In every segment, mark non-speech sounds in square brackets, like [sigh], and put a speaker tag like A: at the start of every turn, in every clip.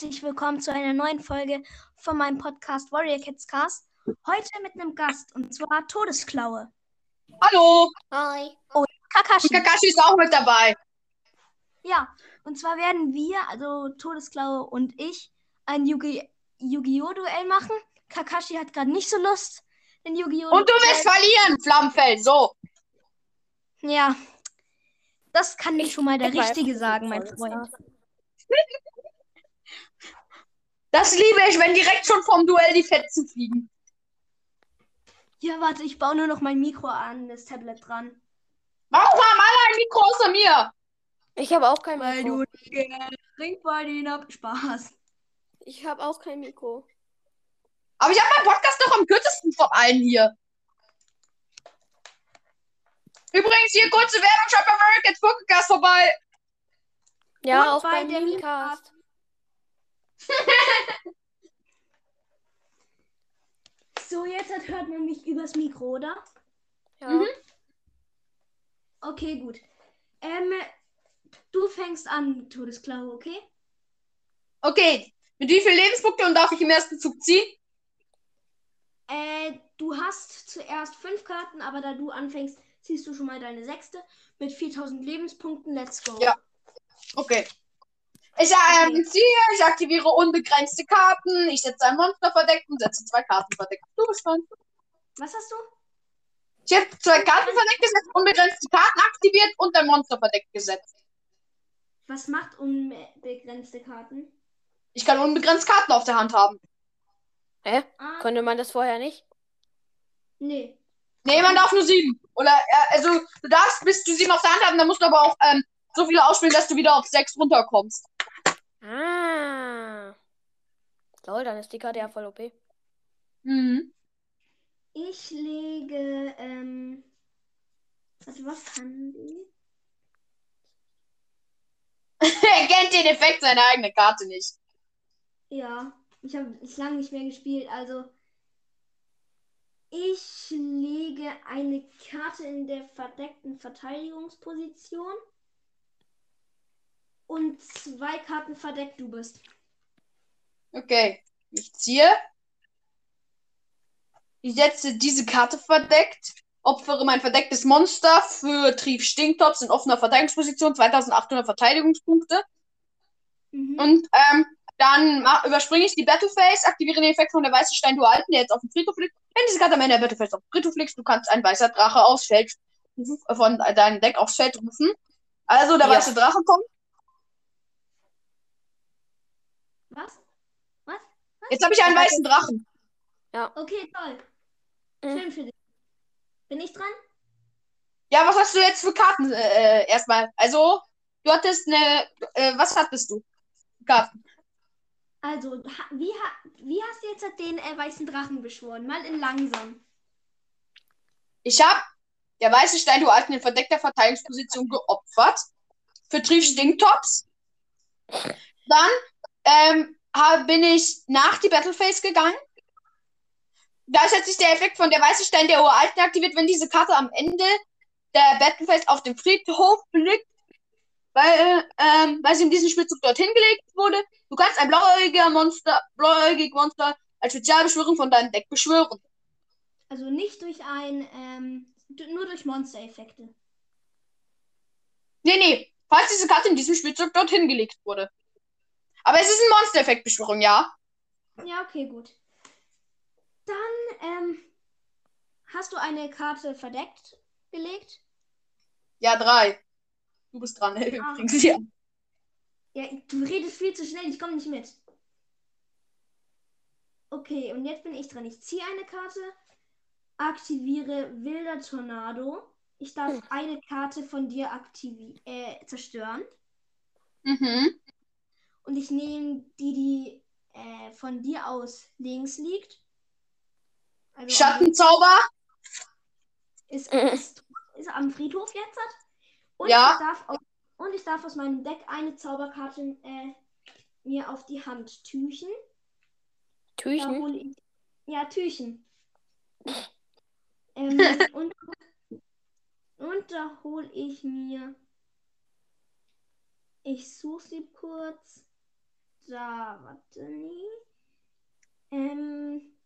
A: herzlich willkommen zu einer neuen Folge von meinem Podcast Warrior Kids Cast. Heute mit einem Gast und zwar Todesklaue.
B: Hallo!
C: Hi.
A: Und Kakashi.
B: Und Kakashi ist auch mit dabei.
A: Ja, und zwar werden wir, also Todesklaue und ich, ein Yugi- Yu-Gi-Oh! Duell machen. Kakashi hat gerade nicht so Lust, den Yu-Gi-Oh!
B: Und du wirst verlieren, Flammenfeld. So.
A: Ja. Das kann nicht schon mal der
C: Ich weiß,
A: Richtige sagen, mein
C: Todesklaue.
A: Freund.
B: Das liebe ich, wenn direkt schon vom Duell die Fetzen fliegen.
A: Ja, warte, ich baue nur noch mein Mikro an, das Tablet dran.
B: Warum haben alle ein Mikro außer mir?
C: Ich habe auch kein
A: Weil
C: Mikro.
A: du trink bei denen ab. Spaß.
C: Ich habe auch kein Mikro.
B: Aber ich habe meinen Podcast noch am kürzesten von allen hier. Übrigens, hier kurze Werbung. Schaut bei Americans Podcast vorbei.
C: Ja,
A: Und
C: auch
A: bei
C: beim
A: der
C: Mimicast.
A: So, jetzt hat- hört man mich übers Mikro, oder?
C: Ja.
B: Mhm.
A: Okay, gut. Ähm, du fängst an, Todesklaue, okay?
B: Okay. Mit wie vielen Lebenspunkten darf ich im ersten Zug ziehen?
A: Äh, du hast zuerst fünf Karten, aber da du anfängst, ziehst du schon mal deine sechste mit 4000 Lebenspunkten. Let's go.
B: Ja. Okay. Ich ähm, ziehe, ich aktiviere unbegrenzte Karten. Ich setze ein Monster verdeckt und setze zwei Karten verdeckt. Du bist dran.
A: Was hast du?
B: Ich habe zwei Karten verdeckt gesetzt, unbegrenzte Karten aktiviert und ein Monster verdeckt gesetzt.
A: Was macht unbegrenzte Karten?
B: Ich kann unbegrenzt Karten auf der Hand haben.
A: Ah,
C: Konnte man das vorher nicht?
A: nee.
B: Nee, man darf nur sieben. Oder, äh, also, du darfst bis du sieben auf der Hand haben, dann musst du aber auch ähm, so viele ausspielen, dass du wieder auf sechs runterkommst.
C: Ah. Lol, dann ist die Karte ja voll OP.
B: Mhm.
A: Ich lege, ähm, warte, was kann die?
B: er [laughs] kennt den Effekt seiner eigenen Karte nicht.
A: Ja, ich habe es lange nicht mehr gespielt, also ich lege eine Karte in der verdeckten Verteidigungsposition und zwei Karten verdeckt du bist.
B: Okay. Ich ziehe. Ich setze diese Karte verdeckt. Opfere mein verdecktes Monster für Trief Stinktops in offener Verteidigungsposition. 2800 Verteidigungspunkte.
A: Mhm.
B: Und ähm, dann ma- überspringe ich die Battle Phase, aktiviere den Effekt von der weiße Stein Dualten, der jetzt auf dem Friedhof liegt. Wenn diese Karte am Ende der Battle Phase auf dem Friedhof liegt, du kannst ein weißer Drache aufs Feld rufen, äh, von deinem Deck aufs Feld rufen. Also der
C: Ja.
B: weiße Drache kommt.
A: Was?
B: Jetzt habe ich einen weißen Drachen.
A: Okay, toll.
C: Mhm.
A: Schön für dich. Bin ich dran?
B: Ja, was hast du jetzt für Karten äh, äh, erstmal? Also, du hattest eine. Äh, was hattest du? Karten.
A: Also, ha- wie, ha wie hast du jetzt den äh, weißen Drachen beschworen? Mal in langsam.
B: Ich habe der weiße Stein Dualten in verdeckter Verteidigungsposition geopfert. Für Trief Stinktops. Dann ähm, hab, bin ich nach die Battle Phase gegangen. Da ist jetzt sich der Effekt von der weiße Stein der Uralten aktiviert, wenn diese Karte am Ende der Battle Phase auf dem Friedhof blickt, weil, ähm, weil sie in diesem Spielzug dorthin gelegt wurde. Du kannst ein blauäugiger Monster, blauäugig Monster als Spezialbeschwörung von deinem Deck beschwören.
A: Also nicht durch ein, ähm, d- nur durch Monster-Effekte.
B: Nee, nee. Falls diese Karte in diesem Spielzug dorthin gelegt wurde. Aber es ist ein Monster-Effekt-Beschwörung, ja?
A: Ja, okay, gut. Dann, ähm, hast du eine Karte verdeckt gelegt?
B: Ja, drei. Du bist dran, übrigens. Ja.
A: Ja, du redest viel zu schnell, ich komme nicht mit. Okay, und jetzt bin ich dran. Ich ziehe eine Karte, aktiviere Wilder Tornado. Ich darf
C: Hm.
A: eine Karte von dir aktivi äh, zerstören.
B: Mhm.
A: Und ich nehme die, die äh, von dir aus links liegt. Also am
B: Schattenzauber?
A: Ist,
C: Mhm.
A: ist, ist am Friedhof jetzt. Und,
B: Ja.
A: ich darf aus, und ich darf aus meinem Deck eine Zauberkarte äh, mir auf die Hand tüchen. Da
C: Tüchen.
A: hole ich, ja, Tüchen. ähm, und, und da hole ich mir. Ich suche sie kurz. Da, warte, nee. Ähm,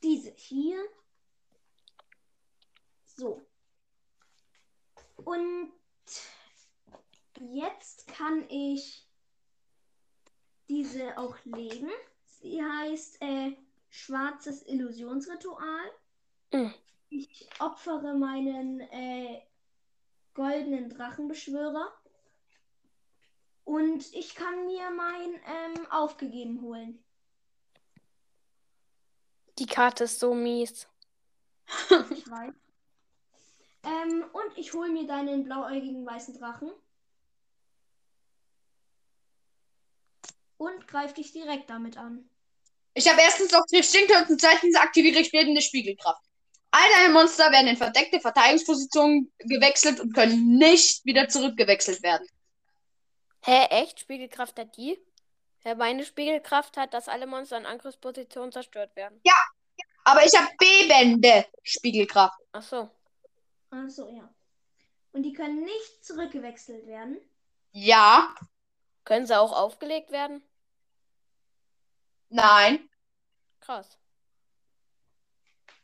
A: diese hier. So. Und jetzt kann ich diese auch legen. Sie heißt äh, Schwarzes Illusionsritual.
C: Mhm.
A: Ich opfere meinen äh, goldenen Drachenbeschwörer. Und ich kann mir mein ähm, Aufgegeben holen.
C: Die Karte ist so mies.
A: Ich weiß. Ähm, und ich hole mir deinen blauäugigen weißen Drachen. Und greif dich direkt damit an.
B: Ich habe erstens auf Triff Stinktor und zweitens aktiviere ich bildende Spiegelkraft. All deine Monster werden in verdeckte Verteidigungspositionen gewechselt und können nicht wieder zurückgewechselt werden.
C: Hä, echt? Spiegelkraft hat die? Ja, meine Spiegelkraft hat, dass alle Monster in Angriffsposition zerstört werden.
B: Aber ich habe bebende Spiegelkraft.
C: Ach so.
A: Achso, ja. Und die können nicht zurückgewechselt werden.
B: Ja,
C: Können sie auch aufgelegt werden?
B: nein.
C: Krass.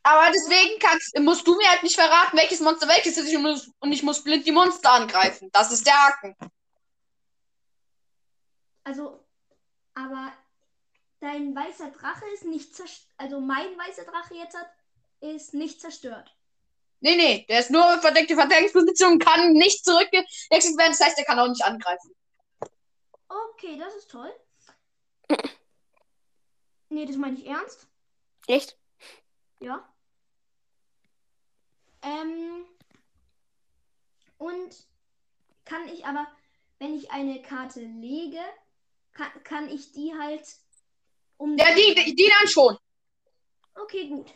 B: Aber deswegen kannst, musst du mir halt nicht verraten, welches Monster welches ist. Ich muss, und ich muss blind die Monster angreifen. Das ist der Haken.
A: Also, aber dein weißer Drache ist nicht zerstört. Also mein weißer Drache jetzt hat, ist nicht zerstört.
B: Nee, nee, der ist nur in verdeckte Verteidigungsposition und kann nicht zurückgewechselt werden. Das heißt, er kann auch nicht angreifen.
A: Okay, das ist
B: [laughs]
A: toll. Nee, das meine ich ernst.
C: Echt?
A: Ja. Ähm, und kann ich aber, wenn ich eine Karte lege, kann, kann ich die halt um.
B: Ja, die, die, die dann schon.
A: Okay, gut.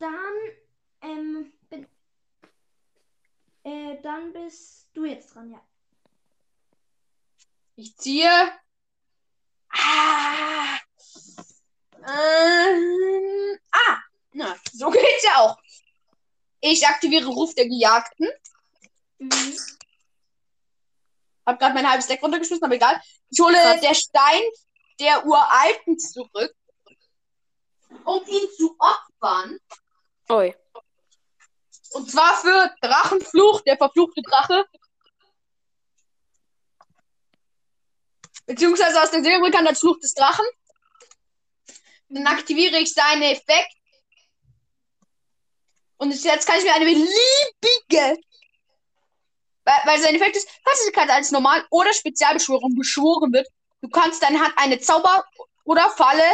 A: Dann, ähm, bin, äh, dann bist du jetzt dran, ja.
B: Ich ziehe. Ah. Ähm. Ah. Na, so geht's ja auch. Ich aktiviere Ruf der Gejagten.
A: Mhm.
B: Hab gerade mein halbes Deck runtergeschmissen, aber egal. Ich hole
C: Krass.
B: der Stein der Uralten zurück, um ihn zu opfern.
C: Ui.
B: Und zwar für Drachenfluch, der verfluchte Drache. Beziehungsweise aus der Serie bekannt als Fluch des Drachen. Dann aktiviere ich seinen Effekt. Und ich- jetzt kann ich mir eine beliebige. Weil, weil sein Effekt ist, falls diese Karte als Normal- oder Spezialbeschwörung beschworen wird, du kannst deine Hand eine Zauber- oder Falle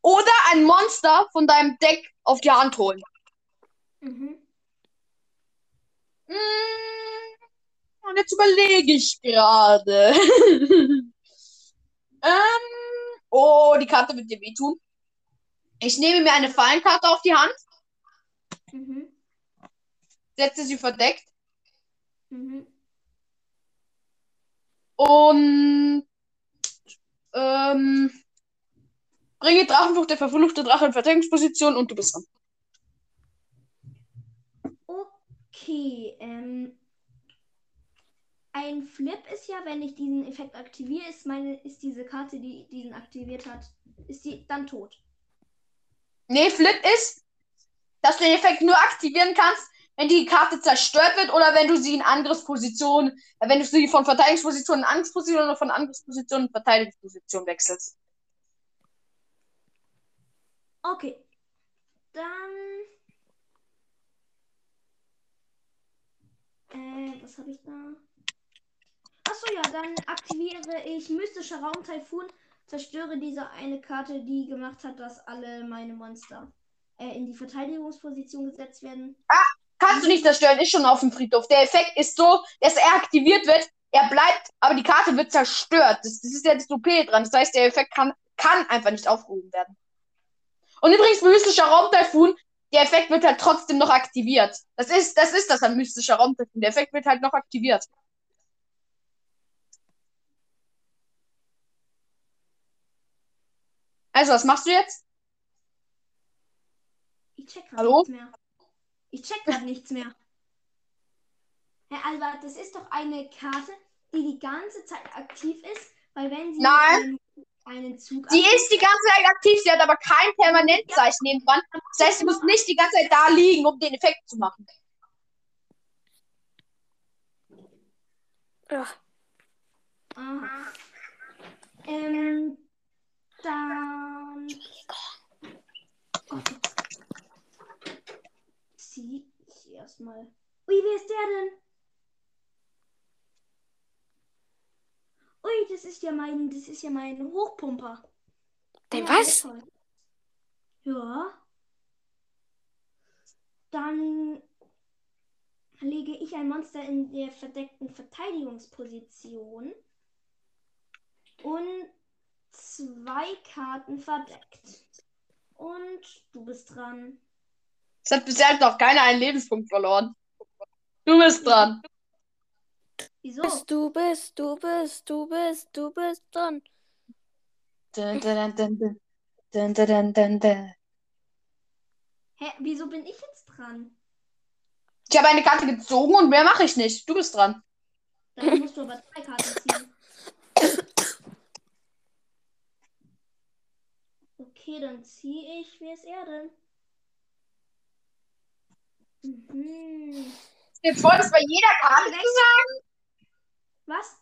B: oder ein Monster von deinem Deck auf die Hand holen.
A: Mhm.
B: Mm, Hm, Und jetzt überlege ich gerade. [laughs] ähm, oh, die Karte wird dir wehtun. Ich nehme mir eine Fallenkarte auf die Hand,
A: Mhm.
B: setze sie verdeckt
A: Mhm.
B: und ähm, bringe Drachenflucht, der verfluchte Drache in Verteidigungsposition und du bist dran.
A: Okay, ähm. Ein Flip ist ja, wenn ich diesen Effekt aktiviere, ist meine, ist diese Karte, die diesen aktiviert hat, ist die dann tot.
B: Nee, Flip ist, dass du den Effekt nur aktivieren kannst, wenn die Karte zerstört wird oder wenn du sie in Angriffsposition, äh, wenn du sie von Verteidigungsposition in Angriffsposition oder von Angriffsposition in Verteidigungsposition wechselst.
A: Okay. Dann. Äh, was habe ich da? Achso, ja, dann aktiviere ich mystischer Raum Taifun, zerstöre diese eine Karte, die gemacht hat, dass alle meine Monster äh, in die Verteidigungsposition gesetzt werden.
B: Kannst du nicht zerstören, ist schon auf dem Friedhof. Der Effekt ist so, dass er aktiviert wird, er bleibt, aber die Karte wird zerstört. Das, das ist ja das OP dran. Das heißt, der Effekt kann, kann einfach nicht aufgehoben werden. Und übrigens, bei mystischer Raumtaifun, der Effekt wird halt trotzdem noch aktiviert. Das ist, das ist das an mystischer Raumtaifun. Der Effekt wird halt noch aktiviert. Also, was machst du jetzt?
A: Ich check grad
B: Hallo?
A: nichts mehr. Ich check grad nichts mehr. Herr Albert, das ist doch eine Karte, die die ganze Zeit aktiv ist, Weil wenn sie
B: Nein.
A: einen, einen Zug
B: Sie ist die ganze Zeit aktiv, sie hat aber kein Permanentzeichen nebenan. Das heißt, sie muss nicht die ganze Zeit da liegen, um den Effekt zu machen.
C: Ach,
A: Aha. Ähm, dann. Oh Gott. Zieh ich erstmal. Ui, wer ist der denn? Ui, das ist ja mein, das ist ja mein Hochpumper.
C: Der
A: Ja,
C: was?
A: der ist toll. Ja. Dann lege ich ein Monster in der verdeckten Verteidigungsposition und zwei Karten verdeckt. Und du bist dran.
B: Es hat bisher noch keiner einen Lebenspunkt verloren. Du bist dran.
A: Wieso?
C: bist du bist, du bist, du bist, du bist dran.
B: Dun, dun, dun, dun, dun, dun, dun, dun, dun.
A: Hä, wieso bin ich jetzt dran?
B: Ich habe eine Karte gezogen und mehr mache ich nicht. Du bist dran.
A: Dann musst du aber zwei Karten ziehen. Okay, dann ziehe ich. Wer ist er denn? Mhm.
B: Hast du jetzt vor, das bei jeder Karte zu sagen?
A: Was?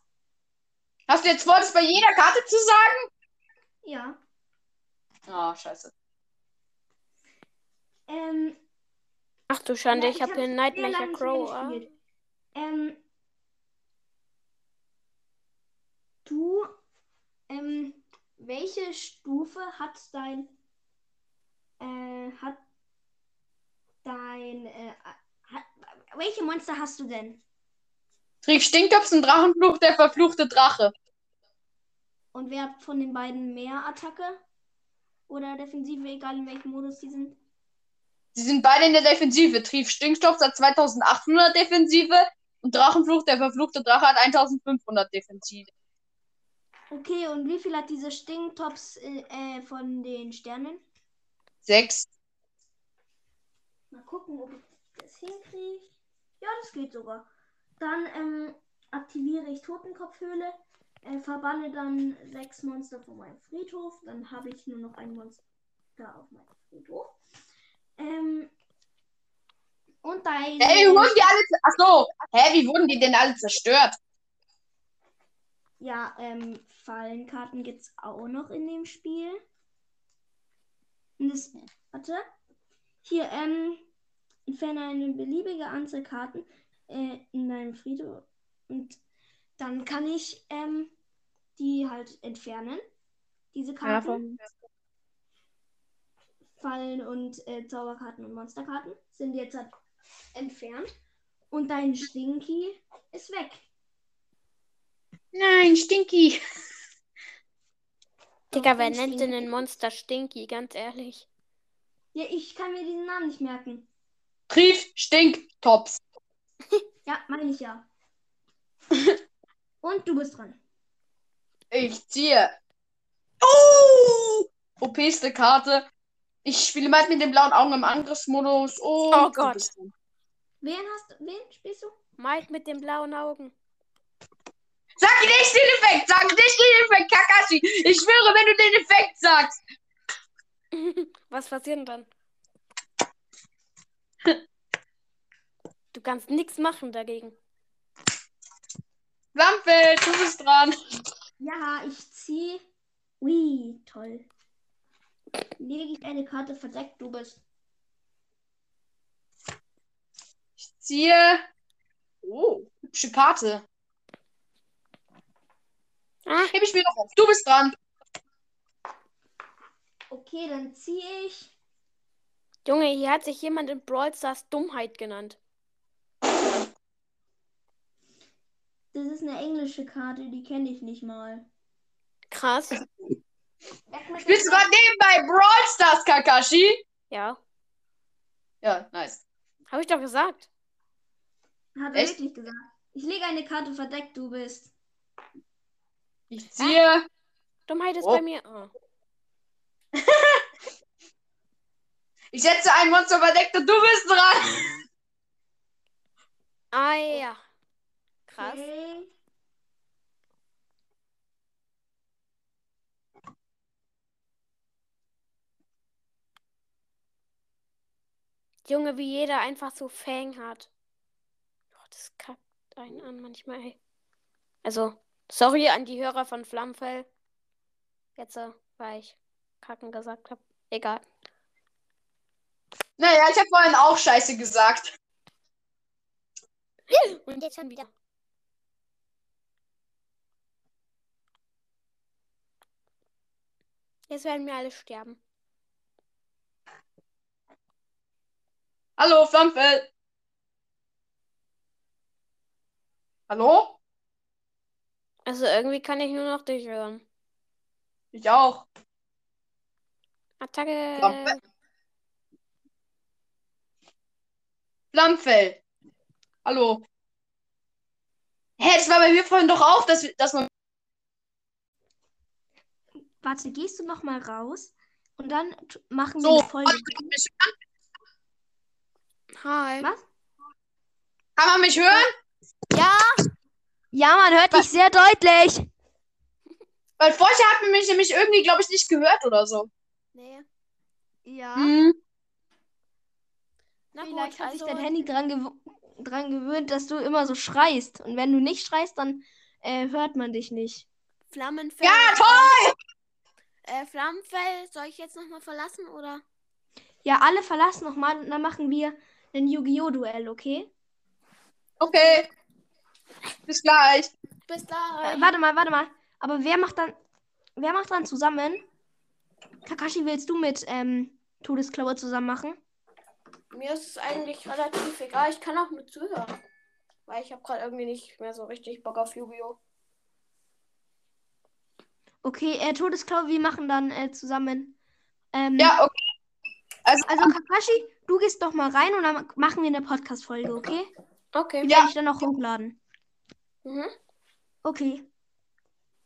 B: Hast du jetzt vor, das bei jeder Karte zu sagen?
A: Ja.
B: Ah, scheiße.
A: Ähm,
C: Ach du Schande,
A: ja,
C: ich habe
A: hab
C: hier einen
A: sehr lange
C: Nightmare
A: nicht
C: Crow.
A: mehr
C: ah.
A: gespielt. Ähm, du, ähm, welche Stufe hat dein, äh, hat dein, äh, hat, welche Monster hast du denn?
B: Trick Stinktopf und Drachenfluch, der verfluchte Drache.
A: Und wer hat von den beiden mehr Attacke? Oder Defensive, egal in welchem Modus die sind?
B: Sie sind beide in der Defensive. Trief Stinktopf hat 2800 Defensive und Drachenfluch, der verfluchte Drache, hat 1500 Defensive.
A: Okay, und wie viel hat diese Stinktops äh, äh, von den Sternen?
B: Sechs.
A: Mal gucken, ob ich das hinkriege. Ja, das geht sogar. Dann ähm, aktiviere ich Totenkopfhöhle, äh, verbanne dann sechs Monster von meinem Friedhof. Dann habe ich nur noch ein Monster auf meinem Friedhof. Ähm, und da
B: Ey, wie wurden die alle. Ach so. Hä, wie wurden die denn alle zerstört?
A: ja, ähm, Fallenkarten gibt es auch noch in dem Spiel. Und das, warte. Hier, ähm, entferne eine beliebige Anzahl Karten äh, in deinem Friedhof. Und dann kann ich ähm, die halt entfernen. Diese Karten. Fallen und äh, Zauberkarten und Monsterkarten sind jetzt halt entfernt. Und dein Stinky ist weg.
B: Nein, Stinky.
C: Digga, wer
A: Doch,
C: nennt denn
A: Stinky.
C: ein Monster Stinky, ganz ehrlich?
A: Ja, ich kann mir diesen Namen nicht merken.
B: Trief Stinktops.
A: Ja, meine ich ja. Und du bist dran.
B: Ich ziehe. Oh! OPste Karte. Ich spiele mal mit den blauen Augen im Angriffsmodus. Und
C: Oh
B: du
C: Gott.
B: bist dran.
A: Wen hast du? Wen spielst du?
C: Mike mit den blauen Augen.
B: Sag nicht den Effekt! Sag nicht den Effekt, Kakashi! Ich schwöre, wenn du den Effekt sagst!
C: Was passiert denn dann? Du kannst nichts machen dagegen.
B: Lampfeld, du bist dran.
A: Ja, ich ziehe. Ui, toll. Lege ich eine Karte verdeckt, du bist.
B: Ich ziehe. Oh, hübsche Karte.
C: Ah,
B: Heb ich mir noch auf. Du bist dran.
A: Okay, dann ziehe ich.
C: Junge, hier hat sich jemand in Brawl Stars Dummheit genannt.
A: Das ist eine englische Karte, die kenne ich nicht mal.
C: Krass.
B: Spielst du gerade nebenbei Brawl Stars, Kakashi?
C: Ja,
B: Ja, nice.
C: habe ich doch gesagt.
A: Hat er
B: Echt?
A: wirklich gesagt. Ich lege eine Karte verdeckt, du bist.
B: Ich ziehe.
C: Dummheit ist
B: Oh.
C: bei mir. Ah.
B: Ich setze ein Monster verdeckt und du bist dran. [laughs]
C: ah ja. Krass.
A: Okay.
D: Junge, wie jeder einfach so Fang hat. Oh, das kackt einen an manchmal, ey. Also, sorry an die Hörer von Flammfell. Jetzt, äh, weil ich Kacken gesagt habe. Egal.
B: Naja, ich habe vorhin auch Scheiße gesagt.
D: Und jetzt schon wieder. Jetzt werden wir alle sterben.
B: Hallo, Flammfeld. Hallo?
D: Also irgendwie kann ich nur noch dich hören.
B: Ich auch.
D: Attacke.
B: Flammfeld. Flammfeld. Hallo. Hä, es war bei mir vorhin doch auch, dass, wir- dass man.
A: Warte, gehst du noch mal raus und dann t- machen wir
B: So,
A: eine Folge.
B: Kann man mich hören?
D: Hi.
A: Was?
B: Kann man mich hören?
A: Ja, man hört dich sehr deutlich.
B: Weil vorher hat man mich nämlich irgendwie, glaube ich, nicht gehört oder so.
D: Nee.
A: Ja.
B: Hm.
D: Na
A: Vielleicht
D: gut,
A: hat
D: also
A: sich dein Handy dran, gew dran gewöhnt, dass du immer so schreist. Und wenn du nicht schreist, dann äh, hört man dich nicht.
D: Flammenfell.
B: Ja, toll!
D: Äh, Flammenfell, soll ich jetzt nochmal verlassen oder?
A: Ja, alle verlassen nochmal und dann machen wir ein Yu-Gi-Oh! Duell, okay?
B: Okay. Bis gleich.
D: Bis da.
A: Äh, warte mal, warte mal. Aber wer macht dann, wer macht dann zusammen? Kakashi, willst du mit ähm, Todesklaue zusammen machen?
D: Mir ist es eigentlich relativ egal. Ich kann auch mit zuhören. Weil ich habe gerade irgendwie nicht mehr so richtig Bock auf Yu-Gi-Oh!
A: Okay, äh, Todesklaue, wir machen dann äh, zusammen. Ähm,
B: Ja, okay. Also,
A: Also Kakashi, du gehst doch mal rein und dann machen wir eine Podcast-Folge, okay?
D: Okay.
A: Die
B: Ja.
A: Werde ich dann auch hochladen.
D: Mhm.
A: Okay.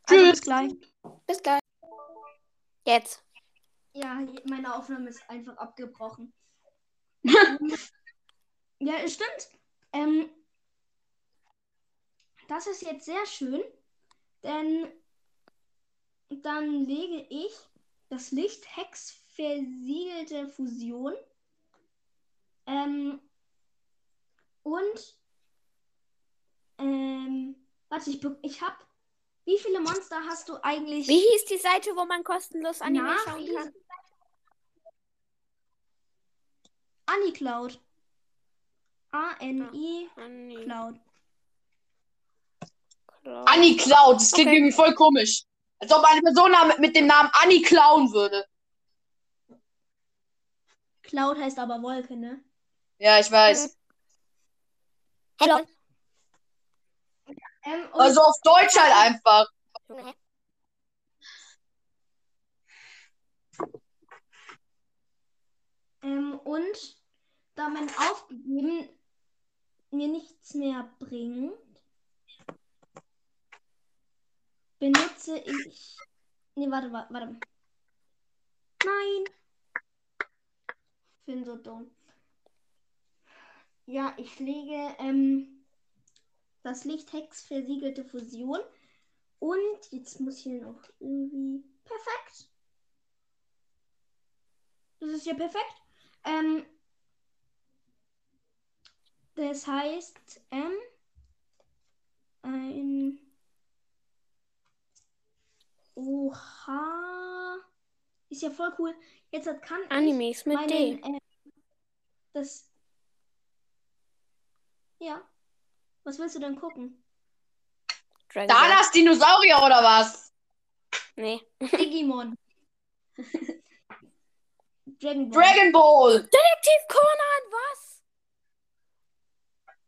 A: Also
B: Tschüss.
A: bis gleich.
D: Bis gleich. Jetzt.
A: Ja, meine Aufnahme ist einfach abgebrochen. ja, es stimmt. Ähm, das ist jetzt sehr schön, denn dann lege ich das Licht Hex versiegelte Fusion ähm, und ähm, warte, ich, be- ich habe wie viele Monster hast du eigentlich?
D: Wie hieß die Seite, wo man kostenlos Anime
A: Nach
D: schauen
A: Is-
D: kann?
A: AniCloud. A-N-I
D: Anime.
A: Cloud.
B: Anni Cloud, das klingt
D: Okay.
B: irgendwie voll komisch. Als ob eine Person nam- mit dem Namen Anni klauen würde.
A: Cloud heißt aber Wolke, ne?
B: Ja, ich weiß.
D: Hallo.
A: Ähm, und
B: Also auf Deutsch halt einfach.
A: Ähm, und da mein Aufgeben mir nichts mehr bringt, benutze ich. Nee, warte, warte, warte. mal. Nein! Ich bin so dumm. Ja, ich lege ähm, das Licht Hex versiegelte Fusion. Und jetzt muss hier noch irgendwie. Perfekt! Das ist ja perfekt. Ähm, das heißt, ähm, ein Oha. Ist ja voll cool. Jetzt hat kann ich
D: Animes mit D.
A: meinen, ähm, das. Ja. Was willst du denn gucken?
D: [laughs] Dragon Ball.
B: Danas Dinosaurier oder was?
D: Nee.
A: Digimon. [laughs] Dragon Ball.
B: Dragon Ball.
D: Detektiv Conan, was?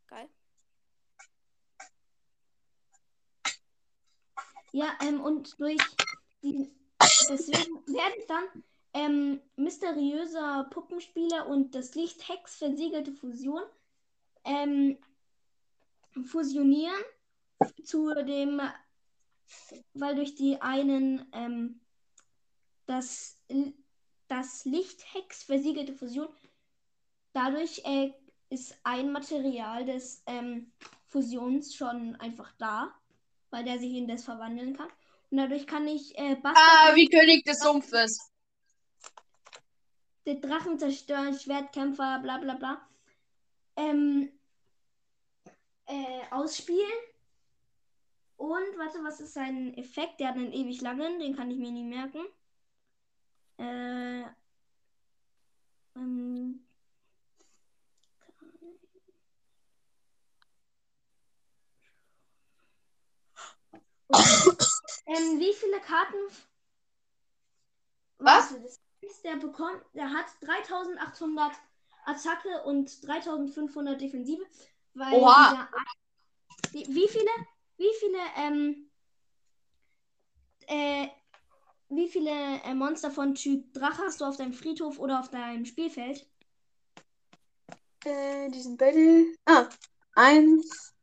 D: Geil.
A: Ja, ähm, und durch die. Deswegen werde ich dann ähm, mysteriöser Puppenspieler und das Licht Hex versiegelte Fusion ähm, fusionieren zu dem, weil durch die einen ähm, das, das Licht Hex versiegelte Fusion dadurch äh, ist ein Material des ähm, Fusions schon einfach da weil der sich in das verwandeln kann. Und dadurch kann ich äh, Bastard,
B: Ah, wie König des Sumpfes.
A: den Drachen zerstören, Schwertkämpfer, bla bla bla, ähm, äh, ausspielen. Und warte, was ist sein Effekt? Der hat einen ewig langen, den kann ich mir nie merken. Äh, ähm, ähm, wie viele Karten?
B: Was?
A: Warte, Das heißt, der bekommt, der hat 3800 Attacke und 3500 Defensive. Weil
B: Oha.
A: dieser ein- Wie, wie viele? Wie viele? Ähm, äh, wie viele äh, Monster von Typ Drache hast du auf deinem Friedhof oder auf deinem Spielfeld?
B: Äh, diesen Battle. Ah, eins.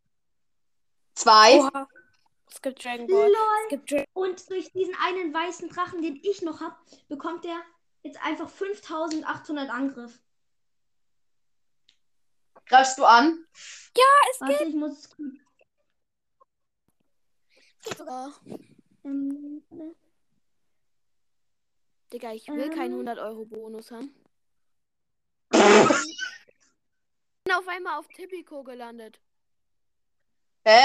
B: Zwei.
C: Oha. Es gibt
D: Oh
C: Dragon Ball. Es gibt Dra
A: Und durch diesen einen weißen Drachen, den ich noch habe, bekommt der jetzt einfach 5800 Angriff.
B: Greifst du an?
A: Warte, ich muss. Ähm,
C: Digga, ich will keinen
A: Ähm.
C: 100-Euro-Bonus
A: [laughs]
C: haben. Ich bin auf einmal auf Tipico gelandet.
B: Hä?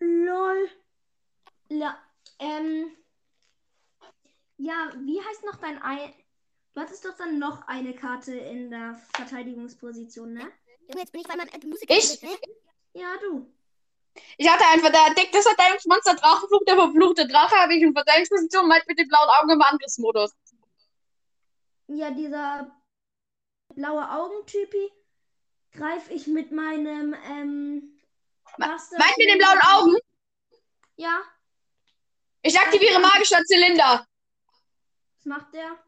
A: lol. La, ähm, ja, wie heißt noch dein Ei? Du hattest doch dann noch eine Karte in der Verteidigungsposition, ne?
C: Jetzt bin ich bei meinem
B: Ich?
D: ne?
A: Ja, du.
B: Ich hatte einfach der Deck des Verteidigungsmonster Drachenfluch, der verfluchte Drache, habe ich in Verteidigungsposition meint mit den blauen Augen im Angriffsmodus.
A: Ja, dieser blaue Augentypi greife ich mit meinem, ähm,
B: Me-
A: Master-
B: Meint mit den blauen Augen?
A: Ja,
B: Ich aktiviere magischer Zylinder.
A: was macht der?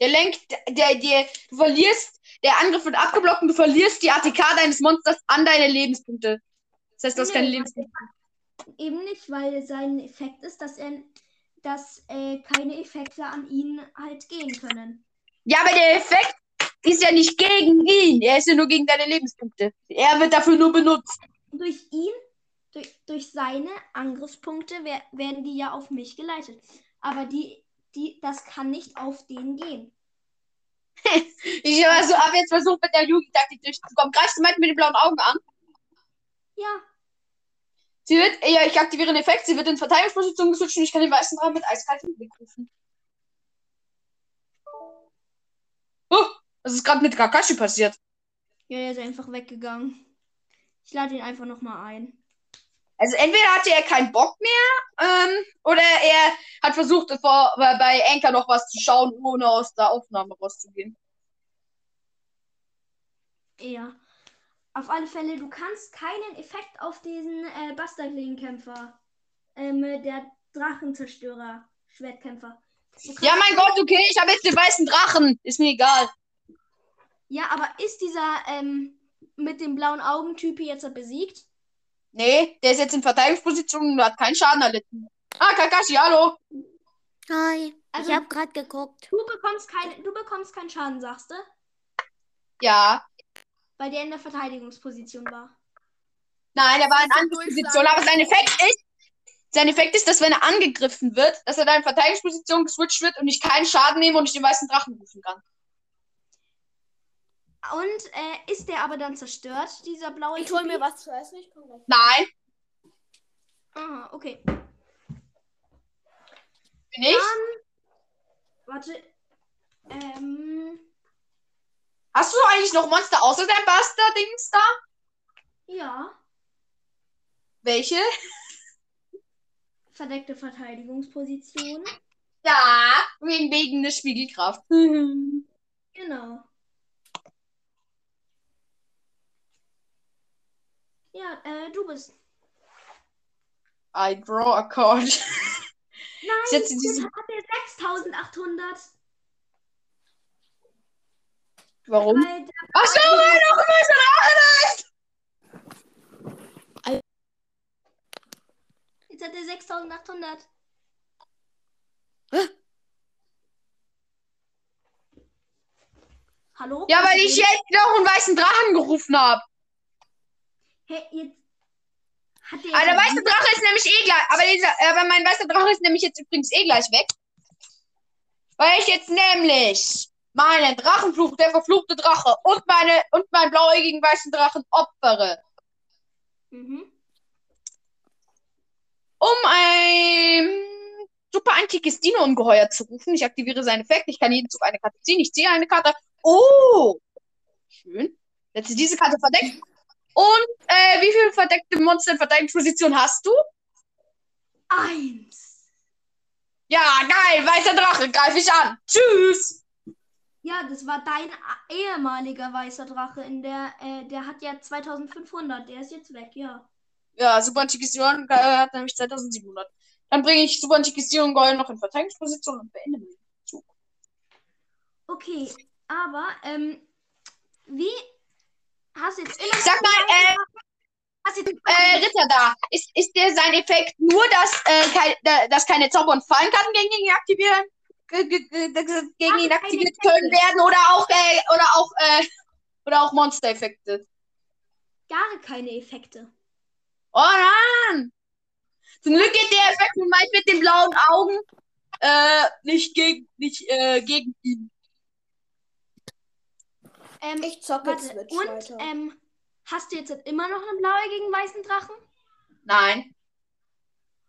B: Der lenkt, der, der, du verlierst, der Angriff wird abgeblockt und du verlierst die ATK deines Monsters an deine Lebenspunkte. Das heißt, du hast keine
A: Nee.
B: Lebenspunkte.
A: Eben nicht, weil sein Effekt ist, dass er dass äh, keine Effekte an ihn halt gehen können.
B: Ja, aber der Effekt ist ja nicht gegen ihn. Er ist ja nur gegen deine Lebenspunkte. Er wird dafür nur benutzt.
A: Durch ihn, durch, durch seine Angriffspunkte wer, werden die ja auf mich geleitet. Aber die, die, das kann nicht auf den gehen.
B: Ich habe so, hab jetzt versucht, mit der Jugendtaktik durchzukommen. Greifst du meint mit den blauen Augen an?
A: Ja,
B: Sie wird, ja, ich aktiviere den Effekt. Sie wird in Verteidigungsposition gesucht und ich kann den weißen Drachen mit eiskaltem Blick rufen. Oh, was ist gerade mit Kakashi passiert?
A: ja, er ist einfach weggegangen. Ich lade ihn einfach nochmal ein.
B: Also entweder hatte er keinen Bock mehr, ähm, oder er hat versucht, vor, bei- bei Anker noch was zu schauen, ohne aus der Aufnahme rauszugehen.
A: Ja. Auf alle Fälle, du kannst keinen Effekt auf diesen äh, Bastardling-Kämpfer, ähm, der Drachenzerstörer, Schwertkämpfer. Du
B: Ja,
A: kannst-
B: mein Gott, okay, ich habe jetzt den weißen Drachen. Ist mir egal.
A: Ja, aber ist dieser ähm, mit dem blauen Augentypi jetzt besiegt?
B: Nee, der ist jetzt in Verteidigungsposition und hat keinen Schaden erlitten. Ah, Kakashi, hallo.
C: Hi.
A: Also-
C: ich hab grad geguckt.
A: Du bekommst, keine, du bekommst keinen Schaden, sagst du?
B: Ja.
A: Weil der in der Verteidigungsposition war.
B: Nein, er war in Angriffsposition, aber sein Effekt ist, sein Effekt ist, dass wenn er angegriffen wird, dass er dann in Verteidigungsposition geswitcht wird und ich keinen Schaden nehme und ich den weißen Drachen rufen kann.
A: Und äh, ist der aber dann zerstört, dieser blaue
C: Ich hol mir
A: Typi?
C: was zu essen. Ich komm gleich.
B: Nein,
A: Ah, okay.
B: bin ich.
A: Warte. Ähm,
B: Hast du eigentlich noch Monster außer deinem Buster-Dings da?
A: ja.
B: Welche?
A: Verdeckte Verteidigungsposition.
B: Ja, wegen, wegen der Spiegelkraft.
A: Genau. Ja, äh, du bist.
B: I draw a card. Ich
A: Nein,
B: setze diese.
A: jetzt hat er 6800.
B: Warum?
A: Weil der,
B: Achso, weil noch ein weißer Drache da ist!
A: jetzt hat er 6800.
C: Hä?
A: Hallo?
B: Ja, weil ich jetzt Ah, noch einen weißen Drachen gerufen habe.
A: Hey, jetzt. Hat der
B: Aber der
A: jetzt-
B: weiße Drache ist nämlich eh gleich. Aber, dieser, aber mein weißer Drache ist nämlich jetzt übrigens eh gleich weg. Weil ich jetzt nämlich meinen Drachenfluch, der verfluchte Drache, und meine und meinen blauäugigen weißen Drachen opfere,
A: Mhm.
B: um ein super antikes Dino-Ungeheuer zu rufen. Ich aktiviere seinen Effekt. Ich kann jeden Zug eine Karte ziehen. Ich ziehe eine Karte. Oh! Schön. Setze diese Karte verdeckt. Und äh, wie viele verdeckte Monster in Verteidigungsposition hast du?
A: Eins.
B: Ja, geil, weißer Drache, greif ich an. Tschüss.
A: Ja, das war dein a- ehemaliger weißer Drache. In der, äh, der hat ja 2500. Der ist jetzt weg, ja.
B: Ja, Super Antikes Dion äh, hat nämlich 2700. Dann bringe ich Super Antikes Dion Gold noch in Verteidigungsposition und beende mich.
A: Okay, aber, ähm, wie hast jetzt immer.
B: Sag mal,
A: Hast jetzt
B: äh, äh, Ritter da, ist, ist der sein Effekt nur, dass, äh, kein, da- dass keine Zauber- und Fallenkarten gegen ihn aktivieren, ge- ge- ge- ge- gegen
A: Ach,
B: ihn
A: keine
B: aktiviert
A: Effekte.
B: können werden oder auch, äh, oder auch, äh, oder auch Monster-Effekte?
A: gar keine Effekte.
B: Oh nein! Zum Glück geht der Effekt mit meint mit den blauen Augen äh, nicht gegen nicht äh, gegen ihn.
A: Ähm,
D: Ich zocke
A: warte,
D: Switch
A: und,
D: weiter.
A: ähm, hast du jetzt immer noch einen blauäugigen weißen Drachen?
B: Nein.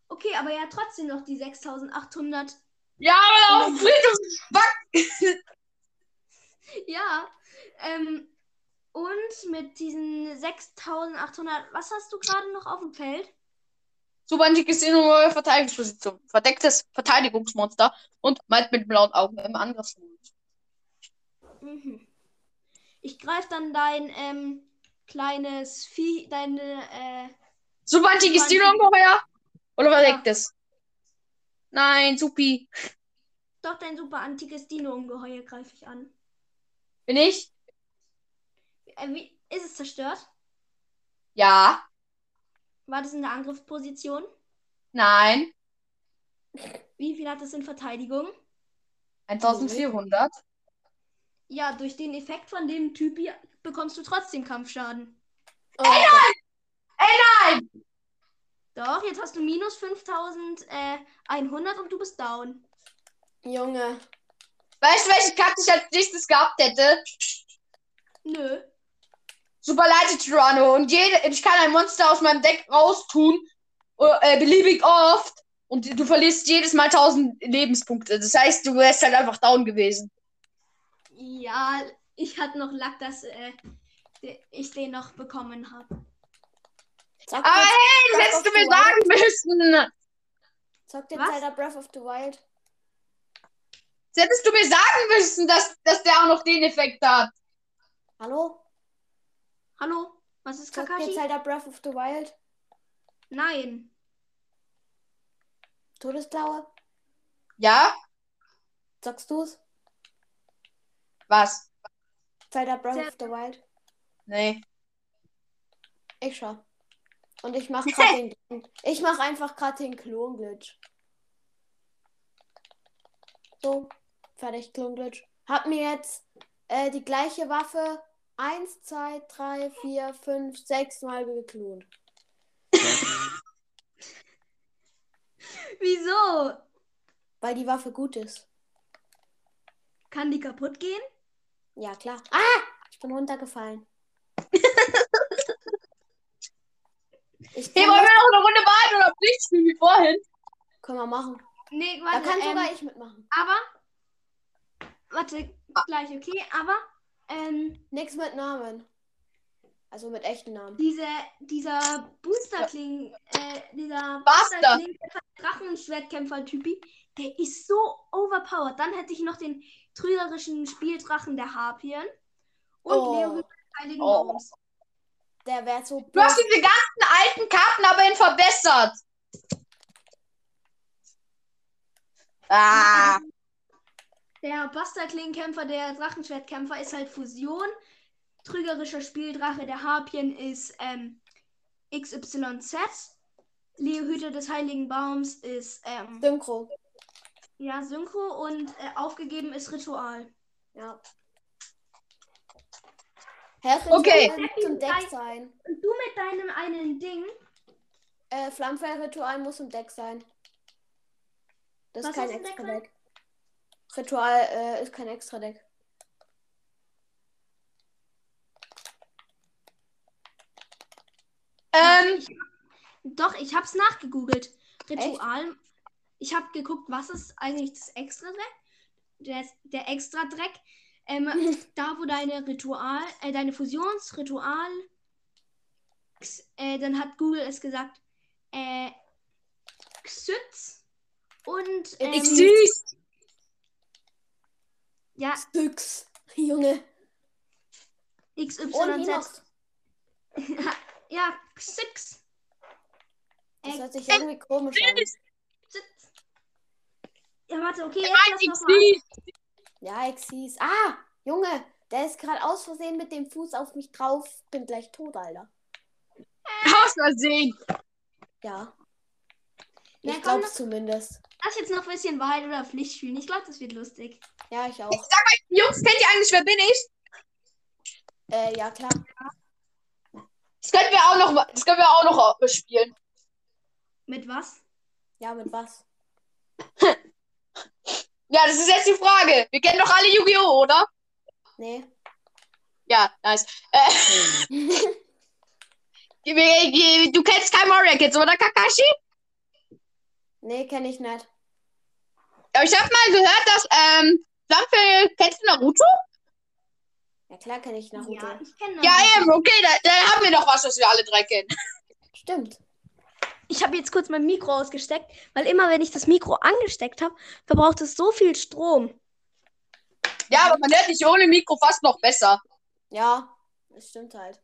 A: Okay, aber ja, trotzdem noch die 6800.
B: Ja, aber auf dem Friedhof.
A: [laughs] Ja, ähm, und mit diesen 6800, was hast du gerade noch auf dem Feld?
B: Super antikes eh neue Verteidigungsposition. Verdecktes Verteidigungsmonster und meint mit blauen Augen im Angriffsmodus.
A: Mhm. Ich greife dann dein ähm, kleines Vieh, deine, äh,
B: Super antikes
A: Super
B: Dino-Ungeheuer oder verdecktes? Nein, Supi.
A: doch dein super antikes Dino-Ungeheuer greife ich an.
B: Bin ich?
A: Äh, wie, ist es zerstört?
B: Ja.
A: War das in der Angriffsposition?
B: Nein.
A: Wie viel hat es in Verteidigung?
B: 1400.
A: Ja, durch den Effekt von dem Typ hier bekommst du trotzdem Kampfschaden.
D: Oh, Alter,
A: Doch, jetzt hast du minus 5100 und du bist down.
D: Junge.
B: Weißt du, welche Karte ich als nächstes gehabt hätte?
A: Nö.
B: Superleite Tyranno und jede, ich kann ein Monster aus meinem Deck raustun, äh, beliebig oft und du verlierst jedes Mal 1000 Lebenspunkte. Das heißt, du wärst halt einfach down gewesen.
A: Ja, ich hatte noch Lack, dass äh, de- ich den noch bekommen habe.
D: Zock
C: Ah,
B: Aber
D: jetzt-
B: hey, das
D: Breath
B: hättest
D: of
B: du
D: the
B: mir
D: Wild.
B: sagen müssen.
D: Zockt jetzt
A: Was?
D: Zelda Breath of the Wild.
B: Das hättest du mir sagen müssen, dass, dass der auch noch den Effekt hat.
D: Hallo?
A: Hallo, was ist
D: Zockt jetzt halt-
A: Kakashi?
D: Zelda Breath of the Wild.
A: Nein.
D: Todesklaue.
B: Ja?
D: Zockst du's?
B: Was?
D: Zelda Breath
A: Zelda.
D: of the Wild.
B: Nee.
D: Ich schau. Und ich mach grad den. Ich mach einfach gerade den Klonglitch. So, fertig, Klonglitch. Hab mir jetzt äh, die gleiche Waffe 1, 2, 3, 4, 5, 6 Mal geklont.
A: Wieso?
D: Weil die Waffe gut ist.
A: Kann die kaputt gehen?
D: Ja, klar. Ah! Ich
B: [laughs]
D: bin runtergefallen. ich
B: Hey,
D: kann
B: wollen
D: das,
B: wir noch eine Runde warten oder Pflicht spielen wie vorhin?
D: können wir machen.
A: Nee,
D: Da
A: warte,
D: kann
A: ähm,
D: sogar ich mitmachen.
A: aber. Warte, gleich, okay, aber. Ähm,
D: Nix mit Namen. Also mit echten Namen.
A: diese, dieser Boosterkling, äh, dieser
B: Basta.
A: Boosterkling-Kämpfer, Drachenschwertkämpfer-Typi, der ist so overpowered. Dann hätte ich noch den trügerischen Spieldrachen der Harpien und
D: Oh.
A: Leo des Heiligen
B: Oh.
A: Baums.
D: Der wäre so
B: Du hast
D: böse.
B: diese ganzen alten Karten aber in verbessert. Ah.
A: Der Bastardklingenkämpfer, der Drachenschwertkämpfer ist halt Fusion. Trügerischer Spieldrache der Harpien ist ähm, XYZ. Leo Hüter des Heiligen Baums ist ähm,
D: Synchro.
A: ja, Synchro und äh, aufgegeben ist Ritual.
D: Ja. Helfen
B: Okay.
D: zum Deck sein.
A: Und du mit deinem einen Ding
D: äh, Flammenfell-Ritual muss im Deck sein. Das ist
A: Was
D: kein
A: ist im Deck
D: extra
A: drin?
D: Deck. Ritual äh, ist kein extra Deck.
B: Ähm,
A: Doch, ich hab's nachgegoogelt. Ritual. Ich hab geguckt, was ist eigentlich das extra Dreck? Der, der extra Dreck. Ähm, da, wo deine Ritual, äh, deine Fusionsritual, äh, dann hat Google es gesagt, äh, Xyz und
B: ich
A: ähm,
B: süß.
A: ja,
D: Styx, [laughs] Junge. Und
A: XYZ.
D: Hinox.
A: [laughs] ja, Xyz.
D: Das
A: Äh,
D: hört sich irgendwie komisch
B: Ähm,
D: an.
A: Xyz. Ja, warte, okay, jetzt lass
B: Ich
A: noch mal.
B: süß.
D: Ja, Exis. Ah, Junge, der ist gerade aus Versehen mit dem Fuß auf mich drauf. Bin gleich tot, Alter.
B: Aus Versehen.
D: Ja.
A: Na,
D: Ich
A: komm,
D: glaub's
A: lass-
D: zumindest.
A: Lass jetzt noch ein bisschen Wahrheit oder Pflicht spielen. Ich glaube, das wird lustig.
D: Ja, ich auch.
B: Jungs, kennt ihr eigentlich, wer bin ich?
D: Äh, ja, klar.
B: Das können wir auch noch, das können wir auch noch äh, spielen.
A: Mit was?
D: Ja, mit was?
B: Ja, das ist jetzt die Frage. Wir kennen doch alle Yu-Gi-Oh, oder?
D: Nee.
B: Ja, nice. Äh, wir- wir- du kennst kein Warrior Kids, oder Kakashi?
D: [laughs] Nee, kenne ich nicht.
B: Aber ich habe mal gehört, dass, ähm, Flammfell, kennst du Naruto?
D: Ja, klar kenne ich Naruto.
A: Ja, ich kenne
B: Ja,
A: Naruto.
B: eben, okay, da- dann haben wir noch was, was wir alle drei kennen.
D: Stimmt.
A: Ich habe jetzt kurz mein Mikro ausgesteckt, weil immer wenn ich das Mikro angesteckt habe, verbraucht es so viel Strom.
B: Ja, aber man hört dich ohne Mikro fast noch besser.
D: Ja, das stimmt halt.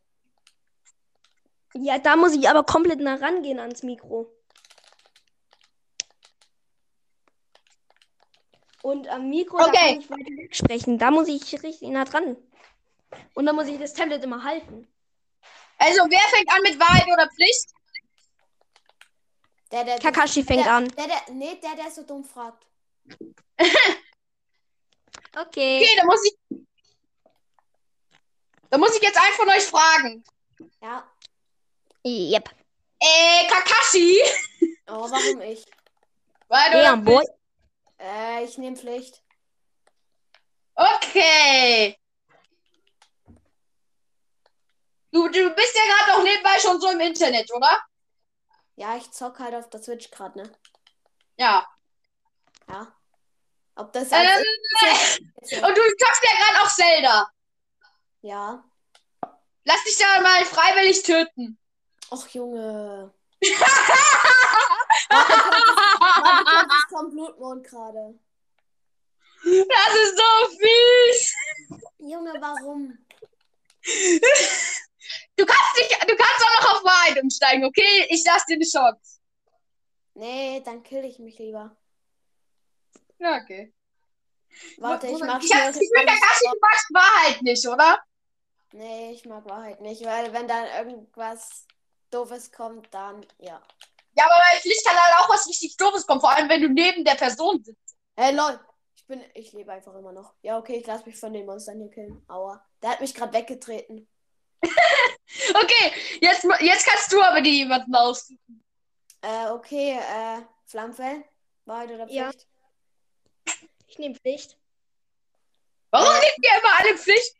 A: Ja, da muss ich aber komplett nah rangehen ans Mikro. Und am Mikro da
B: Okay.
A: kann ich weiter wegsprechen. Da muss ich richtig nah dran. Und dann muss ich das Tablet immer halten.
B: Also, wer fängt an mit Wahrheit oder Pflicht?
D: Der, der,
A: Kakashi fängt
D: der,
A: an.
D: Der, der, nee, der, der so dumm fragt.
A: Okay.
B: Okay, dann muss ich. Dann muss ich jetzt einen von euch fragen.
D: Ja.
A: Yep.
B: Äh, Kakashi?
D: Oh, warum ich?
B: Wahrheit
A: Yeah,
B: oder Pflicht?
A: boy.
D: Äh, ich nehme Pflicht.
B: Okay. Du, du bist ja gerade auch nebenbei schon so im Internet, oder?
D: Ja, ich zock halt auf der Switch gerade, ne?
B: Ja.
D: Ja. Ob das
B: Ähm,
D: [laughs] jetzt-
B: und du zockst ja gerade auch Zelda.
D: Ja.
B: Lass dich da mal freiwillig töten.
D: Och, Junge.
B: [laughs]
D: Warte kurz, warte kurz, es kommt Blutmond gerade.
B: Das ist so fies.
D: Junge, warum?
B: Du kannst, dich, du kannst auch noch auf Wahrheit umsteigen, okay? Ich lass dir eine Chance.
D: Nee, dann kill ich mich lieber.
B: Ja, okay.
D: Warte, ich mach
B: Ich hab das Gefühl, Kakashi, du magst Wahrheit nicht, oder?
D: Nee, ich mag Wahrheit nicht, weil wenn dann irgendwas Doofes kommt, dann ja.
B: Ja, aber bei Pflicht kann halt auch was richtig Doofes kommen, vor allem wenn du neben der Person sitzt.
D: Hey, lol. Ich bin, ich lebe einfach immer noch. Ja, okay, ich lasse mich von den Monstern hier killen. Aua. Der hat mich gerade weggetreten.
B: Okay, jetzt, jetzt kannst du aber dir jemanden aussuchen.
D: Äh, okay, äh, Flammfell? Wahrheit oder
A: Ja.
D: Pflicht?
A: Ich nehme Pflicht.
B: Warum sind wir immer alle Pflicht?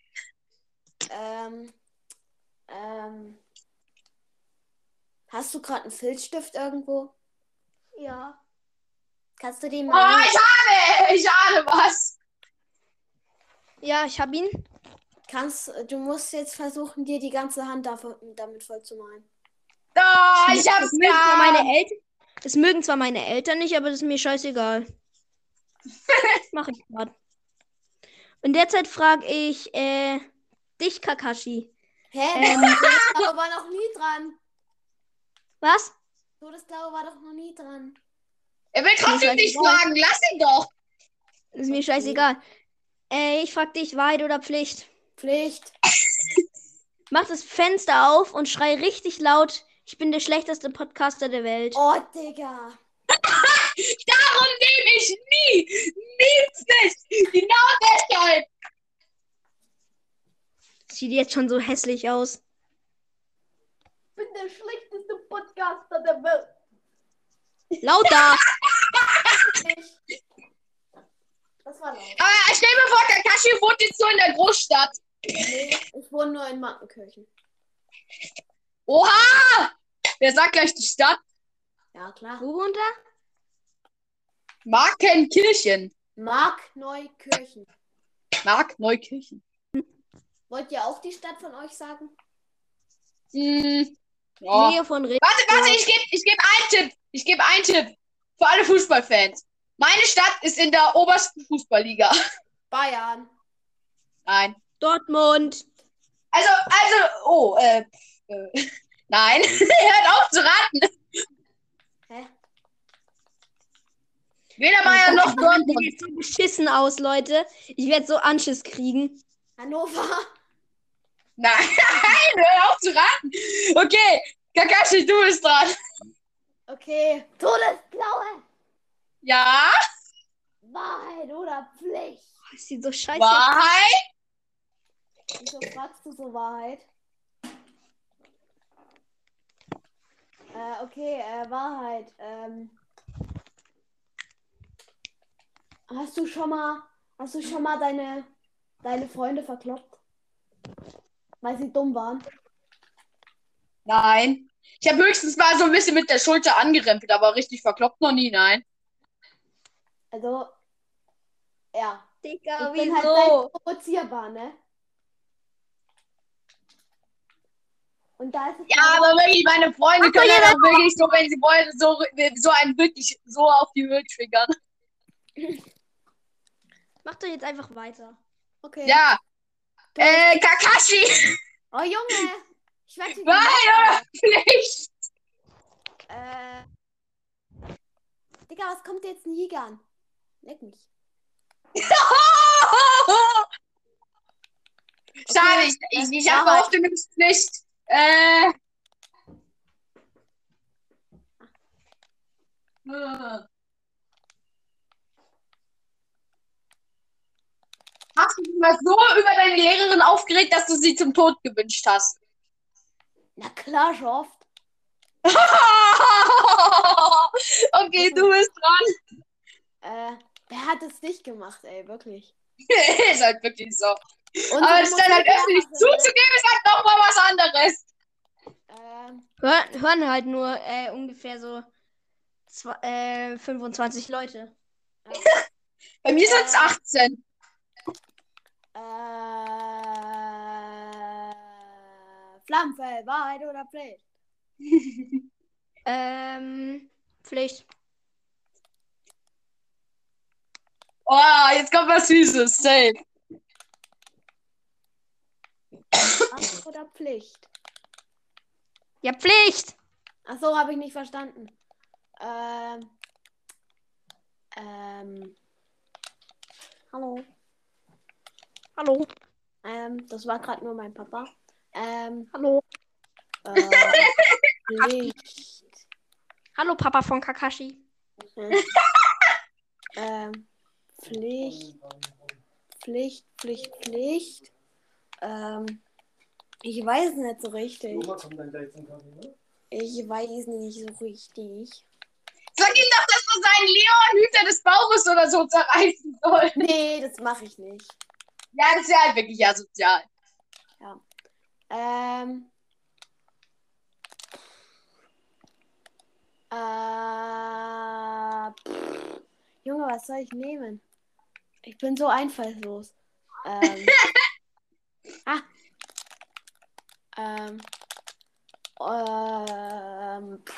D: Ähm, ähm. Hast du gerade einen Filzstift irgendwo?
A: Ja.
D: Kannst du den
B: Oh,
D: mal.
B: ich ahne, ich ahne was.
A: Ja, ich habe ihn.
D: Kannst, du musst jetzt versuchen, dir die ganze Hand davon, damit vollzumalen.
B: Oh, ich hab's
A: mögen zwar
B: geahnt.
A: meine Eltern. Das mögen zwar meine Eltern nicht, aber das ist mir scheißegal. Mache ich gerade. Und derzeit frage ich äh, dich, Kakashi.
D: Hä?
A: Ähm.
D: Todesglaube war noch nie dran.
A: Was?
D: Todesglaube war doch noch nie dran.
B: Er will trotzdem
A: Mir
B: dich
A: scheißegal.
B: fragen, lass ihn doch.
A: Das ist mir scheißegal. Äh, ich frage dich, Wahrheit oder Pflicht?
D: Pflicht.
A: Mach das Fenster auf und schrei richtig laut, ich bin der schlechteste Podcaster der Welt.
D: Oh, Digga.
B: Darum nehme ich nie, nie Pflicht. Genau deshalb.
A: Sieht jetzt schon so hässlich aus.
D: Ich bin der schlechteste Podcaster, der wird
A: Lauter!
D: nicht. Das war laut.
B: Aber stell mir Ah, vor, Kakashi wohnt jetzt so in der Großstadt.
D: Nee, ich wohne nur in Markenkirchen.
B: Oha! Wer sagt gleich die Stadt?
D: Ja, klar.
A: Wo wohnt er?
B: Markenkirchen.
D: Mark Neukirchen.
B: Mark Neukirchen.
D: Wollt ihr auch die Stadt von euch sagen?
B: Hm. Ja.
A: Nähe von Re
B: Warte, warte, ich gebe ich geb einen Tipp. Ich gebe einen Tipp. Für alle Fußballfans. Meine Stadt ist in der obersten Fußballliga.
D: Bayern.
B: Nein.
A: Dortmund.
B: Also, also, oh, äh, äh [laughs] nein. Hört auf zu raten.
D: Hä?
B: Weder Bayern noch
A: Die
B: Dortmund.
A: sieht so beschissen aus, Leute. Ich werde so Anschiss kriegen.
D: Hannover. [laughs]
B: [laughs] Nein, hör auf zu raten. Okay, Kakashi, du bist dran.
D: Okay. Todesklaue.
B: Ja,
D: Wahrheit oder Pflicht?
A: Oh, ist die so scheiße.
B: Wahrheit.
D: Wieso fragst du so Wahrheit? Äh, okay, äh, Wahrheit. Ähm, hast du schon mal, hast du schon mal deine, deine Freunde verkloppt? Weil sie dumm waren?
B: Nein. Ich habe höchstens mal so ein bisschen mit der Schulter angerempelt, aber richtig verkloppt noch nie, nein.
D: Also, ja.
A: Digga,
D: Ich bin halt leicht provozierbar, ne? Und da ist es
B: Ja, aber wirklich, meine Freunde können ja dann wirklich so, wenn sie wollen, so, so einen wirklich so auf die Höhe triggern.
A: Mach doch jetzt einfach weiter.
D: okay.
B: Ja. Äh, Kakashi,
D: Oh Junge!
B: [laughs]
D: Ich werde
B: Nein, nicht.
D: Äh. Digga, was kommt jetzt ein Jäger an? Leck mich.
B: Schade, ich, ich, ich habe
D: Wahrheit.
B: auch nicht. Äh. Hast du dich mal so über deine Lehrerin aufgeregt, dass du sie zum Tod gewünscht hast? [laughs]
D: Na klar, schon oft.
B: okay, du bist dran. [laughs]
D: Äh, wer hat es nicht gemacht, ey, wirklich?
B: ist halt wirklich so.
D: Und
B: Aber das dann halt öffentlich zuzugeben, ist halt nochmal was anderes.
D: Ähm,
A: Hör, hören halt nur äh, ungefähr so zwei, äh, 25 Leute.
B: Bei mir sind es 18.
D: äh, Flammenfell, Wahrheit oder Pflicht?
A: Ähm, Pflicht.
B: Oh, jetzt kommt was Süßes. Safe.
D: Wahrheit oder Pflicht?
A: Ja, Pflicht!
D: Ach so, habe ich nicht verstanden. Ähm, ähm, hallo.
A: Hallo,
D: Ähm, das war gerade nur mein Papa. Ähm,
A: hallo.
D: äh, Pflicht.
A: Hallo, Papa von Kakashi.
D: ähm, Pflicht. Pflicht, Pflicht, Pflicht. Ähm, ich weiß nicht so richtig. Ich weiß nicht so richtig.
B: Sag ihm doch, dass du seinen Leon Hüter des Bauches oder so zerreißen soll.
D: Nee, das mache ich nicht.
B: Ja, das wäre halt wirklich asozial.
D: Ähm. Äh, pff, Junge, was soll ich nehmen? Ich bin so einfallslos. Ähm. ah. Ähm. Ähm. pff.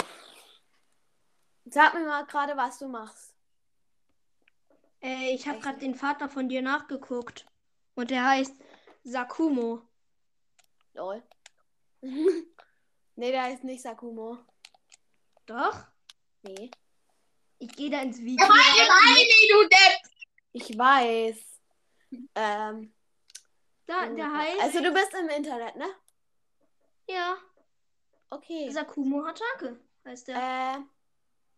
D: Sag mir mal gerade, was du machst.
A: Äh, ich habe gerade den Vater von dir nachgeguckt. Und der heißt Sakumo.
D: Lol. [laughs] nee, der ist nicht Sakumo.
A: Doch?
D: Nee.
A: Ich gehe da ins Video.
B: Ja, halt mein Heini, du Depp.
D: Ich weiß. Ähm.
A: Da, Ah, der heißt.
D: Also du bist im Internet, ne?
A: ja,
D: Okay.
A: Sakumo Hatake heißt der.
D: Äh,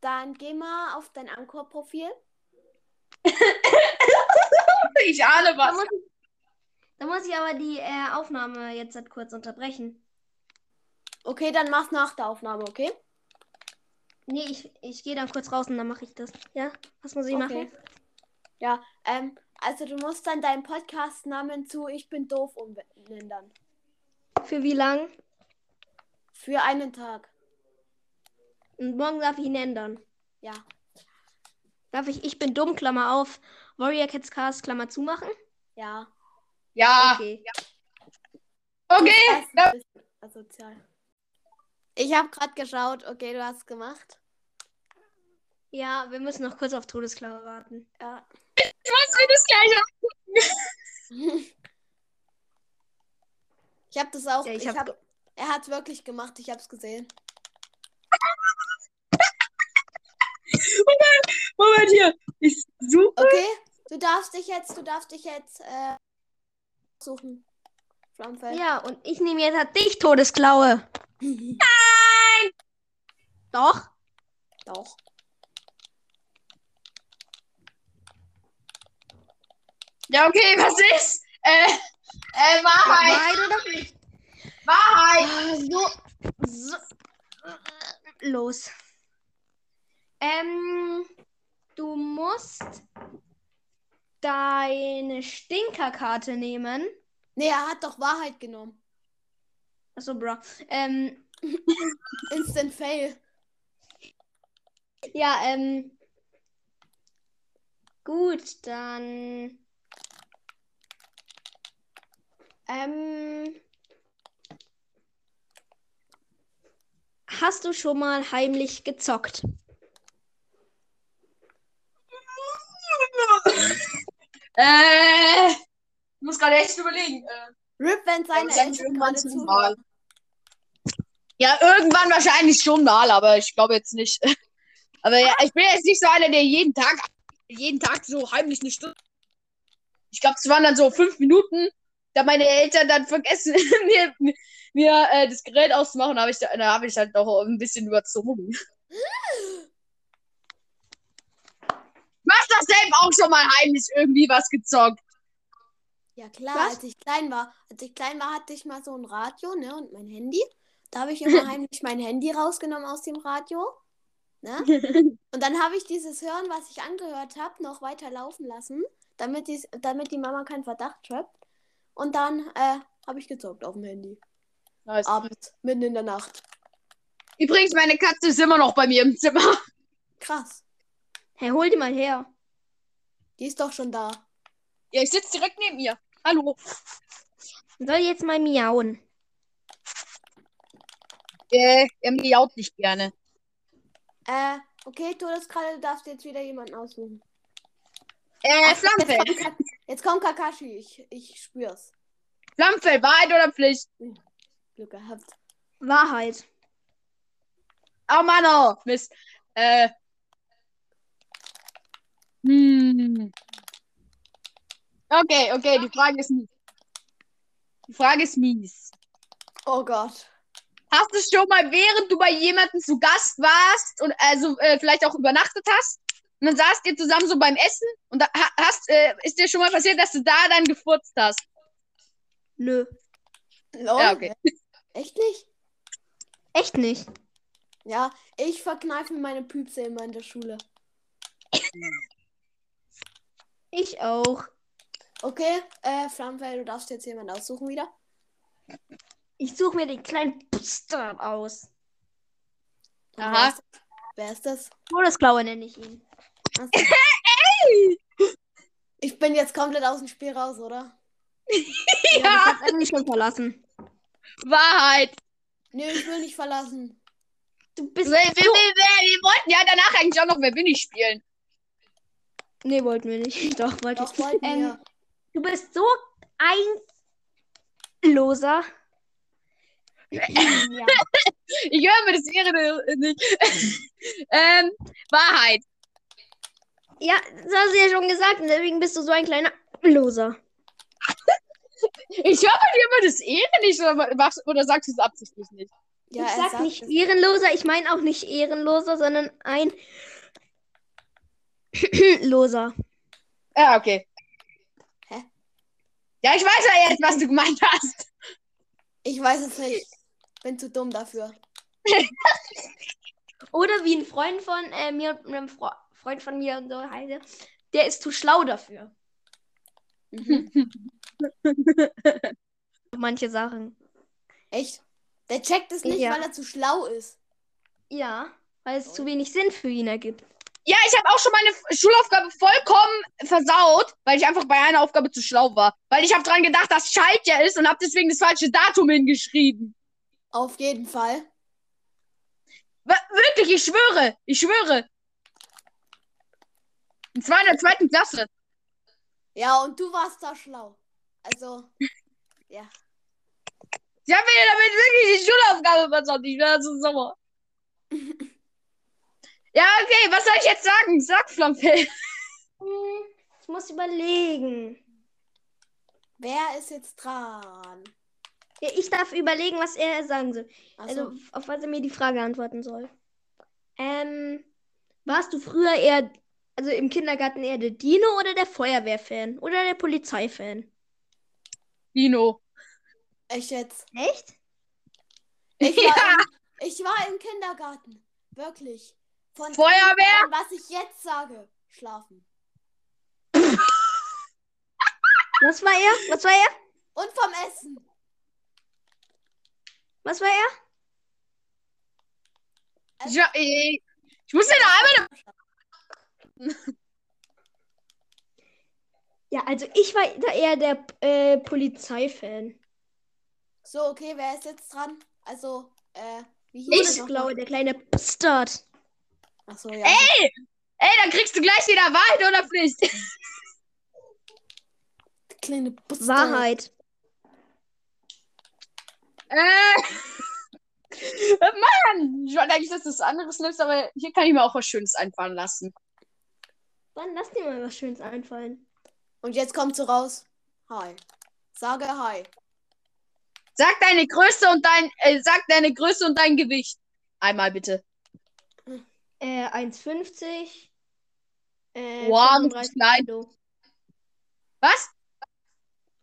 D: dann geh mal auf dein Anchor-Profil.
B: Ich ahne
A: Da
B: was.
A: muss, ich, da muss ich aber die äh, Aufnahme jetzt halt kurz unterbrechen.
D: Okay, dann mach's nach der Aufnahme, okay?
A: Nee, ich, ich gehe dann kurz raus und dann mache ich das. Ja? Was muss ich
D: Okay.
A: machen?
D: Ja, ähm, also du musst dann deinen Podcast-Namen zu Ich bin doof umändern.
A: Für wie lang?
D: Für einen Tag.
A: Und morgen darf ich ihn ändern.
D: Ja.
A: Darf ich Ich bin dumm, Klammer auf, Warrior Cats Cast, Klammer zu machen?
D: Ja. Ah.
B: Ja,
A: Okay.
B: okay.
D: Das ist ein bisschen asozial. Ich habe gerade geschaut. Okay, du hast gemacht.
A: Ja, wir müssen noch kurz auf Todesklaue warten.
D: Ja. [laughs]
B: Ich muss mir das gleich
D: Ich habe das auch.
A: Ja, ich
D: ich
A: hab's
D: hab, er hat wirklich gemacht. Ich habe es gesehen.
B: Moment hier. Ich suche.
D: Okay, du darfst dich jetzt, du darfst dich jetzt äh, suchen. Flammfeld.
A: Ja, und ich nehme jetzt halt dich,
D: [laughs]
A: Todesklaue. Doch?
D: Doch.
B: Ja, okay, was ist? Äh, äh, Wahrheit.
A: Nein, oder nicht?
B: Wahrheit.
A: Ah, so, so. Los. Ähm, du musst deine Stinkerkarte nehmen.
D: Nee, er hat doch Wahrheit genommen.
A: Achso, bro. Ähm,
D: Instant Fail.
A: ja, ähm. Gut, dann. Ähm. Hast du schon mal heimlich gezockt? Ah,
B: Äh, ich muss gerade echt überlegen. Äh,
D: Rip, wenn seine
B: wahrscheinlich
D: Eltern gerade zuhören.
B: Ja, irgendwann wahrscheinlich schon mal, aber ich glaube jetzt nicht. [laughs] Aber ja, ich bin jetzt nicht so einer, der jeden Tag, jeden Tag so heimlich eine Stunde. Ich glaube, es waren dann so fünf Minuten, da meine Eltern dann vergessen, [laughs] mir, mir äh, das Gerät auszumachen, habe ich, da, da hab ich halt doch ein bisschen überzogen. Mach das selbst auch schon mal heimlich irgendwie was gezockt.
D: Ja klar,
A: Was?
D: als ich klein war. Als ich klein war, hatte ich mal so ein Radio, ne? Und mein Handy. Da habe
A: [laughs]
D: ich immer heimlich mein Handy rausgenommen aus dem Radio.
A: [laughs]
D: Ne? Und dann habe ich dieses Hören, was ich angehört habe, noch weiter laufen lassen, damit, dies, damit die Mama keinen Verdacht schöpft. Und dann äh, habe ich gezockt auf dem Handy.
B: Nice.
D: Abends, mitten in der Nacht.
B: Übrigens, meine Katze ist immer noch bei mir im Zimmer.
D: Krass.
A: Hey, hol die mal her.
D: Die ist doch schon da.
B: Ja, ich sitze direkt neben ihr. Hallo.
A: Soll jetzt mal miauen.
B: Äh, er miaut nicht gerne.
D: Äh, okay, Todeskralle, du darfst jetzt wieder jemanden aussuchen.
B: Äh,
D: Jetzt
B: Flammfeld.
D: kommt, Ka- jetzt kommt Kakashi, ich, ich spür's.
B: Flammfeld, Wahrheit oder Pflicht?
D: Glück gehabt.
A: Wahrheit.
B: Oh Mann, oh, Mist. Äh. Hm. Okay, okay, die Frage ist mies. Die Frage ist mies.
D: Oh Gott.
B: Hast du schon mal, während du bei jemandem zu Gast warst und also äh, vielleicht auch übernachtet hast, und dann saßt ihr zusammen so beim Essen und da ha- hast, äh, ist dir schon mal passiert, dass du da dann gefurzt hast?
A: Nö.
D: Lol.
B: Ja, okay.
D: Echt nicht?
A: Echt nicht.
D: Ja, ich verkneife mir meine Püpse immer in der Schule.
A: Ich auch.
D: Okay, äh, Flammfeld, du darfst jetzt jemanden aussuchen wieder.
A: Ich suche mir den kleinen Bastard aus.
D: Und
B: Aha.
D: Wer ist, das? wer ist das?
A: Todesklaue Oh, nenne ich ihn.
D: Ach so. Ich bin jetzt komplett aus dem Spiel raus, oder?
A: Ja. ja. Ich hab's eigentlich schon verlassen.
B: Wahrheit.
D: Nee, ich will nicht verlassen.
A: Du bist.
B: Wir, wir, wir, wir wollten ja danach eigentlich auch noch Wer bin ich spielen.
A: Nee, wollten wir nicht. [laughs] Doch, wollte
D: Doch
A: ich.
D: wollten
A: Ähm,
D: wir.
A: Du bist so ein loser. [clears throat] ja.
B: Ich höre mir das Ehre nicht. [laughs] ähm, Wahrheit.
A: ja, das hast du ja schon gesagt. Und deswegen bist du so ein kleiner loser.
B: Ich höre bei dir immer das Ehre nicht oder, machst- oder sagst du es absichtlich nicht?
D: Ja,
A: ich
D: er
A: sag
D: sagt
A: nicht
D: es.
A: ehrenloser, ich meine auch nicht ehrenloser, sondern ein [clears throat] loser.
B: Ja, okay.
D: Hä?
B: Ja, ich weiß ja jetzt, was du gemeint hast.
D: Ich weiß es nicht. Bin zu dumm dafür.
A: Oder wie ein Freund von äh, mir, einem Fre Freund von mir und so heiße, der ist zu schlau dafür. Mhm. Manche Sachen.
D: [laughs] Echt? Der checkt es nicht,
A: Ja.
D: weil er zu schlau ist.
A: Ja, weil es zu wenig Sinn für ihn ergibt.
B: Ja, ich habe auch schon meine F- Schulaufgabe vollkommen versaut, weil ich einfach bei einer Aufgabe zu schlau war. Weil ich habe dran gedacht, dass Schaltjahr ist und habe deswegen das falsche Datum hingeschrieben.
D: Auf jeden Fall.
B: W wirklich, ich schwöre, ich schwöre. Und zwar in der zweiten Klasse.
D: Ja, und du warst da schlau. Also,
B: Sie haben mir damit wirklich die Schulaufgabe versaut. Ich werde so sauer. ja, okay, was soll ich jetzt sagen? Sag Flammfell. [laughs]
A: Hm, ich muss überlegen.
D: wer ist jetzt dran?
A: Ja, ich darf überlegen, was er sagen soll.
D: Also,
A: Also, auf was er mir die Frage antworten soll. Ähm, warst du früher eher, also im Kindergarten eher der Dino oder der Feuerwehrfan? Oder der Polizeifan?
B: Dino.
D: ich
A: [laughs]
D: jetzt.
A: Echt?
D: Ich war,
B: Ja.
D: im, ich war im Kindergarten. Wirklich. Von
B: Feuerwehr?
D: an, was ich jetzt sage, schlafen.
A: Was war er? Was war er?
D: Und vom Essen.
A: Was war er?
B: Ich, ich, ich muss den einmal.
A: Ja, also ich war da eher der äh, Polizeifan.
D: So, okay, wer ist jetzt dran? Also, äh, wie hieß
A: Ich
D: es
A: glaube, der kleine Bastard.
D: Achso, ja.
B: Ey, dann kriegst du gleich wieder Wahrheit oder Pflicht.
D: Kleine Buster.
A: Wahrheit.
B: [laughs] Äh. [laughs] Mann, ich wollte eigentlich, dass du was anderes nimmst, aber hier kann ich mir auch was Schönes einfallen lassen.
A: Wann lass dir mal was Schönes einfallen.
D: Und jetzt kommt so raus. Hi. Sage Hi.
B: Sag deine Größe und dein, äh, sag deine Größe und dein Gewicht. Einmal bitte.
A: Äh, 1,50. Äh,
B: Wow, du bist
A: 35
B: klein.
A: Kilo.
B: Was?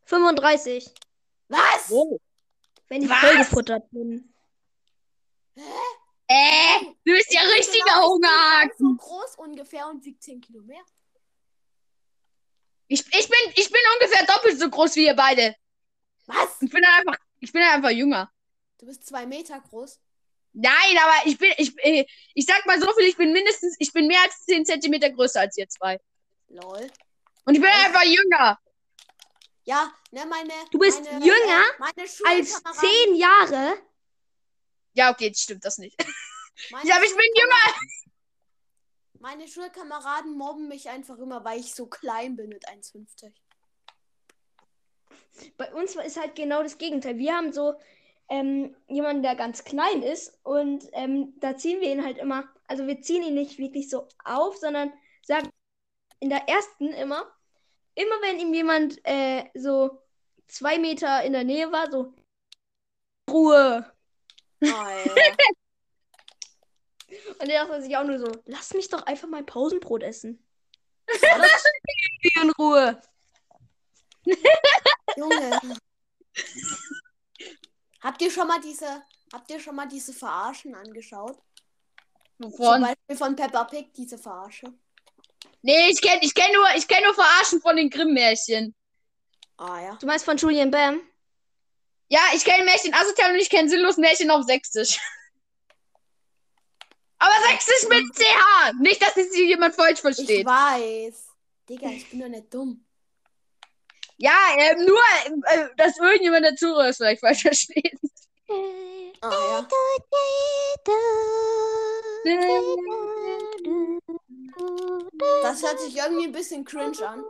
A: 35,
D: Was?
B: Oh.
A: wenn ich
B: Was?
A: vollgefuttert bin.
B: Äh, du bist ja
D: Ich bin
B: richtiger
D: genau- ich bin
B: Hungerhaken.
D: So groß ungefähr und wiegt 10 Kilo mehr.
B: Ich, ich, bin, ich bin ungefähr doppelt so groß wie ihr beide.
D: Was?
B: Ich bin dann einfach, ich bin dann einfach jünger.
D: Du bist zwei Meter groß.
B: Nein, aber ich bin, ich, äh, ich sag mal so viel, ich bin mindestens, ich bin mehr als 10 Zentimeter größer als ihr zwei.
D: Lol.
B: Und ich bin einfach jünger.
D: Ja, ne, meine.
A: Du bist
D: meine,
A: jünger
D: äh, meine
A: Als
D: Schulkameraden-
A: 10 Jahre?
B: Ja, okay, jetzt stimmt das nicht.
D: meine
B: Ja, aber ich bin jünger.
D: Meine Schulkameraden mobben mich einfach immer, weil ich so klein bin mit 1,50.
A: Bei uns ist halt genau das Gegenteil. Wir haben so ähm, jemanden, der ganz klein ist und ähm, da ziehen wir ihn halt immer, also wir ziehen ihn nicht wirklich so auf, sondern sagen in der ersten immer, immer wenn ihm jemand äh, so zwei Meter in der Nähe war, so Ruhe.
D: Alter.
A: Und der dachte sich auch nur so, lass mich doch einfach mein Pausenbrot essen. [laughs] in Ruhe.
D: Junge. habt ihr schon mal diese, habt ihr schon mal diese Verarschen angeschaut? Zum
B: Wovon?
D: Beispiel von Peppa Pig, diese Verarsche.
B: Nee, ich kenn, ich kenn nur, ich kenn nur Verarschen von den Grimm-Märchen.
D: Ah ja.
A: Du meinst von Julian Bam?
B: Ja, ich kenn Märchen asozial und ich kenn sinnlos Märchen auf Sächsisch. [laughs] Aber Sächsisch mit CH. Nicht, dass es hier jemand falsch
D: Ich
B: versteht.
D: weiß. Digga, ich bin doch nicht dumm.
B: Ja, ähm, nur, äh, dass irgendjemand der Zuhörer es vielleicht falsch versteht. [laughs]
A: Äh,
D: Ah ja.
A: [laughs]
D: Das hört sich irgendwie ein bisschen cringe an.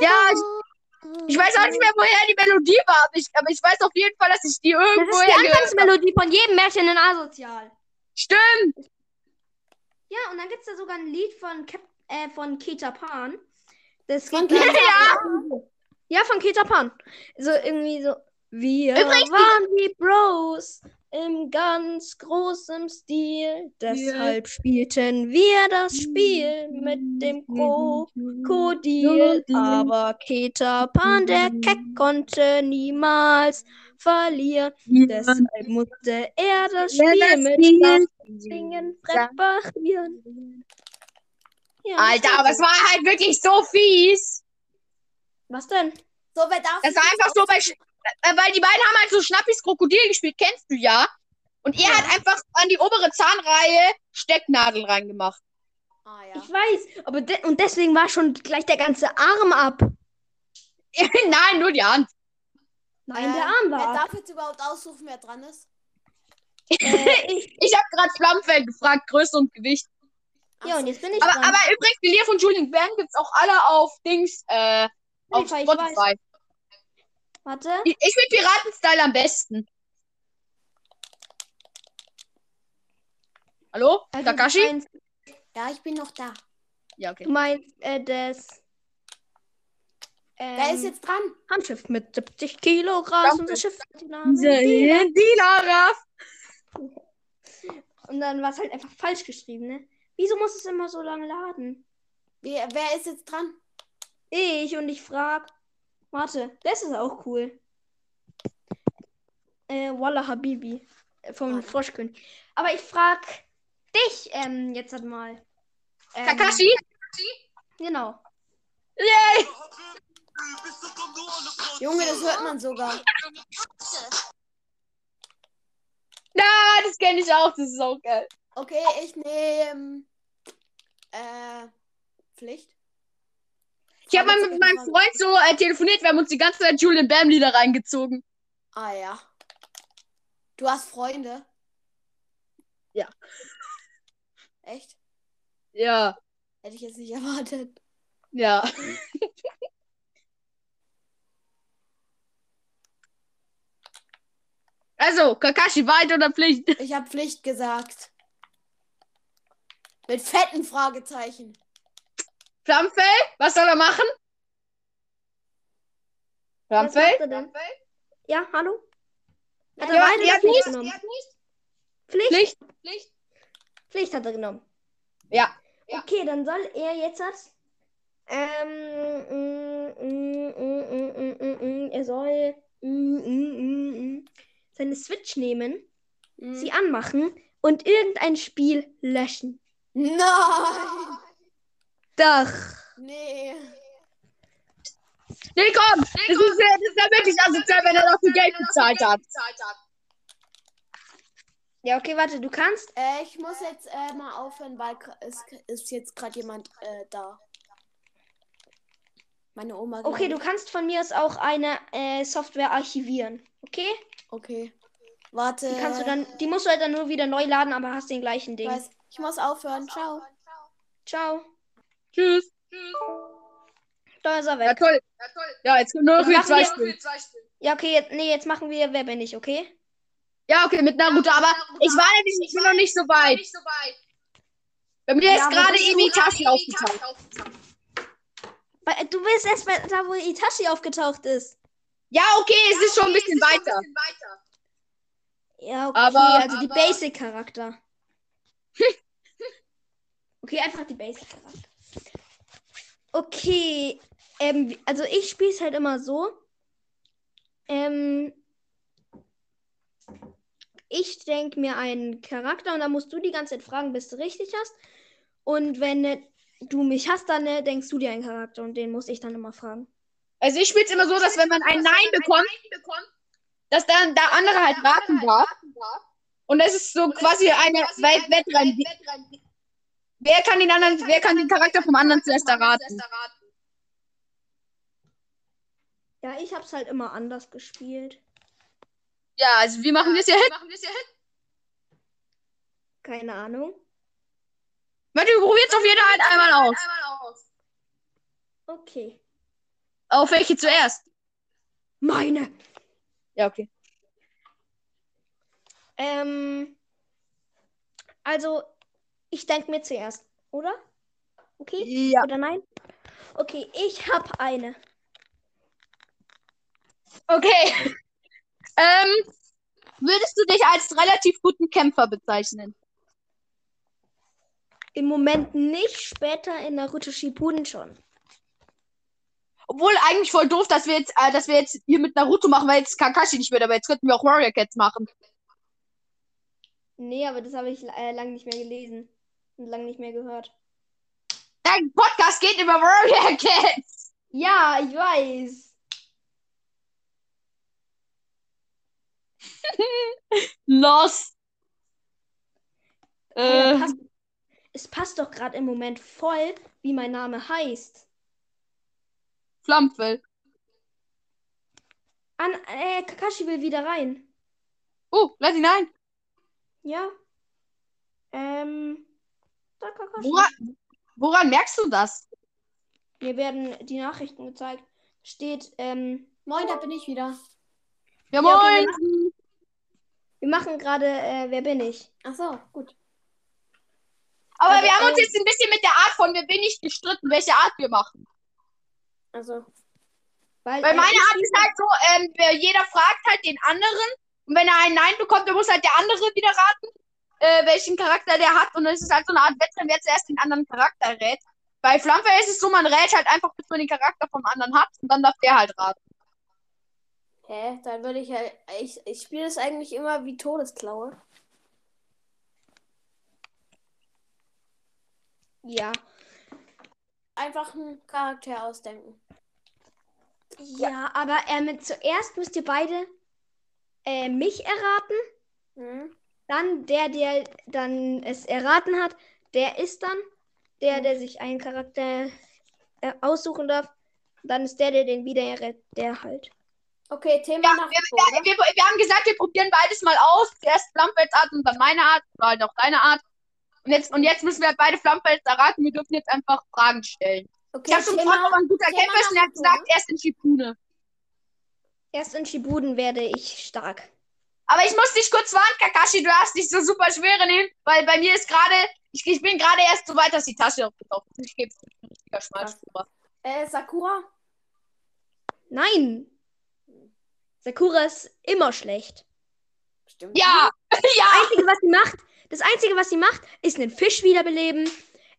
B: Ja, ich, ich weiß auch nicht mehr, woher die Melodie war, aber ich, aber ich weiß auf jeden Fall, dass ich die
A: Das
B: irgendwo
A: ist die
B: her gehört habe.
A: Anfangsmelodie von jedem Märchen in Asozial.
B: Stimmt.
A: Ja, und dann gibt es da sogar ein Lied von, Cap äh, von Kita Pan. Das
D: Von
A: geht dann-
B: Peter
A: Ja, von Kita Pan. So irgendwie so. Wir
B: Übrigens-
A: waren die Bros im ganz großen Stil. Deshalb spielten wir das Spiel mit dem Krokodil. Aber Kita Pan, der Keck, konnte niemals verlieren. Deshalb musste er das
E: Ja,
A: Spiel
E: das
A: mit
E: Spiel
A: Dingen reparieren. Ja,
B: Alter, aber es war halt wirklich so fies.
A: Was denn?
D: So, wer darf
B: Das
D: sich
B: war einfach so, bei, Sch- äh, weil die beiden haben halt so Schnappis Krokodil gespielt, kennst du ja. Und er hat einfach an die obere Zahnreihe Stecknadel reingemacht. [laughs]
D: Ah, ja.
A: Ich weiß, aber de und deswegen war schon gleich der ganze Arm ab.
B: Nein, nur die Hand.
A: Nein,
D: Ähm,
A: der Arm
D: Wer
A: war ab.
D: darf jetzt überhaupt aussuchen, wer dran ist?
A: [laughs]
B: Ich habe gerade Flammenfeld gefragt, Größe und Gewicht.
A: Ja,
D: Also,
A: und jetzt bin ich
B: Aber,
A: dran.
B: aber übrigens, die Lieder von Julian Bam gibt's auch alle auf Dings, äh, auf
A: Spotify, ich
B: Spotify.
A: Warte.
B: Ich, ich finde Piratenstyle am besten. Hallo?
A: Also, Du
B: Takashi?
A: meinst,
D: Ja, ich bin noch da.
B: Ja,
A: du
B: okay.
A: meinst äh, das. Ähm,
D: Wer ist jetzt dran?
A: Handschiff mit 70 Kilo Gras, unser Schiff. hat den Namen Deal.
B: Die Lara.
A: Und dann war es halt einfach falsch geschrieben, ne? Wieso muss es immer so lange laden?
D: Wer, wer ist jetzt dran?
A: Ich und ich frag. Warte, das ist auch cool. Äh, Walla Habibi äh, vom Froschkönig. Aber ich frag dich ähm, jetzt halt mal. Ähm,
B: Takashi?
A: Genau.
D: Junge, das hört man sogar.
B: Na, das kenne ich auch, das ist auch geil.
D: Okay, ich nehme. Äh. Pflicht.
B: Ich habe mal mit meinem Freund so äh, telefoniert, wir haben uns die ganze Zeit Julian Bam Lieder reingezogen.
D: Ah, ja. Du hast Freunde?
B: Ja.
D: Echt?
B: Ja,
D: Hätte ich jetzt nicht erwartet.
B: ja. [laughs] also, Kakashi, weit oder Pflicht?
D: Ich habe Pflicht gesagt. Mit fetten Fragezeichen.
B: Flammenfell, was soll er machen?
A: Was macht
B: Flammenfell?
A: er denn? Ja, hallo? Hat er
B: Ja,
A: beide
B: die
A: oder
B: hat
A: Pflicht
B: nicht,
A: genommen?
B: die hat nicht.
A: Pflicht? Pflicht?
B: Pflicht, Pflicht.
A: hat er genommen.
B: Ja. Ja.
A: Okay, dann soll er jetzt das. Ähm, mm, mm, mm, mm, mm, mm, er soll mm, mm, mm, mm, seine Switch nehmen,
B: Mhm.
A: sie anmachen und irgendein Spiel löschen.
D: Nein!
A: Doch.
D: Nee.
B: Nee, komm, das ist, ja, das ist ja wirklich asozial, wenn er noch viel Geld bezahlt hat.
A: Ja, okay, warte, du kannst.
D: Äh, ich muss jetzt äh, mal aufhören, weil k- es k- ist jetzt gerade jemand äh, da. Meine Oma.
A: Okay, du
D: glaub
A: kannst von mir aus auch eine äh, Software archivieren. Okay?
D: ich. Okay. Warte.
A: Die
B: Äh.
A: kannst du dann, die musst du halt dann nur wieder neu laden, aber hast den gleichen
D: Ich
A: Ding.
D: weiß, ich muss aufhören. Ciao.
A: Ciao.
B: Tschüss.
A: Da ist er
B: Ja,
A: weg.
B: toll. Ja, toll. ja jetzt nur noch
A: Ja,
B: für
A: machen
B: zwei
A: wir-
B: Stunden.
A: Ja, okay, jetzt, nee, jetzt machen wir, wer bin ich, okay?
B: Ja, okay, mit Naruto, aber ich war nämlich ich bin noch nicht so weit. Bei mir ist
A: aber
B: gerade
A: das ist
B: irgendwie Tasche aufgetaucht.
A: Bei- äh, Du bist erst bei da, wo Itachi aufgetaucht ist.
B: Ja, okay, es ist schon ein bisschen weiter.
A: Ja, okay,
B: Aber-
A: also die Basic-Charakter. [laughs] okay, einfach die Basic-Charakter. Okay, ähm, wie- also ich spiele es halt immer so. Ähm, ich denke mir einen Charakter und dann musst du die ganze Zeit fragen, bis du richtig hast. Und wenn äh, du mich hast, dann äh, denkst du dir einen Charakter und den muss ich dann immer fragen.
B: Also ich spiele es immer so, dass wenn man ein Nein bekommt, dass dann der andere halt warten darf. Und es ist so quasi eine Welt- Wettrennen. Wer kann den anderen, wer kann den Charakter vom anderen zuerst erraten?
A: Ja, ich hab's halt immer anders gespielt.
B: Ja, also wir machen das ja hin.
A: Keine Ahnung.
B: Warte, wir probieren es auf jeder halt einmal aus.
A: Okay.
B: Auf welche zuerst?
A: Meine.
B: Ja, okay.
A: Ähm, also, ich denke mir zuerst, oder? Okay?
B: Ja.
A: Oder nein? Okay, ich hab eine.
B: Okay. [laughs] Ähm, würdest du dich als relativ guten Kämpfer bezeichnen?
A: Im Moment nicht, später in Naruto Shippuden schon.
B: Obwohl eigentlich voll doof, dass wir jetzt, äh, dass wir jetzt hier mit Naruto machen, weil jetzt Kakashi nicht mehr dabei. Jetzt könnten wir auch Warrior Cats machen.
A: Nee, aber das habe ich äh, lange nicht mehr gelesen und lange nicht mehr gehört.
B: Dein Podcast geht über Warrior [laughs] Cats.
A: Ja, ich weiß.
B: Los.
A: Ja,
B: Äh,
A: passt, es passt doch gerade im Moment voll, wie mein Name heißt.
B: Flammfell.
A: An, äh, Kakashi will wieder rein.
B: Oh, lass ihn ein.
A: Ja. Ähm. Da, Kakashi.
B: Woran, woran merkst du das?
A: Mir werden die Nachrichten gezeigt. Steht, ähm,
D: Moin, da bin ich wieder.
B: Ja,
A: Ja, okay,
B: moin.
A: wir wir machen gerade, äh, wer bin ich?
D: Ach so, gut.
B: Aber
A: Aber,
B: wir haben uns
A: äh,
B: jetzt ein bisschen mit der Art von wir bin nicht gestritten, welche Art wir machen.
C: Also,
B: Weil
A: äh,
B: meine
A: ich-
B: Art ist halt so, ähm, wer- jeder fragt halt den anderen und wenn er ein Nein bekommt, dann muss halt der andere wieder raten, äh, welchen Charakter der hat und dann ist es halt so eine Art Wettrennen, wer zuerst den anderen Charakter rät. Bei Flammenfell ist es so, man rät halt einfach, bis man den Charakter vom anderen hat und dann darf der halt raten.
D: Hä? Dann würde ich ja. Ich, ich spiele das eigentlich immer wie Todesklaue.
A: Ja.
D: Einfach einen Charakter ausdenken.
A: Ja, aber ähm, zuerst müsst ihr beide äh, mich erraten.
D: Hm?
A: Dann der, der dann es erraten hat, der ist dann der, der sich einen Charakter äh, aussuchen darf. Dann ist der, der den wieder errät, der halt.
D: Okay, Thema
B: Ja,
D: nach
B: wir,
D: vor,
B: wir, wir, wir haben gesagt, wir probieren beides mal aus. Zuerst Flammenfells Art und dann meine Art oder halt auch deine Art. Und jetzt, und jetzt müssen wir halt beide Flammenfells erraten. Wir dürfen jetzt einfach Fragen stellen.
D: Okay,
B: Ich habe schon gefragt, ob er ein guter
D: genau. Thema
B: Kämpfer ist und er hat
D: Naruto, ne?
B: gesagt, er ist in Shibune.
A: Erst in Shibuden werde ich stark.
B: Aber ich muss dich kurz warnen, Kakashi, du darfst nicht so super schwere nehmen, weil bei mir ist gerade, ich, ich bin gerade erst so weit, dass die Tasche aufgetaucht ist. Ich gebe es ein richtiger Schmalspurer.
D: äh, Sakura?
A: Nein! Sakura ist immer schlecht.
D: Stimmt.
B: Ja, ja,
A: Einzige, was sie macht, das Einzige, was sie macht, ist einen Fisch wiederbeleben,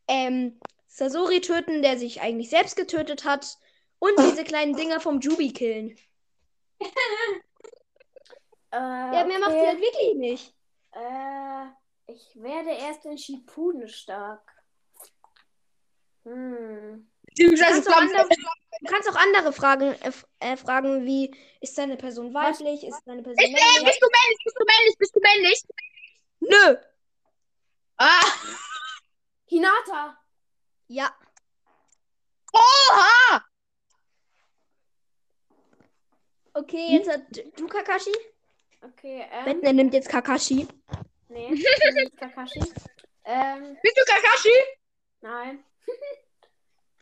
A: ähm, Sasori töten, der sich eigentlich selbst getötet hat, und diese kleinen Dinger vom Jubi killen.
D: Äh,
A: Ja, mehr macht sie halt wirklich nicht.
D: Äh, ich werde erst in Shippuden stark. Hm.
B: beziehungsweise
A: kannst du
B: Flammenfell.
A: Du kannst auch andere Fragen, äh, f- äh, fragen wie, ist deine Person weiblich, ist deine Person
B: Hey,
A: männlich?
B: bist du männlich, bist du männlich, bist du männlich?
A: Nö!
B: Ah,
D: Hinata!
A: Ja.
B: oha!
A: Okay, jetzt hat du Kakashi.
D: Okay, ähm.
A: Bettner nimmt jetzt Kakashi. [laughs]
D: Nee, nicht Kakashi. Ähm,
B: Bist du Kakashi?
D: nein.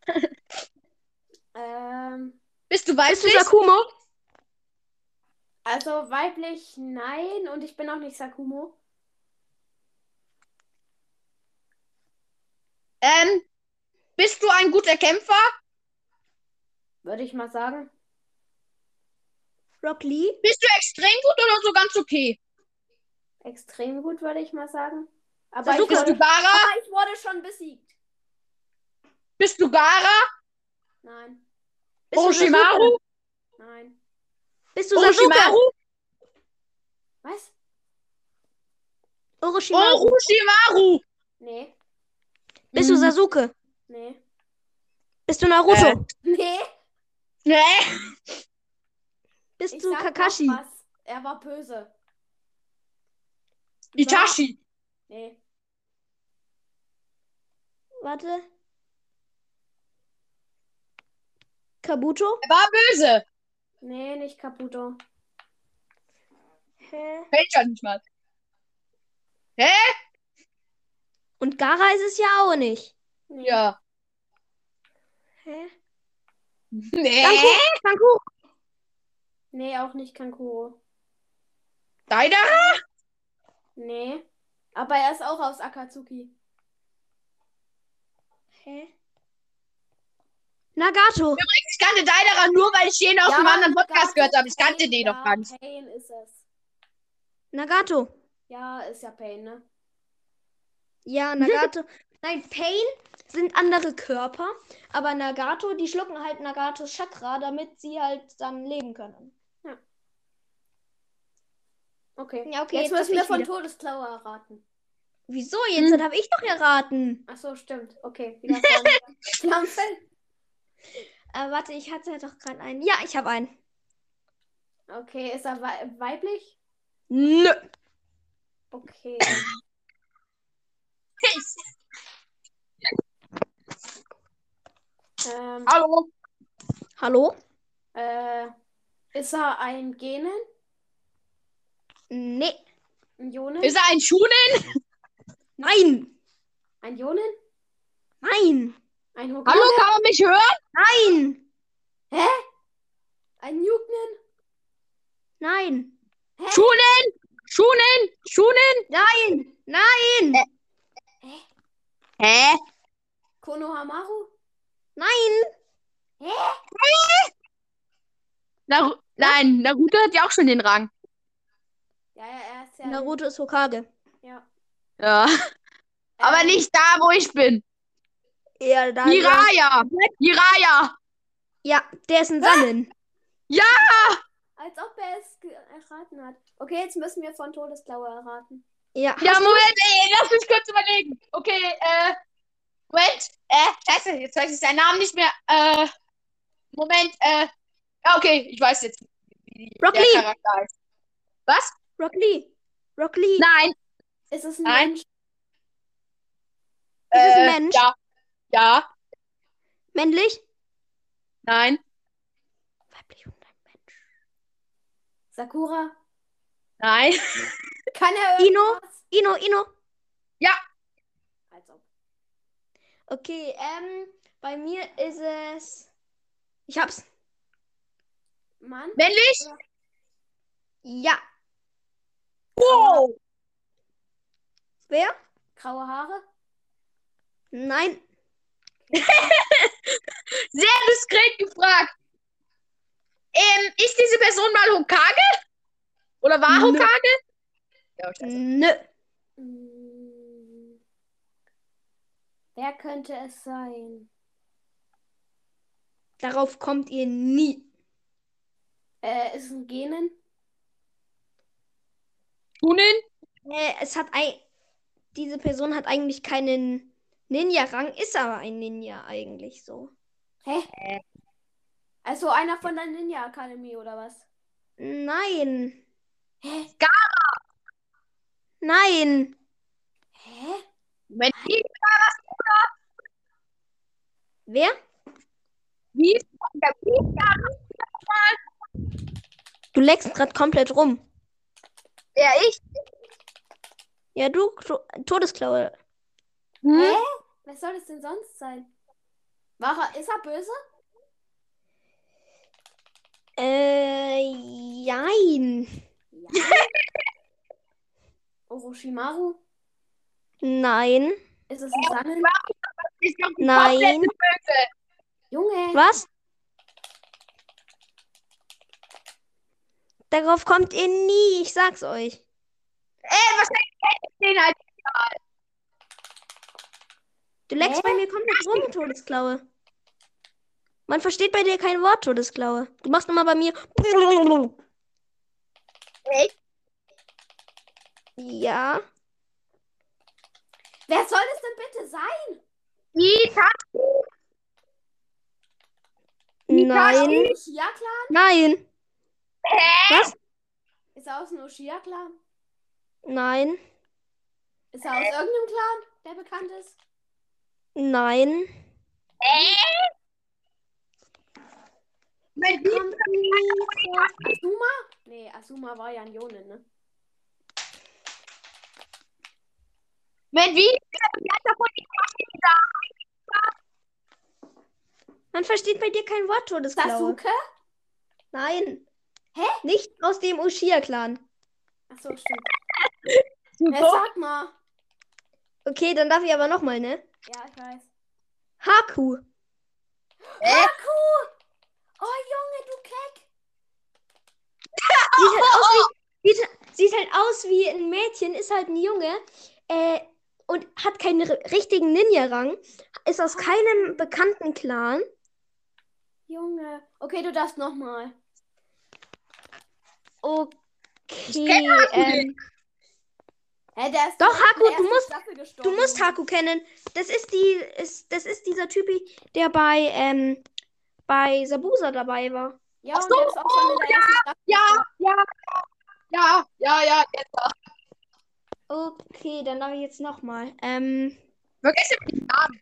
A: [laughs]
D: ähm,
B: Bist
A: Bist
B: du
A: du
B: weiblich?
A: Sakumo?
D: also weiblich, nein. Und ich bin auch nicht Sakumo.
B: Ähm, bist du ein guter Kämpfer?
D: Würde ich mal sagen.
A: Rock Lee?
B: Bist du extrem gut oder so ganz okay?
D: Extrem gut, würde ich mal sagen. Aber ich,
B: Bist du
D: wurde,
B: Gara?
D: aber [laughs] ich wurde schon besiegt.
B: Bist du Gara?
D: Nein,
A: Bist du
B: Orochimaru?
D: nein.
A: Bist du Sasuke?
B: Orochimaru?
D: Was?
A: Orochimaru. Mhm.
B: Orochimaru!
D: Nee,
A: Bist du Sasuke?
D: nee,
A: Bist du Naruto?
B: Äh,
D: nee.
B: Nee.
A: Bist
D: Ich
A: du
D: sag noch
A: Kakashi?
D: Was. Er war böse.
B: Itachi.
D: Nee.
A: Warte. Kabuto?
B: Er war böse.
D: Nee, nicht Kaputo.
A: Hä?
B: Fällt ja nicht mal.
A: Und Gara ist es ja auch nicht.
D: Nee.
B: Ja.
A: Hä?
B: Nee.
A: Danke. Danke.
D: Nee, auch nicht Kankuro.
B: Deiner?
D: Nee. Aber er ist auch aus Akatsuki.
A: Hä? Nagato.
B: Ich kannte Deidara nur, weil ich jeden aus
D: Ja,
B: einem anderen
D: Nagato
B: Podcast gehört habe. Ich kannte
D: Pain,
B: den
D: ja,
B: noch gar nicht.
D: Pain ist es.
A: Nagato.
D: Ja, ist ja Pain, ne?
A: Ja, Nagato. Nein, Pain sind andere Körper, aber Nagato, die schlucken halt Nagatos Chakra, damit sie halt dann leben können.
D: Okay.
A: Ja, okay,
F: Jetzt, müssen
A: hab
F: wir
A: ich
F: von
A: wieder-
F: Todesklaue erraten.
A: Wieso? Jetzt hm. habe ich doch erraten.
D: Ach so, stimmt. Okay.
F: Wieder
A: [laughs]
F: von Flammenfell.
A: Äh, warte, ich hatte doch gerade einen. Ja, ich habe einen.
D: Okay, ist er wei- weiblich?
A: Nö.
B: [laughs]
D: Okay. ähm,
B: Hallo.
A: Hallo?
D: äh, ist er ein Genen?
A: Nee.
D: Ein Jonen?
B: Ist er ein Schuhne?
A: Nein.
D: ein Jonen?
A: Nein.
D: Ein Hogan?
B: Hallo, kann man mich hören?
A: Nein.
D: Ein Jugnen?
A: Nein.
B: Schuhnen! Schuhnen! Schuhnen!
A: Nein. Nein.
B: Hä?
D: Konohamaru?
A: Nein.
B: Naru Nein, Naruto hat ja auch schon den Rang.
D: Ja, ja, er ist ja.
A: Naruto ist Hokage.
D: ja.
B: Ja. Aber
D: Ähm,
B: nicht da, wo ich bin.
A: Ja, da.
B: Jiraya! Jiraya!
A: Ja, der ist ein Sammeln.
D: Als ob er es ge- erraten hat. Okay, jetzt müssen wir von Todesklaue erraten.
A: Ja.
B: Ja, Moment, ey, lass mich kurz überlegen. Okay, äh. Moment, äh, scheiße, jetzt weiß ich seinen Namen nicht mehr. Äh. Moment, äh. Ja, okay, ich weiß jetzt, wie
A: Rock
B: der
A: Lee.
B: Charakter heißt. Was?
A: Rock Lee. Rock Lee.
B: Nein.
D: Ist es ein
B: Nein.
D: Mensch?
A: Ist es ein
B: äh,
A: Mensch?
B: Ja. Ja.
A: Männlich?
B: Nein.
A: Weiblich und ein Mensch.
D: Sakura?
B: [laughs] Nein.
D: Kann er
A: Ino?
D: irgendwas?
A: Ino, Ino.
D: Als ob.
A: Okay, ähm, bei mir ist es. Ich hab's.
D: Mann?
B: Männlich?
A: Ja.
B: Wow.
A: Wer?
D: Graue Haare?
A: Nein.
B: Sehr diskret gefragt. Ähm, ist diese Person mal Hokage? Oder war
A: Nö.
B: Hokage? Ja, scheiße.
A: Nö.
D: Mm. Wer könnte es sein?
A: Darauf kommt ihr nie.
D: Äh, ist es ein Genen?
B: Schunin?
A: Äh, es hat ein. Diese Person hat eigentlich keinen Ninja-Rang, ist aber ein Ninja eigentlich so.
D: Also einer von der Ninja Akademie oder was?
A: Nein.
D: Hä?
A: Nein.
D: Hä?
B: Moment, wie,
A: Wer?
B: wie, wie
A: Du leckst gerade komplett rum.
B: Ja, ich.
A: Ja, du, Klo- Todesklaue.
B: Hm?
D: Hä? Wer Hm? soll es denn sonst sein? War er, ist er böse?
A: Äh, jein.
D: Orochimaru?
A: Nein.
D: Ist es ein Sannen?
B: Ich glaub, die
A: Nein.
B: komplette Böse.
D: Junge!
A: Was? Darauf kommt ihr nie, ich sag's euch.
B: Den halt.
A: Du leckst bei mir komplett rum, Todesklaue. Man versteht bei dir kein Wort, Todesklaue. Du machst immer bei mir.
B: Echt?
A: Ja.
D: Wer soll es denn bitte sein?
B: Ita.
A: Nein.
D: Ushia-Clan?
A: Nein.
D: Ist er aus dem Ushia-Clan?
A: Nein.
D: Ist er aus irgendeinem Clan, der bekannt ist?
A: Nein.
B: Moment, wie?
D: Kommt nie Asuma? Nee, Asuma war ja ein Jonin, ne?
B: Moment, wie?
A: Man versteht bei dir kein Wort, Todesklaue.
D: Sasuke?
A: Nein. Hä? Nicht aus dem Ushia-Clan.
D: Achso, stimmt. Ja, sag mal.
A: Okay, dann darf ich aber nochmal, ne?
D: Ja, ich weiß.
A: Haku.
D: Haku! Oh Junge, du Keck!
A: Oh, Sieht halt, aus wie, sieht, sieht halt aus wie ein Mädchen, ist halt ein Junge. halt Äh, und hat keinen ri- richtigen Ninja-Rang, ist aus keinem bekannten Clan.
D: Junge. Okay, du darfst nochmal.
A: Okay, ähm,
D: Hä, der ist
A: Doch,
D: direkt
A: Haku,
D: in der
A: du
D: ersten
A: musst-
D: Staffel
A: Du
D: gestorben.
A: musst Haku kennen. Das ist die, ist, das ist dieser Typi, der bei, ähm, bei Sabusa dabei war.
D: Ja, und der ist auch schon in der ersten Staffel.
B: Ja, ja, ja, ja, ja. jetzt.
A: Okay, dann darf ich jetzt nochmal. Ähm,
B: Vergesst immer den Namen.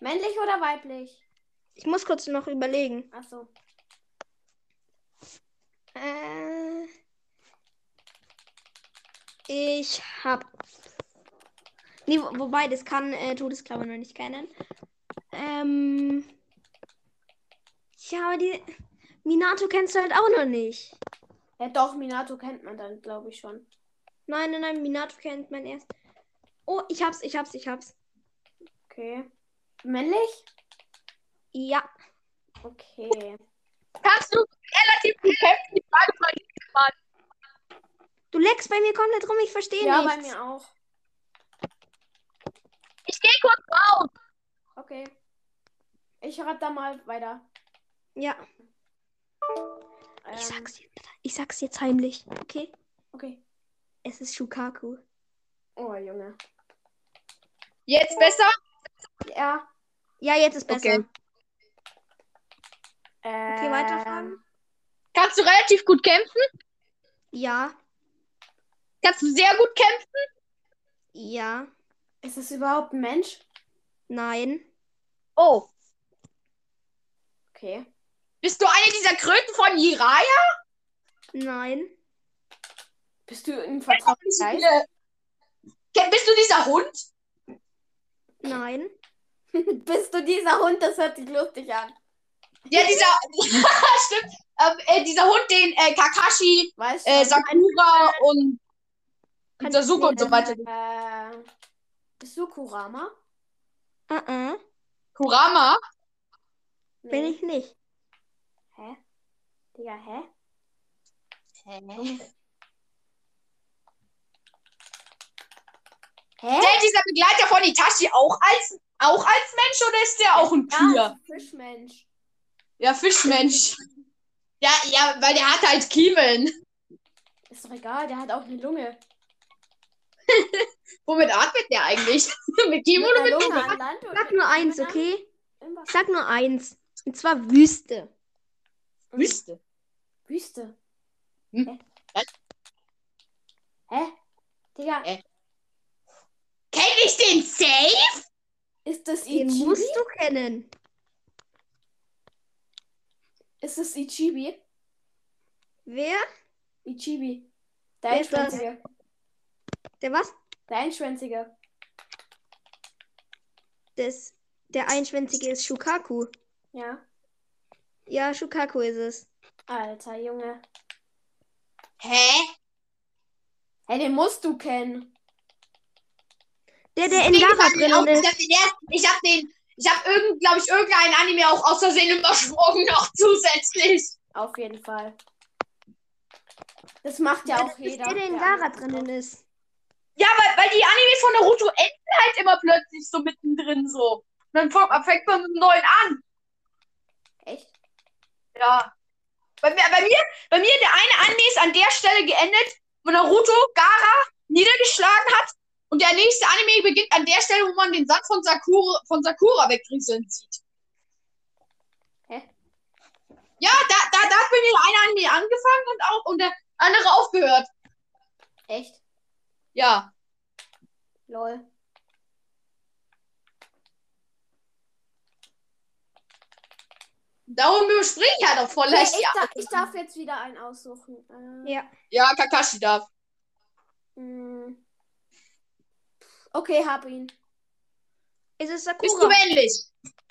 D: Männlich oder weiblich?
A: ich muss kurz noch überlegen.
D: Achso.
A: Äh, ich hab. Nee, wo, wobei, das kann äh, Todesklaue noch nicht kennen. Ähm. Ja, aber die. Minato kennst du halt auch noch nicht.
D: Ja, doch, Minato kennt man dann, glaube ich schon.
A: Nein, nein, nein, Minato kennt man erst. Oh, ich hab's, ich hab's, ich hab's.
D: Okay. Männlich?
A: Ja.
D: Okay.
B: Kannst du relativ gut kämpfen? Die Frage war nicht
A: Du leckst bei mir komplett rum, ich verstehe
D: Ja, bei
A: nichts.
D: mir auch.
B: Ich gehe kurz raus.
D: Okay. Ich rate da mal weiter.
A: Ja,
D: Ähm,
A: ich sag's, jetzt, ich sag's jetzt heimlich, okay?
D: Ähm, Okay.
A: Es ist Shukaku.
D: Oh, Junge.
B: Jetzt besser?
D: Ja.
A: Ja, jetzt ist besser.
B: Okay.
D: Ähm,
A: Okay, weiterfragen?
B: Kannst du relativ gut kämpfen?
A: Ja,
B: Kannst du sehr gut kämpfen?
A: ja,
D: Ist das überhaupt ein Mensch?
A: nein.
B: Oh.
D: Okay.
B: Bist du eine dieser Kröten von Jiraya?
A: Nein,
D: Bist du ein vertrautes Geist?
B: Ke- Bist du dieser Hund?
A: nein,
D: [laughs] Bist du dieser Hund? Das hört sich lustig an.
B: Ja, dieser. [laughs] stimmt. Ähm, äh, dieser Hund, den äh, Kakashi,
D: Weißt du?
B: äh, Sakura und.
A: Kann-
B: Sasuke und so weiter.
D: äh, bist du Kurama?
A: uh -uh,
B: Kurama?
A: bin ich nicht.
D: Digga, hä? Hä?
B: Zählt dieser Begleiter von Itachi auch als, auch als Mensch oder ist der auch ein Tier?
D: Ja, Fischmensch.
B: Ja, Fischmensch. Ja, ja, weil der hat halt Kiemen.
D: Ist doch egal, der hat auch eine Lunge.
B: Womit atmet der eigentlich? [laughs] mit Kiemen
D: Mit
B: oder
D: einer
B: mit
D: Lunge
B: Kiemen?
D: an Land und
A: Sag nur
D: mit
A: eins,
D: einer-
A: okay?
D: im
A: Ich
D: Wasser.
A: sag nur eins. Und zwar Wüste.
B: Wüste.
D: Wüste.
B: Hm?
D: Hä? Hä? Digga,
B: Hä? Kenn ich den Safe?
D: ist das
A: Den
D: Ichibi?
A: musst du kennen.
D: Ist das Ichibi?
A: Wer?
D: Ichibi. Der
A: Wer ist das?
D: Einschwänzige.
A: Der was?
D: Der Einschwänzige.
A: Das, der Einschwänzige ist Shukaku.
D: Ja.
A: Ja, Shukaku ist es.
D: Alter Junge.
B: Hä?
D: Hey, den musst du kennen.
A: Der, der in
B: Deswegen
A: Lara
B: fand ich auch-
A: drin ist.
B: Ich hab den ersten, ich hab den, ich hab irgend, glaube ich, irgendeinen Anime auch aus Versehen [laughs] übersprungen, noch zusätzlich.
D: Auf jeden Fall. Das macht ja, auch
A: Das ist
D: jeder.
A: der, der in
D: Ja.
A: Lara drinnen ist.
B: Ja, weil, weil die Anime von Naruto enden halt immer plötzlich so mittendrin so. Und dann fang- fängt man mit einem neuen an.
D: Echt?
B: Ja. Bei, mir- bei mir, bei mir, der eine Anime ist an der Stelle geendet, wo Naruto Gara niedergeschlagen hat. Und der nächste Anime beginnt an der Stelle, wo man den Sand von Sakura, von Sakura wegrieseln sieht.
D: Hä?
B: Ja, da, da, da hat bei mir der eine Anime angefangen und auch und der andere aufgehört.
D: Echt?
B: Ja.
D: Lol.
B: Darum überspringe ich halt auch voll leicht.
D: ich,
B: Ja,
D: darf, ich darf jetzt wieder einen aussuchen. Äh,
A: Ja.
B: ja Kakashi darf.
D: mh. hm. Okay, hab ihn.
A: Ist es
B: Bist du
A: Sakura?
B: männlich?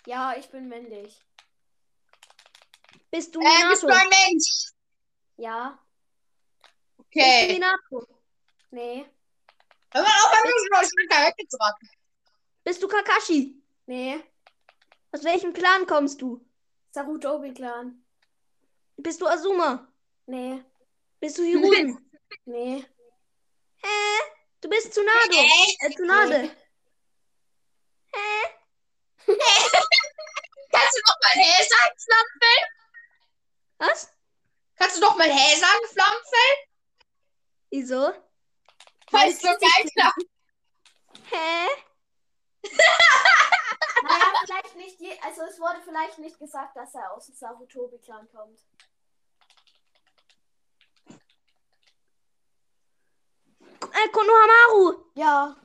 D: Ja, ich bin männlich.
A: Bist du
B: Äh, bist
A: Minato?
B: du ein Mensch?
D: Ja.
A: Bist du
B: Okay.
A: Minato?
D: Nee.
B: Hör mal auf, beim Jungen euch mit Charakter zu raten.
A: Bist du Kakashi?
D: Nee.
A: Aus welchem Clan kommst du?
D: Saruto Obi-Clan.
A: Bist du Azuma?
D: Nee. [laughs]
A: Bist du Hiruden?
D: Nee.
A: Hä? Du bist Tsunade. Äh, Tsunade.
B: Kannst du noch mal Hä sagen, Flammenfell?
A: Was?
B: Kannst du noch mal Hä sagen, Flammenfell?
A: Wieso?
B: Weil es so geil klang.
A: Hä?
D: Naja, vielleicht nicht je, also es wurde vielleicht nicht gesagt, dass er aus dem Sarutobi-Clan kommt.
A: Äh, Konohamaru.
D: Ja.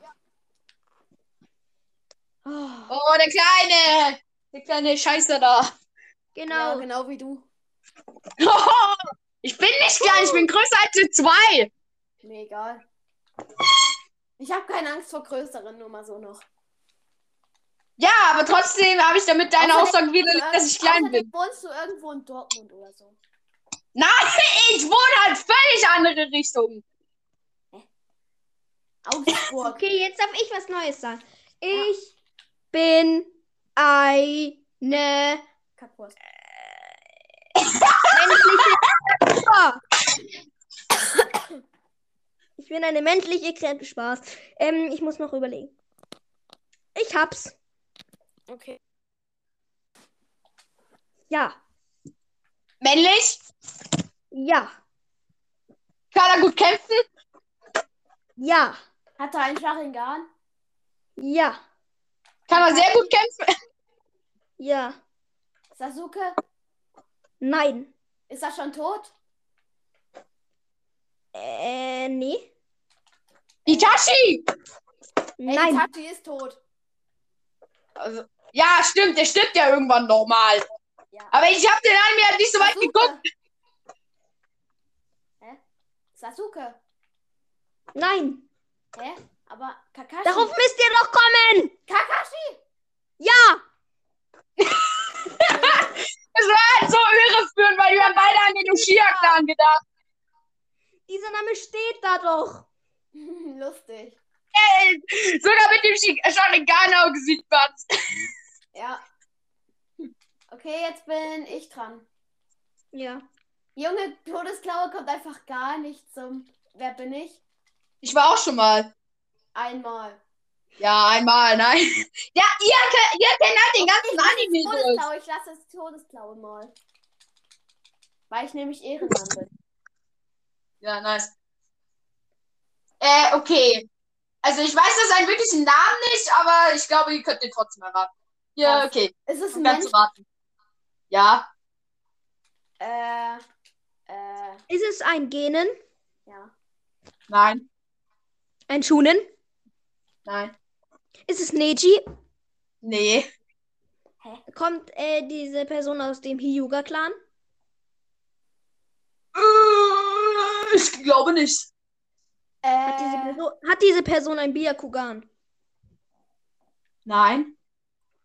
B: Oh, der Kleine. Der kleine Scheiße da. [laughs]
A: Genau.
D: Ja, genau wie du.
B: ich bin nicht klein, ich bin größer als die zwei.
D: Mir egal. Ich habe keine Angst vor größeren, nur mal so noch.
B: Ja, aber trotzdem habe ich damit deine
D: Außerdem-
B: Aussage widerlegt, dass ich klein
D: Äh, Außerdem
B: bin.
D: Wohnst du irgendwo in Dortmund oder so?
B: Nein, ich wohne halt völlig andere Richtungen.
D: Augsburg.
B: [laughs]
A: Okay, jetzt darf ich was Neues sagen. Ich bin eine
D: Kackwurst.
A: menschliche Kreatur. Ich bin eine menschliche Kreatur. Spaß. Ähm, ich muss noch überlegen. Ich hab's.
C: Okay.
A: Ja.
B: Männlich,
A: Ja.
B: kann er gut kämpfen.
A: Ja.
D: Hat er einen Sharingan?
A: Ja.
B: Kann er sehr gut kämpfen.
A: Ja.
D: Sasuke?
A: Nein.
D: Ist er schon tot?
A: Äh, nee.
B: Itachi!
D: Ey,
A: Nein.
D: Itachi ist tot.
B: Also, ja, stimmt, der stirbt ja irgendwann nochmal.
D: Ja.
B: Aber ich habe den Anime halt nicht so weit geguckt.
D: Hä? Sasuke?
A: Nein.
D: Hä? Aber Kakashi?
A: Darauf müsst ihr doch kommen.
D: Kakashi! [laughs]
A: Ja.
B: Es war halt so irreführend, weil wir haben beide an den Ushia-Clan gedacht.
A: Dieser Name steht da doch.
D: Lustig.
B: Ey, sogar mit dem Shi- Sharingan-Auge sieht man's.
D: Ja. Okay, jetzt bin ich dran.
A: Ja.
D: Junge, Todesklaue kommt einfach gar nicht zum. Wer bin ich?
B: Ich war auch schon mal.
D: Einmal.
B: Ja, einmal, nein. [laughs] Ja, ihr, ke- ihr kennt halt den ganzen Anime durch.
D: Todesklaue, ich lasse es Todesklaue mal. Weil ich nämlich Ehrenmann bin.
B: Ja, nice. Äh, okay. Also ich weiß das einen wirklichen Namen nicht, aber ich glaube, ihr könnt den trotzdem erraten. Ja,
D: Was?
B: okay.
D: Ist es ein
B: Um ganz
D: Mensch?
B: zu raten. Ja.
D: Äh. Äh.
A: Ist es ein Genen?
D: Ja.
B: Nein.
A: Ein Schunen?
B: Nein.
A: Ist es Neji?
B: Nee.
A: Kommt äh, diese Person aus dem Hyuga-Clan?
B: Äh, Ich glaube nicht.
A: Hat, diese
D: Äh.
A: Perso- hat diese Person ein Byakugan?
B: Nein.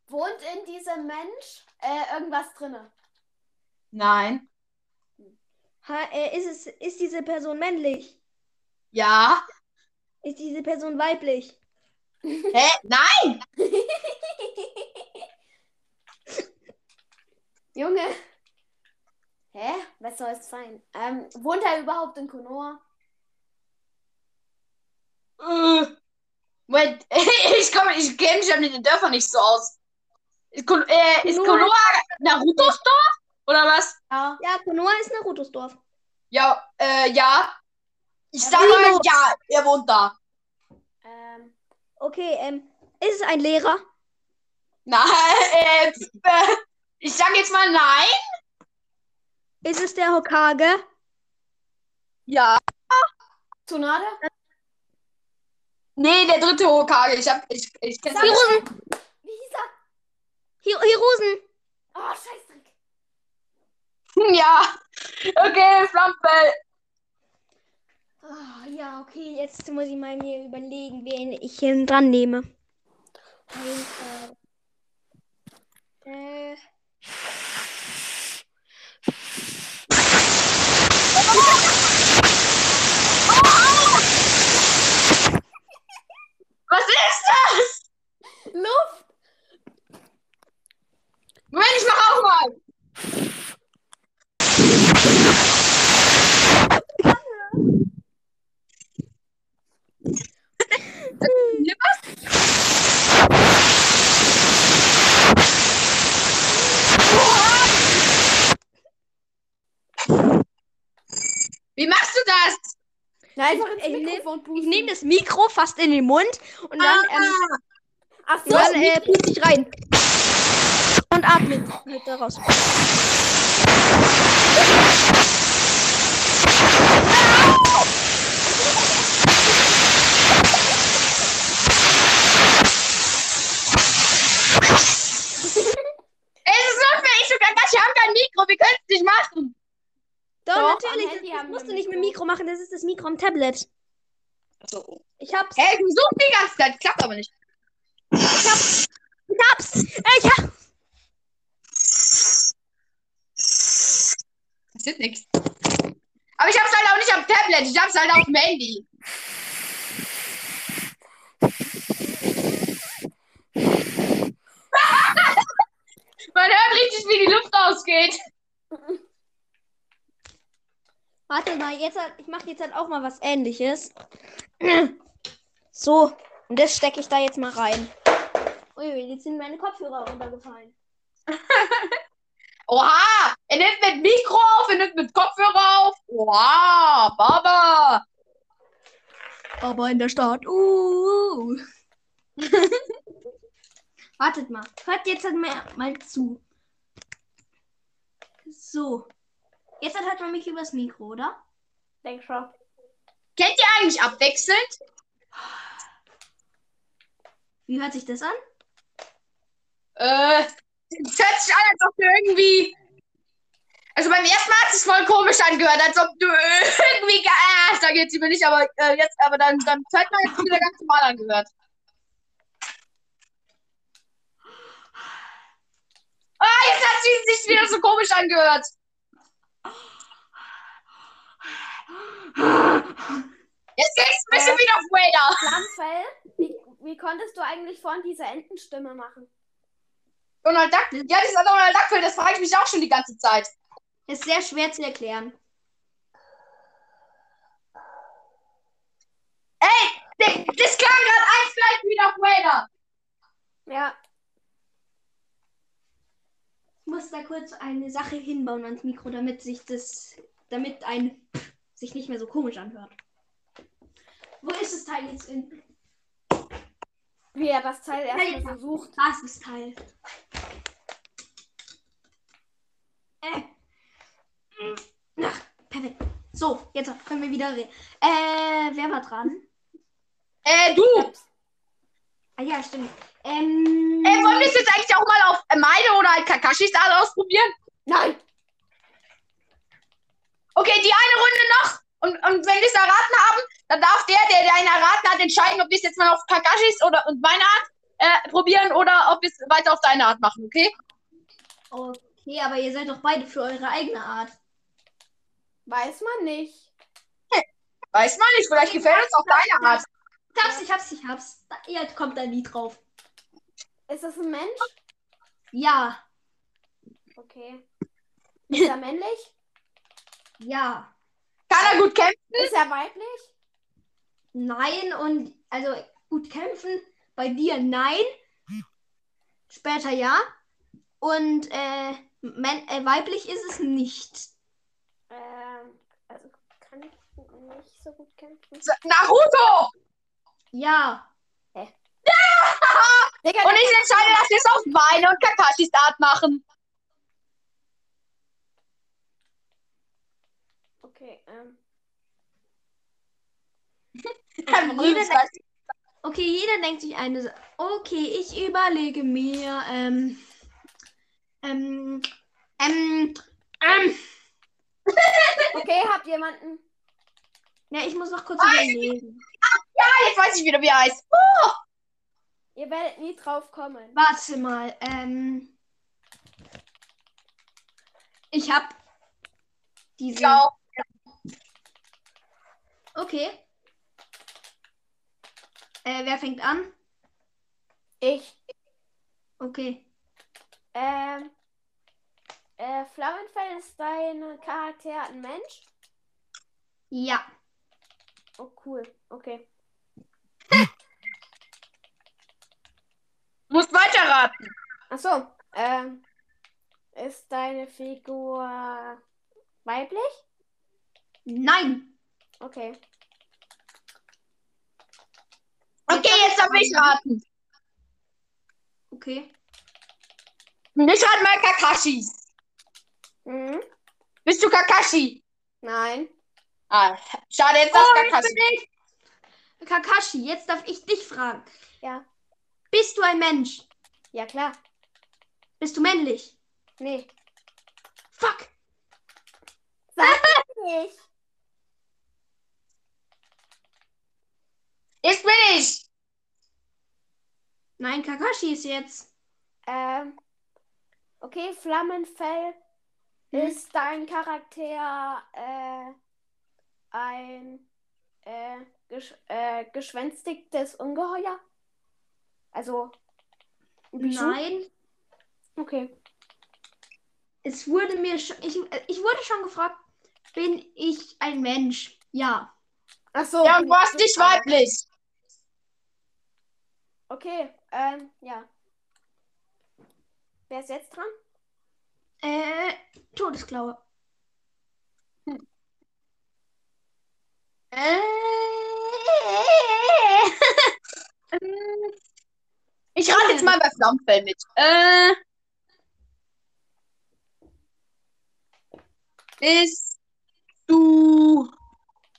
D: Wohnt in diesem Mensch äh, irgendwas drinne?
B: Nein.
A: Ha, äh, ist, es, ist diese Person männlich?
B: Ja.
A: Ist diese Person weiblich?
B: Hä? Nein?
D: [laughs] Junge. Hä? Was soll es sein? Ähm, wohnt er überhaupt in Konoha?
B: Äh, Moment. [laughs] Ich komme, ich kenne mich ja mit den Dörfern nicht so aus. Ist Kon- äh, ist
A: Konoha.
B: Konoha Narutos Dorf? Oder was?
D: Ja.
A: Ja, Konoha ist Narutos Dorf.
B: Ja, äh, ja. Ich
D: Ja,
B: sage
A: Primo.
B: mal, ja, er wohnt da.
D: Ähm,
A: Okay, ähm, ist es ein Lehrer?
B: Nein, [laughs] äh, pf, äh, ich sage jetzt mal nein.
A: Ist es der Hokage?
B: Ja.
D: Tsunade?
B: Nee, der dritte Hokage. Ich hab, ich, ich kenn's nicht.
A: Hirusen!
D: Wie hieß er?
A: Hi- Hirusen!
D: Oh, Scheißdreck.
B: Hm, [laughs] Ja. Okay, Flammenfell.
A: Ah, ja, okay, jetzt muss ich mal mir überlegen, wen ich hier dran nehme. Äh,
B: Was ist das?
D: Luft!
B: Moment, ich mach auch mal. Wie machst du das?
D: Nein, einfach ins
G: Ich nehm-
D: Mikrofon
G: Ich
D: pusten.
G: nehme das Mikro fast in den Mund und dann, ähm,
D: Ach Ah, so,
G: dann äh, puste ich rein. Und atme halt da raus.
B: Es ist unfair, ich und Kakashi haben kein Mikro, wir können es nicht machen.
G: Doch,
D: Doch, am
G: natürlich.
D: Handy
G: Das, das
D: haben
G: musst
D: wir
G: du nicht mit
D: Mikro.
G: Mikro machen, das ist das Mikro am Tablet.
B: So.
G: Ich hab's.
B: Hey, ich versuch die ganze Zeit, klappt aber nicht.
G: Ich hab's. Ich hab.
B: Passiert nichts. Aber ich hab's halt auch nicht am Tablet, ich hab's halt auf dem Handy. [laughs] Man hört richtig, wie die Luft ausgeht.
G: Warte mal, jetzt halt, ich mache jetzt halt auch mal was ähnliches. So, und das stecke ich da jetzt mal rein.
A: Uiui, jetzt sind meine Kopfhörer runtergefallen.
B: Oha, er nimmt mit Mikro auf, er nimmt mit Kopfhörer auf. Oha, Baba.
G: Aber in der Stadt. Uh.
A: [laughs] Wartet mal. Hört jetzt halt mal, mal zu. So. Jetzt halt hört man mich übers Mikro, oder?
C: Denk schon.
B: Kennt ihr eigentlich abwechselnd?
A: Wie hört sich das an?
B: Äh, das hört sich an, als ob du irgendwie. Also beim ersten Mal hat es sich voll komisch angehört, als ob du [laughs] irgendwie. ge- Ah, da geht's über nicht, aber äh, jetzt, aber dann, dann das hat man jetzt wieder ganz normal angehört. Ah, jetzt hat sie sich wieder so komisch angehört. Jetzt geht's ein bisschen wieder auf Wader.
D: Flammenfell, wie, wie konntest du eigentlich vorhin diese Entenstimme machen?
B: Donald Duck. Ja, das ist Donald Duckfeld, das frage ich mich auch schon die ganze Zeit.
A: Ist sehr schwer zu erklären.
B: Das klang gerade eins gleich wieder auf Wader.
D: Ja.
A: Ich muss da kurz eine Sache hinbauen ans Mikro, damit sich das, damit ein sich nicht mehr so komisch anhört. Wo ist das Teil jetzt in?
D: Wie er das Teil
A: jetzt
D: erstmal versucht.
A: Da Ah, ist das Teil. Äh. Hm. Ach, perfekt. So, jetzt können wir wieder reden. Äh, wer war dran?
B: Äh, du.
A: Ah ja, stimmt. Ähm,
B: Ey, Äh, wollen wir es jetzt eigentlich auch mal auf meine oder halt Kakashis Art ausprobieren?
D: Nein!
B: Okay, die eine Runde noch. Und, und wenn wir es erraten haben, dann darf der, der deinen erraten hat, entscheiden, ob wir es jetzt mal auf Kakashis oder und meine Art äh, probieren oder ob wir es weiter auf deine Art machen, okay?
A: okay, aber ihr seid doch beide für eure eigene Art.
D: Weiß man nicht.
B: Weiß man nicht, vielleicht gefällt uns auch deine Art.
A: Ich hab's, ich hab's, ich hab's. Da, ihr kommt da nie drauf.
D: Ist das ein Mensch?
A: Ja,
D: Okay. Ist er [laughs] männlich?
A: ja.
B: Kann er gut kämpfen?
D: Ist er weiblich?
A: Nein und also gut kämpfen. Bei dir nein. Später ja. Und äh, män- äh, weiblich ist es nicht.
C: Ähm, also kann ich nicht so gut kämpfen.
B: Naruto!
A: Ja.
D: Digga,
B: Und ich entscheide, dass wir es auf meine und Kakashis Art machen.
C: Okay, ähm.
A: Okay, jeder denkt sich eine. Sa- Okay, ich überlege mir. Ähm, ähm, ähm, ähm.
D: okay, habt jemanden.
A: Ja, ich muss noch kurz überlegen.
B: Ah, jetzt weiß ich wieder, wie er heißt.
D: Ihr werdet nie drauf kommen.
A: Warte mal. Ähm, ich hab diese.
B: Ich auch.
A: Okay. Äh, wer fängt an?
D: Ich.
A: Okay.
D: Ähm. Äh, Flammenfell ist dein Charakter ein Mensch?
A: Ja.
D: Oh, cool. Okay.
B: Muss weiterraten.
D: Achso. Ähm. Ist deine Figur weiblich?
A: Nein.
D: Okay.
B: Okay, jetzt darf ich raten.
A: Okay.
B: Ich rate mal Kakashi.
D: Mhm.
B: Bist du Kakashi?
D: Nein.
B: Ah, schade, jetzt darf Kakashi.
A: Kakashi, jetzt darf ich dich fragen.
D: Ja.
A: Bist du ein Mensch?
D: Ja, klar.
A: Bist du männlich?
D: Nee.
A: Fuck.
D: Ich.
B: Jetzt bin ich.
A: Nein, Kakashi ist jetzt.
D: Ähm. Okay, Flammenfell
A: Mhm.
D: ist dein Charakter äh, ein äh, gesch äh, geschwänzigtes Ungeheuer? Also. ein Bijou?
A: Nein.
D: Okay.
A: Es wurde mir schon. Ich, äh, ich wurde schon gefragt, bin ich ein Mensch? Ja.
D: Ach so.
B: Ja, und du hast nicht weiblich.
D: Okay, ähm, ja. Wer ist jetzt dran?
A: Äh, Todesklaue.
B: Ich rate jetzt mal bei Flammenfell mit. Äh. Bist du.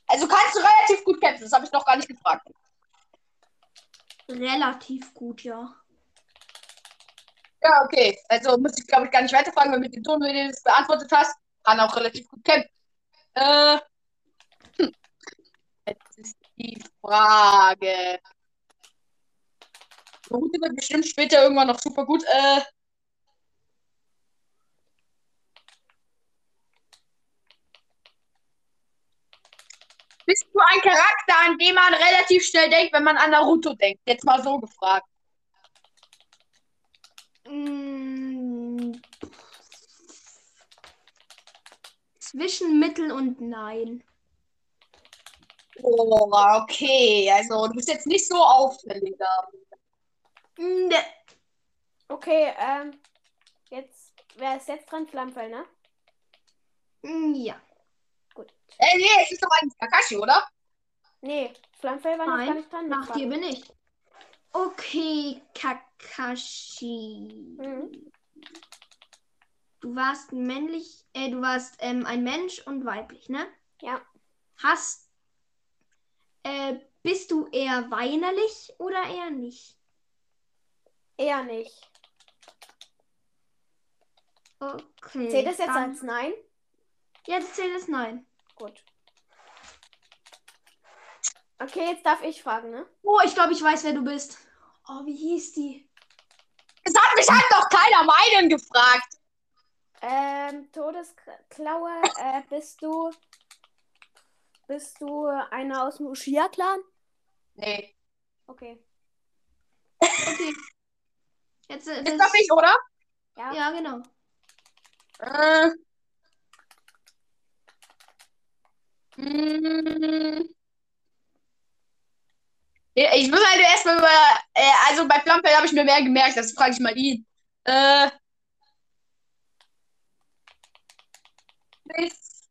B: Also kannst du relativ gut kämpfen, das habe ich noch gar nicht gefragt.
A: Relativ gut, ja.
B: Ja, okay. Also muss ich, glaube ich, gar nicht weiterfragen, weil mit dem Ton, wenn du das beantwortet hast, kann auch relativ gut kämpfen. Äh. Hm. Jetzt ist die Frage. Naruto wird bestimmt später irgendwann noch super gut. Äh. Bist du ein Charakter, an den man relativ schnell denkt, wenn man an Naruto denkt? Jetzt mal so gefragt.
A: Mm. Zwischen Mittel und Nein.
B: Oh, okay. Also, du bist jetzt nicht so auffälliger.
A: Ne.
D: Okay, ähm, jetzt, wer ist jetzt dran? Flammenfell, ne?
A: Mm, Ja.
D: Gut.
B: Äh, nee, es ist doch eigentlich Kakashi, oder?
D: Nee, Flammenfell war noch
A: Nein,
D: gar nicht dran.
A: Nach
D: das war-
A: dir bin ich. Okay, Kakashi.
D: Mhm.
A: Du warst männlich, äh, du warst ähm, ein Mensch und weiblich, ne?
D: Ja.
A: Hast, äh, bist du eher weinerlich oder eher nicht?
D: Eher nicht.
A: Okay.
D: Zählt das jetzt
A: dann-
D: als Nein?
A: Jetzt zählt es nein.
D: Gut. Okay, jetzt darf ich fragen, ne?
A: Oh, ich glaube, ich weiß, wer du bist. Oh, wie hieß die?
B: Es hat mich halt doch keiner meinen gefragt.
D: Ähm, Todesklaue, äh, bist du. Bist du einer aus dem Ushia-Clan?
B: Nee.
D: Okay.
A: Jetzt, äh,
B: Jetzt
A: das-
B: darf ich, oder?
D: Ja.
A: Ja, genau.
B: Äh. Mm. Ja, Ich muss halt erstmal über. Äh, also bei Flammenfeld habe ich mir mehr gemerkt, das frage ich mal ihn. Äh. Bist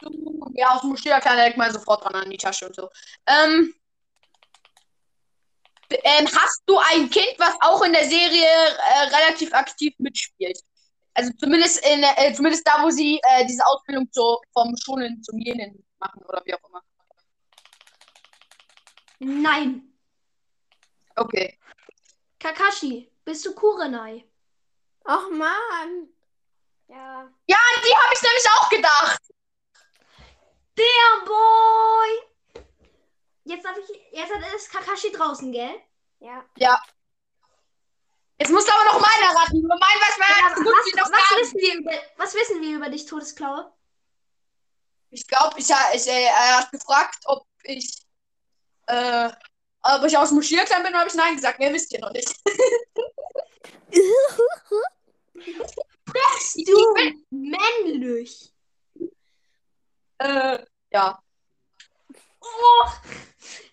B: du. Ja, aus dem Moschee, kann direkt mal sofort dran an die Tasche und so. Ähm. b- Ähm, hast du ein Kind, was auch in der Serie äh, relativ aktiv mitspielt? Also zumindest in der- äh, zumindest da, wo sie äh, diese Ausbildung zu, vom Schonen zum Jenen machen oder wie auch immer.
A: Nein.
B: Okay.
A: Kakashi, bist du Kurenai?
D: Och Mann! Ja.
B: An die habe ich nämlich auch gedacht.
A: Der Boy! Jetzt darf ich. Jetzt hat- ist Kakashi draußen, gell?
D: Ja,
B: Jetzt musst du aber noch meinen raten. Nur mein weiß man
A: Ja,
B: halt
A: was,
B: so gut wie noch
A: was,
B: gar nicht.
A: wissen wir über, was wissen wir über dich, Todesklaue?
B: Ich glaube, ich, ha- ich äh, er hat gefragt, ob ich äh, ob ich aus dem Moschierklein bin, habe ich nein gesagt. Mehr wisst ihr noch nicht. ich bin,
A: Männlich.
B: äh, ja. Oh!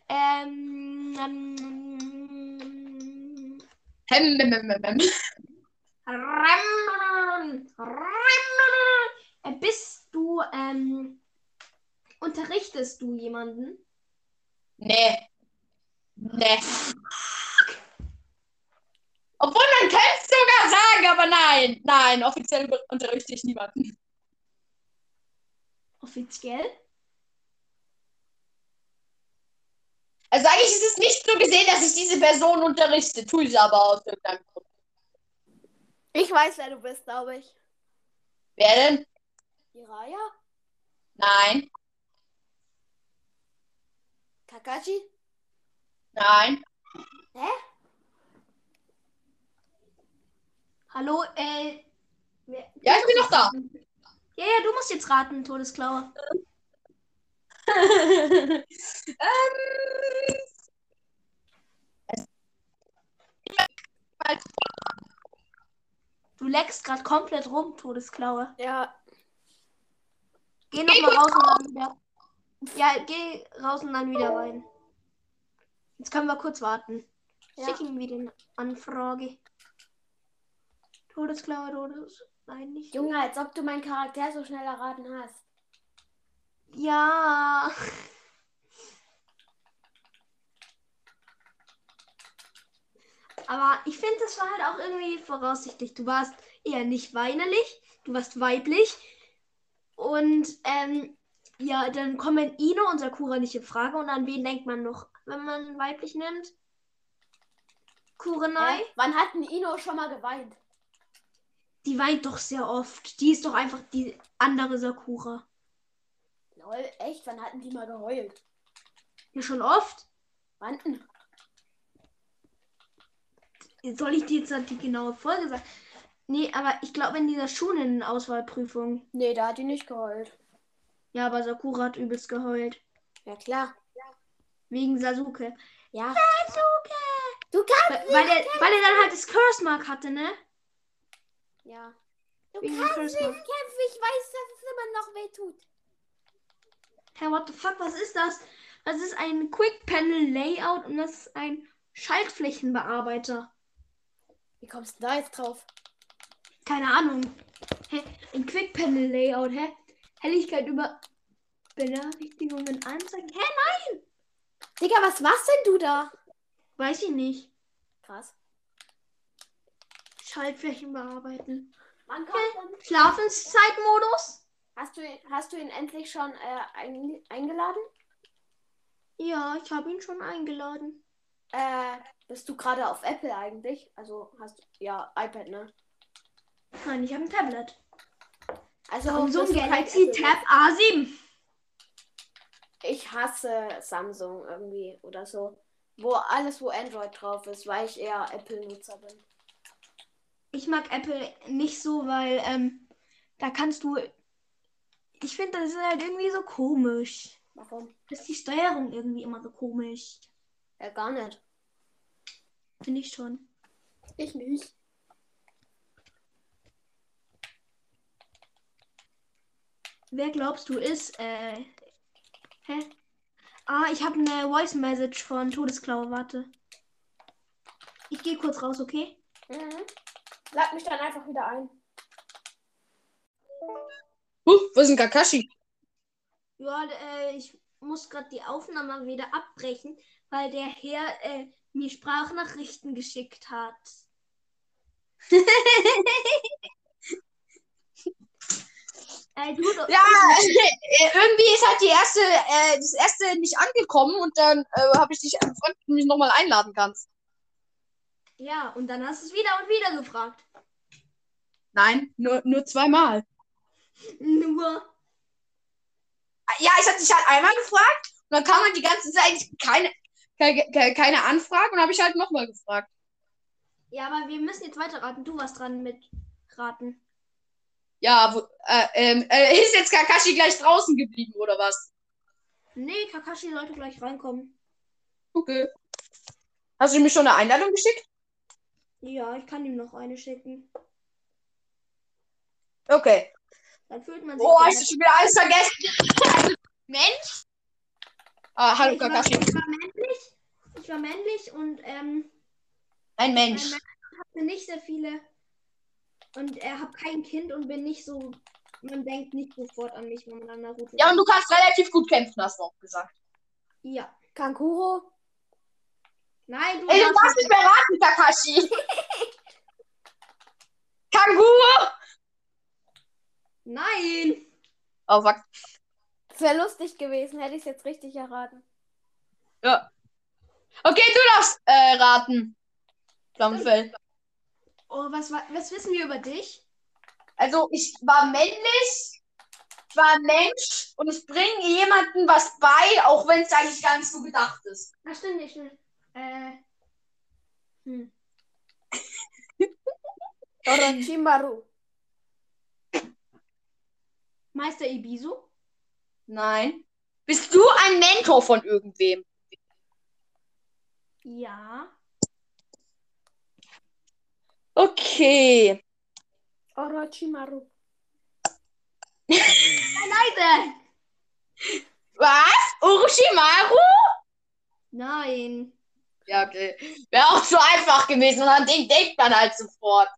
A: Ähm. ähm
B: Hem, hem, hem, hem, hem.
A: Äh, Bist du ähm, unterrichtest du jemanden?
B: Nee. Nee. Obwohl man könnte es sogar sagen, aber nein. Nein, offiziell über- unterrichte ich niemanden.
A: Offiziell?
B: Also eigentlich ist es nicht so gesehen, dass ich diese Person unterrichte. Tue ich aber aus irgendeinem Grund.
D: Ich weiß, wer du bist, glaube ich.
B: Wer denn?
D: Jiraya?
B: Nein.
D: Kakashi?
B: Nein.
A: Hallo, äh. wer-
B: Ja, ich bin noch da.
A: Ja, ja, du musst jetzt raten, Todesklaue.
B: ähm,
A: Du leckst gerade komplett rum, Todesklaue.
D: Ja.
A: Geh nochmal raus und dann wieder. Ja, geh raus und dann wieder rein. Jetzt können wir kurz warten.
D: Ja.
A: Schick ihm wieder eine Anfrage. Todesklaue, Todes. Nein, nicht.
D: Junge, als ob du meinen Charakter so schnell erraten hast.
A: Ja. Aber ich finde, das war halt auch irgendwie voraussichtlich. Du warst eher nicht weinerlich, du warst weiblich. Und ähm, ja, dann kommen Ino und Sakura nicht in Frage. Und an wen denkt man noch, wenn man weiblich nimmt? Kurenai?
D: Hä? Wann hat denn Ino schon mal geweint?
A: Die weint doch sehr oft. Die ist doch einfach die andere Sakura.
D: Lol, echt? Wann hatten die mal geheult?
A: Ja, schon oft.
D: Wann denn?
A: Soll ich dir jetzt noch die genaue Folge sagen? Nee, aber ich glaube in dieser Schulen-Auswahlprüfung.
D: Nee, da hat die nicht geheult.
A: Ja, aber Sakura hat übelst geheult.
D: Ja, klar.
A: Wegen Sasuke.
D: Ja.
A: Sasuke!
D: Du
A: Weil, weil, er, weil er dann halt das Curse-Mark hatte, ne?
D: Ja. Du
A: Wegen dem
D: kannst nicht
A: Christmas.
D: kämpfen, ich weiß, dass es immer noch weh tut.
A: Hä, what the fuck, was ist das? Das ist ein Quick-Panel-Layout und das ist ein Schaltflächenbearbeiter.
D: Wie kommst du da jetzt drauf?
A: Keine Ahnung. Hä, ein Quick-Panel-Layout, hä? Helligkeit über Benachrichtigungen anzeigen? Hä, nein,
D: Digga, was machst denn du da?
A: weiß ich nicht.
D: Krass.
A: Schaltflächen bearbeiten.
D: Wann kommt denn?
A: Schlafenszeitmodus?
D: Hast du, ihn- hast du ihn endlich schon äh, ein, eingeladen?
A: Ja, ich habe ihn schon eingeladen.
D: Äh, bist du gerade auf Apple eigentlich? Also hast du, ja, iPad, ne?
A: Nein, ich habe ein Tablet.
D: Also
A: Samsung
D: bist du kein
A: Galaxy
D: Apple-
A: Tab A7.
D: Ich hasse Samsung irgendwie oder so. Wo alles, wo Android drauf ist, weil ich eher Apple-Nutzer bin.
A: Ich mag Apple nicht so, weil ähm, da kannst du. Ich finde, das ist halt irgendwie so komisch.
D: Warum?
A: Das ist die Steuerung irgendwie immer so komisch.
D: Ja, gar nicht.
A: Finde ich schon.
D: Ich nicht.
A: Wer glaubst du ist? Äh, hä? Ah, ich habe eine Voice Message von Todesklaue. Warte. Ich gehe kurz raus, okay?
D: Mhm. Lad mich dann einfach wieder ein.
B: Huh, wo ist denn Kakashi?
A: Ja, äh, ich muss gerade die Aufnahme wieder abbrechen, weil der Herr äh, mir Sprachnachrichten geschickt hat. [laughs] äh, du, du,
B: Ja, äh, irgendwie ist halt die erste, äh, das erste nicht angekommen und dann äh, habe ich dich gefragt, ob du mich nochmal einladen kannst.
A: ja, und dann hast du es wieder und wieder gefragt.
B: Nein, nur, nur zweimal.
A: Nur,
B: Ja, ich hatte dich halt einmal gefragt und dann kam halt die ganze Zeit keine, ke- ke- keine Anfrage und habe ich halt nochmal gefragt.
A: ja, aber wir müssen jetzt weiterraten. Du warst dran mit Raten.
B: Ja, wo, äh, ähm, äh, ist jetzt Kakashi gleich draußen geblieben oder was?
A: Nee, Kakashi sollte gleich reinkommen.
B: Okay. Hast du mir schon eine Einladung geschickt?
A: Ja, ich kann ihm noch eine schicken.
B: Okay.
A: Dann fühlt man sich.
B: Oh, ich
A: gleich-
B: hab schon wieder alles vergessen. [laughs] Mensch. Ah, hallo
A: ich, war,
B: Kakashi.
A: ich war männlich. Ich war männlich und ähm.
B: Ein Mensch.
A: Mein Mann hatte nicht sehr viele und er hat kein Kind und bin nicht so Man denkt nicht sofort an mich, wenn man an Naruto
B: Ja, und du kannst relativ gut kämpfen, hast du auch gesagt.
A: Ja.
D: Kankuro?
A: Nein, du
B: Ey, du
A: hast
B: darfst nicht mehr raten, Kakashi. [laughs] Kanguru!
A: Nein!
B: Oh, fuck.
D: Das wäre lustig gewesen, hätte ich es jetzt richtig erraten.
B: Okay, du darfst äh, raten. Flammenfell.
A: Oh, was, wa- was wissen wir über dich?
B: Also, ich war männlich, ich war Mensch und ich bringe jemandem was bei, auch wenn es eigentlich gar nicht so gedacht ist.
A: Ach, stimmt nicht. Stimmt. Äh, hm.
D: Orochimaru.
A: Meister Ibisu?
B: Nein. Bist du ein Mentor von irgendwem?
A: Ja.
B: Okay.
D: Orochimaru.
A: Nein!
B: Was? Uruchimaru?
A: Nein.
B: Ja, okay. Wäre auch so einfach gewesen und an den denkt man halt sofort.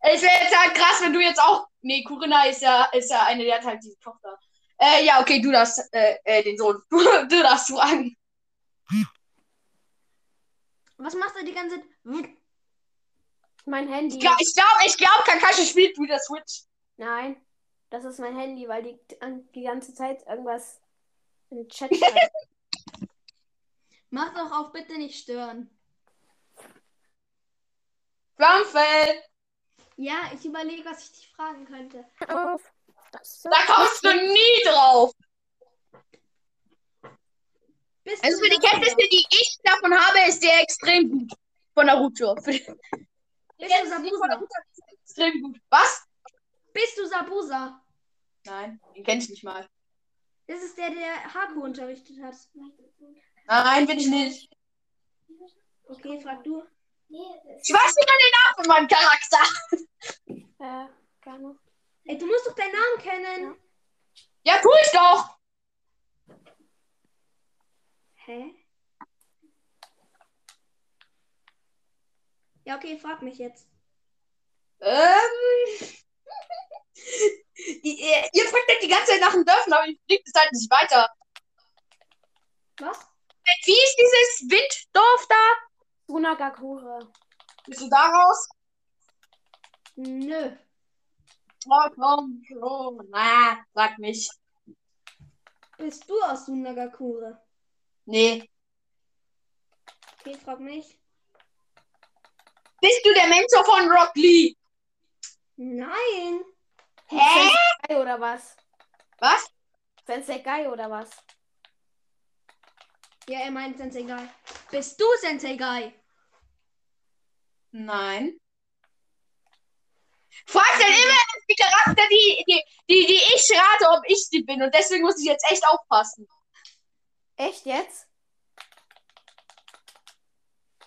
B: Es wäre jetzt halt krass, wenn du jetzt auch. Nee, Corinna ist ja, ist ja eine, die hat halt diese Tochter. Äh, ja, okay, du darfst, äh, äh, den Sohn. [laughs] Du, du darfst fragen.
A: Was machst du die ganze Zeit? Hm.
D: Mein
B: Ich
D: Handy.
B: glaube, ich glaube, ich glaub, Kakashi spielt wieder Switch.
D: Nein, das ist mein Handy, weil die die ganze Zeit irgendwas im Chat schreibt.
A: Mach doch auf, bitte nicht stören.
B: Drumfell,
A: Ja, ich überlege, was ich dich fragen könnte.
D: auf. Das ist so
B: da kommst du nie drauf.
A: Bist
B: Also
A: du
B: für die
A: Naruto?
B: Kenntnisse, die ich davon habe, ist der extrem gut. Von Naruto. Für die
A: Bist du
B: Kenntnisse, die ich von
A: Sabusa?
B: Naruto habe, ist der extrem gut. Was?
A: Bist du Sabusa?
B: Nein, den kenne ich nicht mal.
A: Das ist der, der Haku unterrichtet hat.
B: Nein, bin ich nicht.
A: Okay, frag du. äh,
B: Ich weiß sogar den Namen von meinem Charakter.
D: Äh, gerne.
A: Ey, du musst doch deinen Namen kennen.
B: Ja, tu ich doch.
A: Hä? Ja, okay, frag mich jetzt.
B: Ähm. [laughs] Die, ihr, ihr fragt halt die ganze Zeit nach den Dörfern, aber ihr bringt es halt nicht weiter.
A: Was?
B: Wie ist dieses Winddorf da?
D: Sunagakure.
B: Bist du da raus?
A: Nö.
B: Oh, komm, komm. Na, sag nicht.
A: Bist du aus Sunagakure?
B: Nee.
A: Okay, frag mich.
B: Bist du der Mentor von Rock Lee?
A: Nein.
B: Hä?
D: Gai oder was?
B: Was?
D: Sensei Gai oder was?
A: Ja, er meint Sensei Guy. Bist du Sensei Guy?
B: Nein. Frag dann immer die Charakter, die, die, die, die ich rate, ob ich die bin. Und deswegen muss ich jetzt echt aufpassen.
D: Echt jetzt?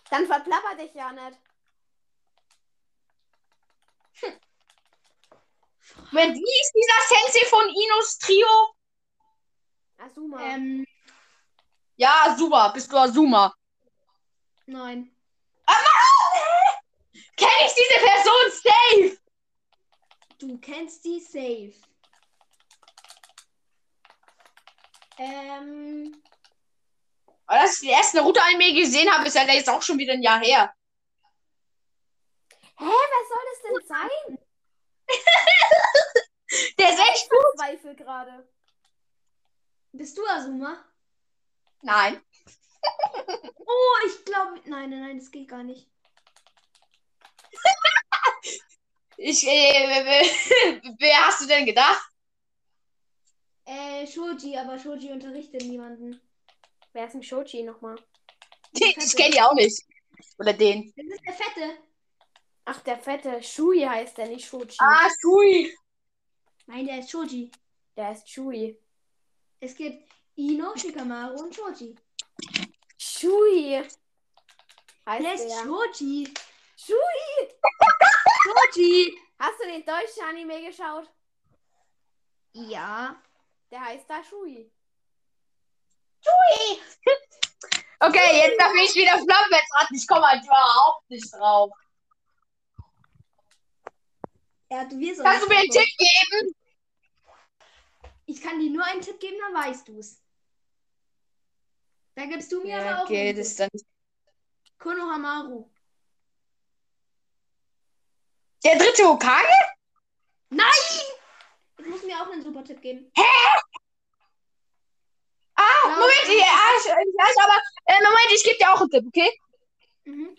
D: Dann verplapper dich ja nicht.
B: Moment, wie ist dieser Sensei von Inos Trio?
D: Asuma.
A: Ähm,
B: Ja, Azuma. Bist du Azuma?
A: nein.
B: Kenn ich diese Person safe?
A: Du kennst die safe. Ähm,
B: Aber dass ich den ersten Naruto-Anime gesehen habe, ist ja jetzt auch schon wieder ein Jahr her.
D: was soll das denn sein?
B: Der ist echt gut.
D: Zweifel gerade.
A: bist du Asuma?
B: Nein.
A: Oh, ich glaube. Nein, nein, nein, das geht gar nicht.
B: Ich, äh, [laughs] wer hast du denn gedacht?
A: Äh, Shoji, aber Shoji unterrichtet niemanden.
D: Wer ist ein Shoji nochmal?
B: Ich kenne die auch nicht. Oder den.
A: Das ist der Fette.
D: Ach, der fette Shui heißt der, nicht Shoji.
B: Ah, Shui.
A: Nein, der ist Shoji.
D: Der ist Shui.
A: Es gibt Ino, Shikamaru und Shoji.
D: Shui. Heißt
A: Der ist
D: der.
A: Shoji.
D: Shui.
A: Shoji.
D: Hast du den deutschen Anime geschaut?
A: Ja.
D: Der heißt da Shui.
B: Okay, jetzt darf ich wieder Flammenwärts raten. Ich komme halt überhaupt nicht drauf.
A: Er hat, wir sollen
B: Kannst du mir einen Tipp geben?
A: Ich kann dir nur einen Tipp geben, dann weißt du es. Da gibst du mir aber auch
B: okay,
A: einen
B: das
A: Tipp.
B: ist dann.
A: Konohamaru.
B: Der dritte Hokage?
A: Ich muss mir auch einen super Tipp geben.
B: Ah,
A: Ja.
B: Moment, ich, ah, ich, ich weiß, aber. Äh, Moment, ich gebe dir auch einen Tipp, okay?
A: Mhm.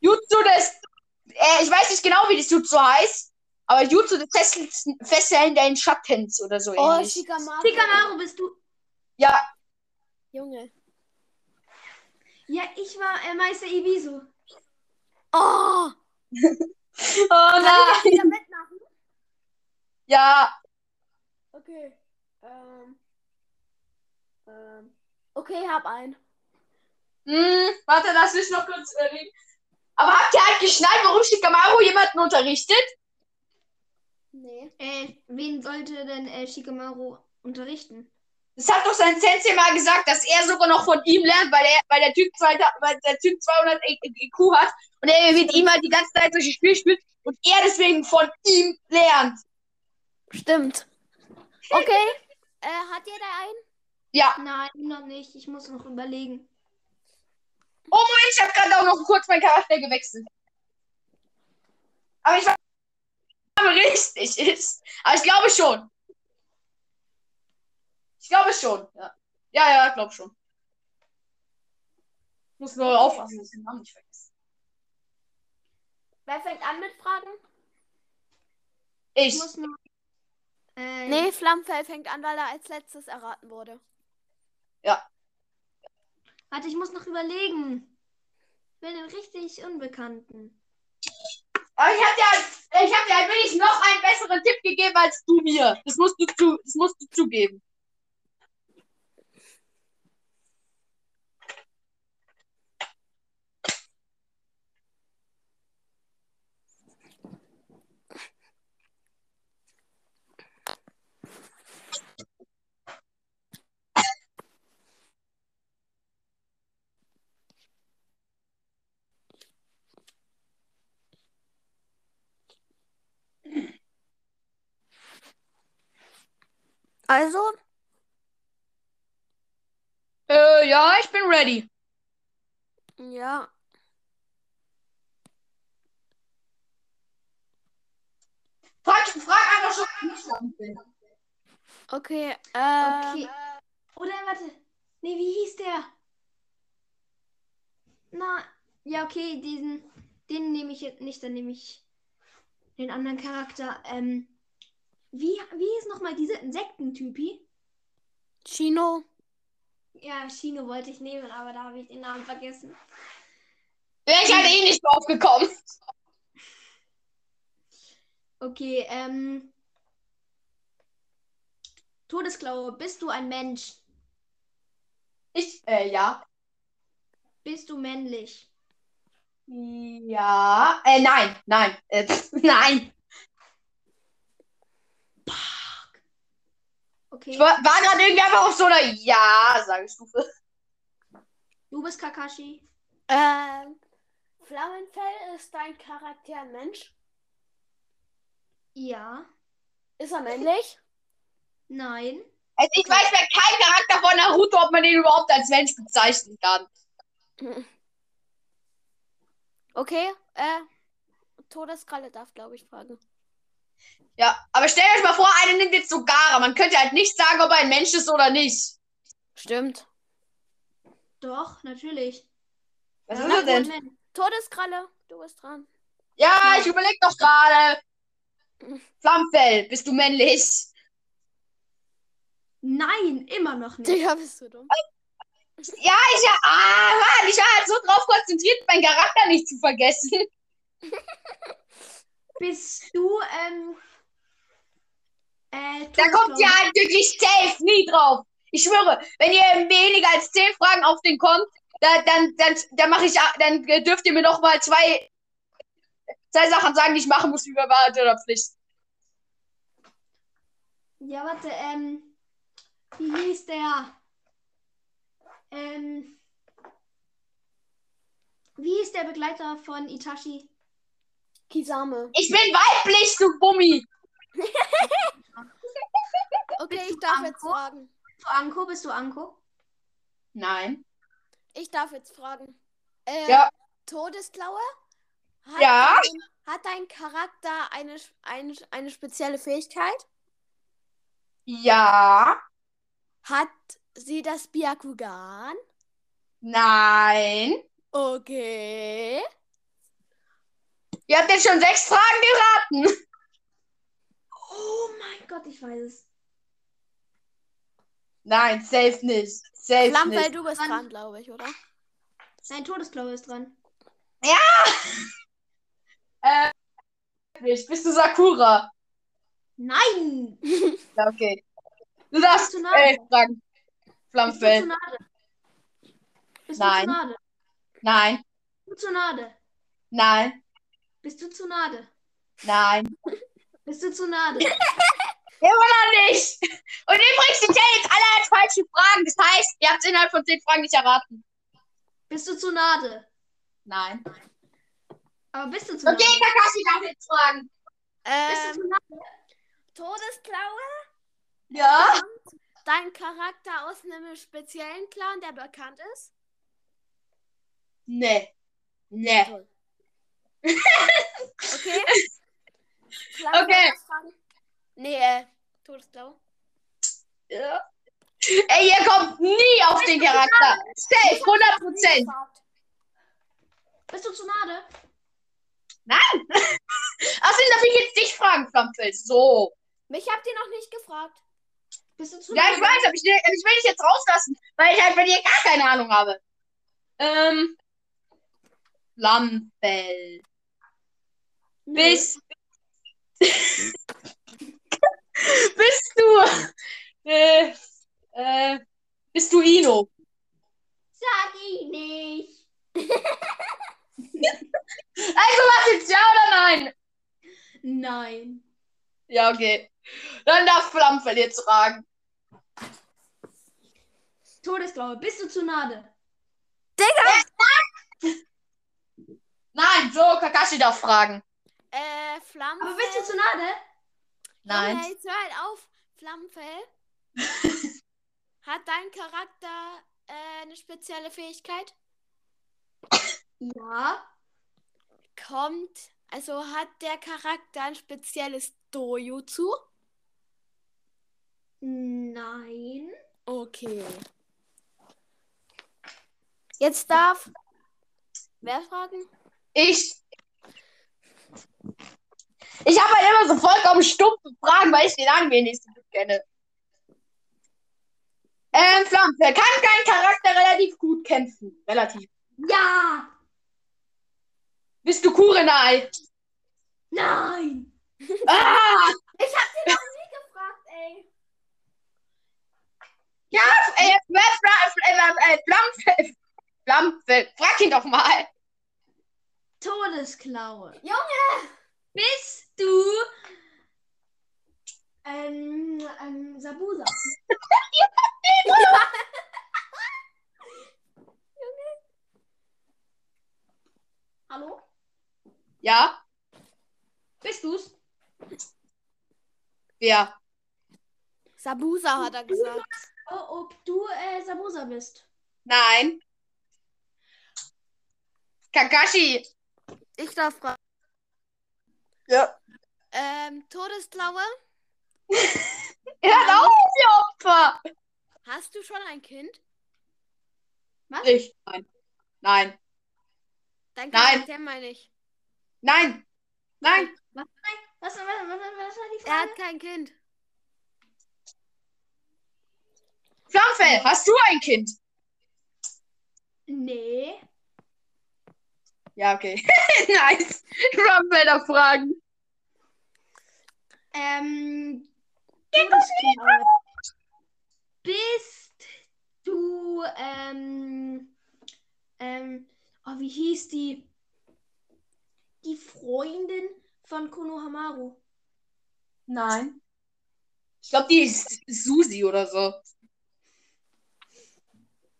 B: Jutsu des. Äh, ich weiß nicht genau, wie das Jutsu heißt, aber Jutsu des Fesseln, Fesseln deinen Schattens oder so
D: Oh,
B: ähnlich.
D: Shikamaru.
A: Shikamaru bist du.
B: ja,
C: Junge.
A: Ja, ich war äh, Meister Ibisu.
D: Oh,
B: oh nein.
D: wieder mitmachen.
B: Ja,
D: Okay. Ähm. Ähm. Okay, hab einen.
B: hm, warte, lass mich noch kurz überlegen. Aber habt ihr halt geschnallt, warum Shikamaru jemanden unterrichtet?
D: Nee.
A: Äh, wen sollte denn äh, Shikamaru unterrichten?
B: Das hat doch sein Sensei mal gesagt, dass er sogar noch von ihm lernt, weil, er, weil, der, typ 200, weil der Typ 200 IQ hat und er mit ihm halt die ganze Zeit solche Spiele spielt und er deswegen von ihm lernt.
C: Stimmt.
D: Okay. äh, hat jeder einen?
B: Ja,
A: Nein, noch nicht. Ich muss noch überlegen.
B: ich habe gerade auch noch kurz meinen Charakter gewechselt. Aber ich weiß nicht, ob es richtig ist. Aber ich glaube schon. Ich glaube schon. Ja, ja, ja ich glaube schon. Muss nur aufpassen, dass ich den Namen nicht vergesse.
C: Wer fängt an mit Fragen?
A: Ich
B: Ich.
A: muss noch. Äh,
D: Nee, Flammenfell fängt an, weil er als letztes erraten wurde.
A: Warte, ich muss noch überlegen. Ich will den richtig Unbekannten.
B: Aber ich habe dir, halt, ich hab dir ein wenig noch einen besseren Tipp gegeben als du mir. Das musst du, zu, das musst du zugeben.
D: Also,
B: Äh, ja, ich bin ready.
C: Ja.
B: Frag, frag einfach schon, wie ich lang bin.
C: Okay. Ähm,
A: Okay. Oder warte. Nee, wie hieß der? Na, ja, okay, diesen. Den nehme ich jetzt nicht, dann nehme ich den anderen Charakter. Ähm. Wie, wie ist nochmal dieser Insektentypi?
C: Chino.
A: Ja, Schiene wollte ich nehmen, aber da habe ich den Namen vergessen.
B: Wäre ich halt eh nicht drauf gekommen.
A: Okay, ähm. Todesklaue, bist du ein Mensch?
B: Ich, äh, ja.
A: Bist du männlich?
B: Ja. Äh, nein, nein. Äh, pff, nein.
A: Okay.
B: Ich war, war gerade irgendwie einfach auf so einer Ja-Sagestufe.
A: Du bist Kakashi.
D: ähm. Flammenfell ist dein Charakter ein Mensch?
A: Ja.
D: Ist er männlich?
A: Nein.
B: Also ich weiß bei keinem Charakter von Naruto, ob man den überhaupt als Mensch bezeichnen kann.
D: [laughs] Okay, äh. Todeskralle darf, glaube ich, fragen.
B: Ja, aber stellt euch mal vor, einer nimmt jetzt Sogara. Man könnte halt nicht sagen, ob er ein Mensch ist oder nicht.
C: Stimmt.
A: Doch, natürlich.
B: Was
A: Ja,
B: ist er
A: Naruto
B: denn?
A: Mensch.
D: Todeskralle, du bist dran.
B: Ja, ich überleg doch gerade. Flammenfell, bist du männlich?
A: Nein, immer noch nicht.
D: Digga, bist du dumm.
B: Ja, ich, ah, Mann, ich war halt so drauf konzentriert, meinen Charakter nicht zu vergessen.
A: Bist du, ähm. Äh,
B: Da kommt ihr
A: Todesklaue?
B: halt wirklich safe nie drauf. Ich schwöre, wenn ihr weniger als zehn Fragen auf den kommt, da, dann, dann, dann mache ich, dann dürft ihr mir noch mal zwei, zwei Sachen sagen, die ich machen muss über Wahrheit oder Pflicht.
A: Ja, warte, ähm. Wie hieß der? Ähm. Wie hieß der Begleiter von Itachi?
D: Kisame.
B: Ich bin weiblich, du Bummi.
D: Okay,
A: Bist
D: ich
A: du
D: darf jetzt
A: Anko?
D: fragen.
A: Bist du Anko? Bist du Anko?
B: Nein.
D: Ich darf jetzt fragen. Äh,
B: Ja.
D: Todesklaue? Hat
B: Ja.
D: Dein, hat dein Charakter eine, eine, eine spezielle Fähigkeit?
B: Ja.
D: Hat sie das Byakugan?
B: Nein.
D: Okay.
B: Ihr habt jetzt schon sechs Fragen geraten.
A: Oh mein Gott, ich weiß es.
B: Nein, safe nicht. Safe
D: Flammfell,
B: nicht.
D: du bist
A: Mann.
D: dran, glaube ich, oder?
A: Nein, Todesklaue ist dran.
B: Weiblich. Bist du Sakura?
A: Nein!
B: Ja, okay. Du darfst
A: Bist du Nade?
B: elf Fragen.
A: Bist du
B: Flammfell.
A: Tsunade? Bist
B: Nein.
A: du Tsunade?
B: Nein.
A: Bist du Tsunade?
B: Nein.
A: Bist du Tsunade?
B: Nein.
A: Bist du Tsunade?
B: Immer noch nicht. Und übrigens, die kennen jetzt alle als falsche Fragen. Das heißt, ihr habt es innerhalb von zehn Fragen nicht erraten.
A: Bist du Tsunade?
B: Nein.
A: Aber bist du Tsunade?
B: Okay, Kakashi darf jetzt fragen.
A: Bist du
D: Ähm,
A: Tsunade?
D: Todesklaue?
B: Ja?
D: Dein Charakter aus einem speziellen Clan, der bekannt ist?
B: Nee. Nee.
D: Okay.
B: [laughs] Okay.
D: Flammfell, fragen? Nee, äh, Todesklaue.
B: Ja. Ey, ihr kommt nie auf den Charakter. Safe, 100%.
A: Bist du Tsunade?
B: Außerdem darf ich jetzt dich fragen, Flammfell. So.
D: Mich habt ihr noch nicht gefragt.
A: Bist du
B: Ja,
A: Tsunade?
B: ich weiß, aber ich, ich will dich jetzt rauslassen, weil ich halt bei dir gar keine Ahnung habe. Ähm. Flammfell. [laughs] Bist. bist du. Äh, äh, bist du Ino?
A: Sag ich nicht.
B: Also was jetzt ja oder nein?
A: Nein.
B: Ja, okay. Dann darf Flammfell jetzt fragen.
A: Todesklaue, bist du Tsunade?
B: Nein, so, Kakashi darf fragen.
D: Äh, Flammenfell.
A: Aber bist du Tsunade?
B: Nein.
D: Junge, jetzt hör halt auf, [laughs] Flammenfell. Hat dein Charakter äh, eine spezielle Fähigkeit?
A: Ja.
D: Kommt, also hat der Charakter ein spezielles Dojutsu?
A: Nein.
D: Okay. Jetzt darf. Wer fragen?
B: Ich. Ich habe halt immer so vollkommen stumpfe Fragen, weil ich den Anime nicht so gut kenne. Ähm, Flammenfell kann dein Charakter relativ gut kämpfen. Relativ.
A: Ja.
B: Bist du Kurenai?
A: Nein.
B: Ah!
D: Gefragt, ey.
B: Ey, äh, äh, äh, Flammenfell. Flammenfell. Frag ihn doch mal.
A: Todesklaue. Junge. Bist du ähm, ähm, [laughs] Sabusa? Hallo?
B: Ja?
A: Bist du's?
B: Wer?
D: Sabusa hat er gesagt.
A: Oh, ob du äh, Sabusa bist?
B: Nein. Kakashi.
D: Ich darf fragen.
B: Ja.
D: Ähm, Todesklaue,
B: Hört auf, ihr Opfer!
D: hast du schon ein Kind?
B: Ich. Nein. Nein.
D: Dein
B: Nein.
D: Charakter meine ich.
B: Nein. Nein.
A: Was, was, was, was, was war die
D: Er
A: Frage?
D: hat kein Kind.
B: Flammfell, hast du ein Kind?
A: Nee.
B: Ja, okay. [laughs] nice. Flammfell darf fragen.
A: Ähm. Todesklaue. Bist du, ähm, ähm, oh, wie hieß die? Die Freundin von Konohamaru.
B: Nein. Ich glaube, die ist Susi oder so.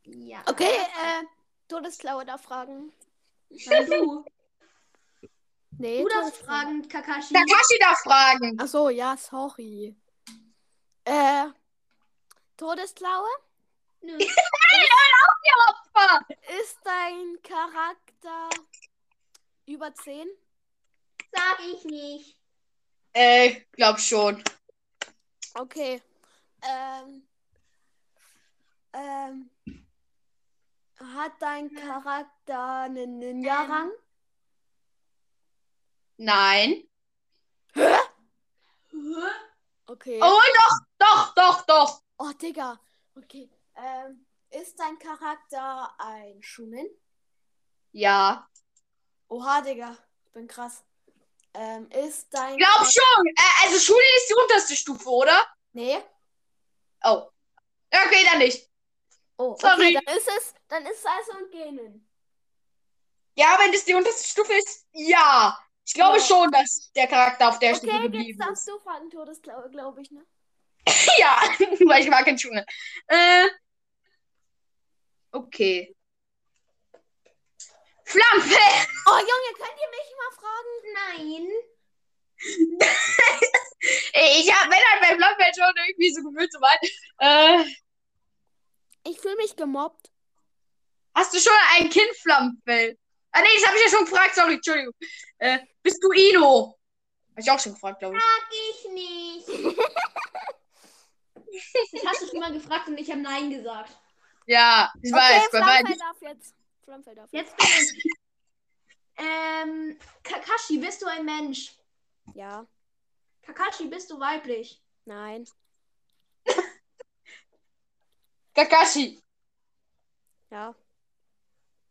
A: Ja.
D: Okay, äh, Todesklaue da fragen.
A: Nein, du.
D: Nee,
A: Du
D: Tobi
A: darfst
D: fragt.
A: fragen, Kakashi.
B: Kakashi darf fragen.
D: Ach so, ja, sorry. Äh, Todeslaue?
A: Nö.
D: Ist dein Charakter über 10?
A: Sag ich nicht.
B: Äh, glaub schon.
D: Okay. Ähm, ähm, hat dein Charakter einen
A: Ähm.
D: Ninja-Rang?
B: Nein.
A: Hä?
D: Okay.
B: Oh, doch, doch, doch, doch.
D: Oh, Digga. Okay. Ähm, ist dein Charakter ein Schunin?
B: Ja.
D: Oha, Digga. Ich bin krass. Ähm, ist dein.
B: Glaub schon. Äh, also Schule ist die unterste Stufe, oder?
D: Nee.
B: Oh. Okay, dann nicht.
D: Oh, okay,
B: Sorry.
D: dann ist es. Dann ist es also ein Genin.
B: Ja, wenn das die unterste Stufe ist, ja. Ich glaube
D: Ja.
B: schon, dass der Charakter auf der Stufe
D: Okay, jetzt
B: geblieben ist.
D: darfst du fragen, Todesglaube, glaube ich, ne?
B: [laughs] Ja, weil ich mag keine Schuhe. Äh. Okay. Flammenfell!
D: Oh, Junge, könnt ihr mich mal fragen?
A: Nein.
B: Ey, Ich hab, wenn dann bei Flammenfell schon irgendwie so gewöhnt so weit. Äh,
D: Ich fühle mich gemobbt.
B: hast du schon ein Kind, Flammenfell? Ah, nee, das habe ich ja schon gefragt, sorry, Entschuldigung. Äh, bist du Ino? Hab ich auch schon gefragt, glaube ich.
A: Sag ich nicht. Das hast du schon mal gefragt und ich habe Nein gesagt.
B: Ja, ich
D: Okay,
B: weiß, bei
D: Flammfell
B: beiden.
D: darf jetzt. Flammfell darf jetzt.
A: Jetzt bin ich. Ähm, Kakashi, bist du ein Mensch?
D: Ja,
A: Kakashi, bist du weiblich?
D: nein,
B: Kakashi,
D: ja.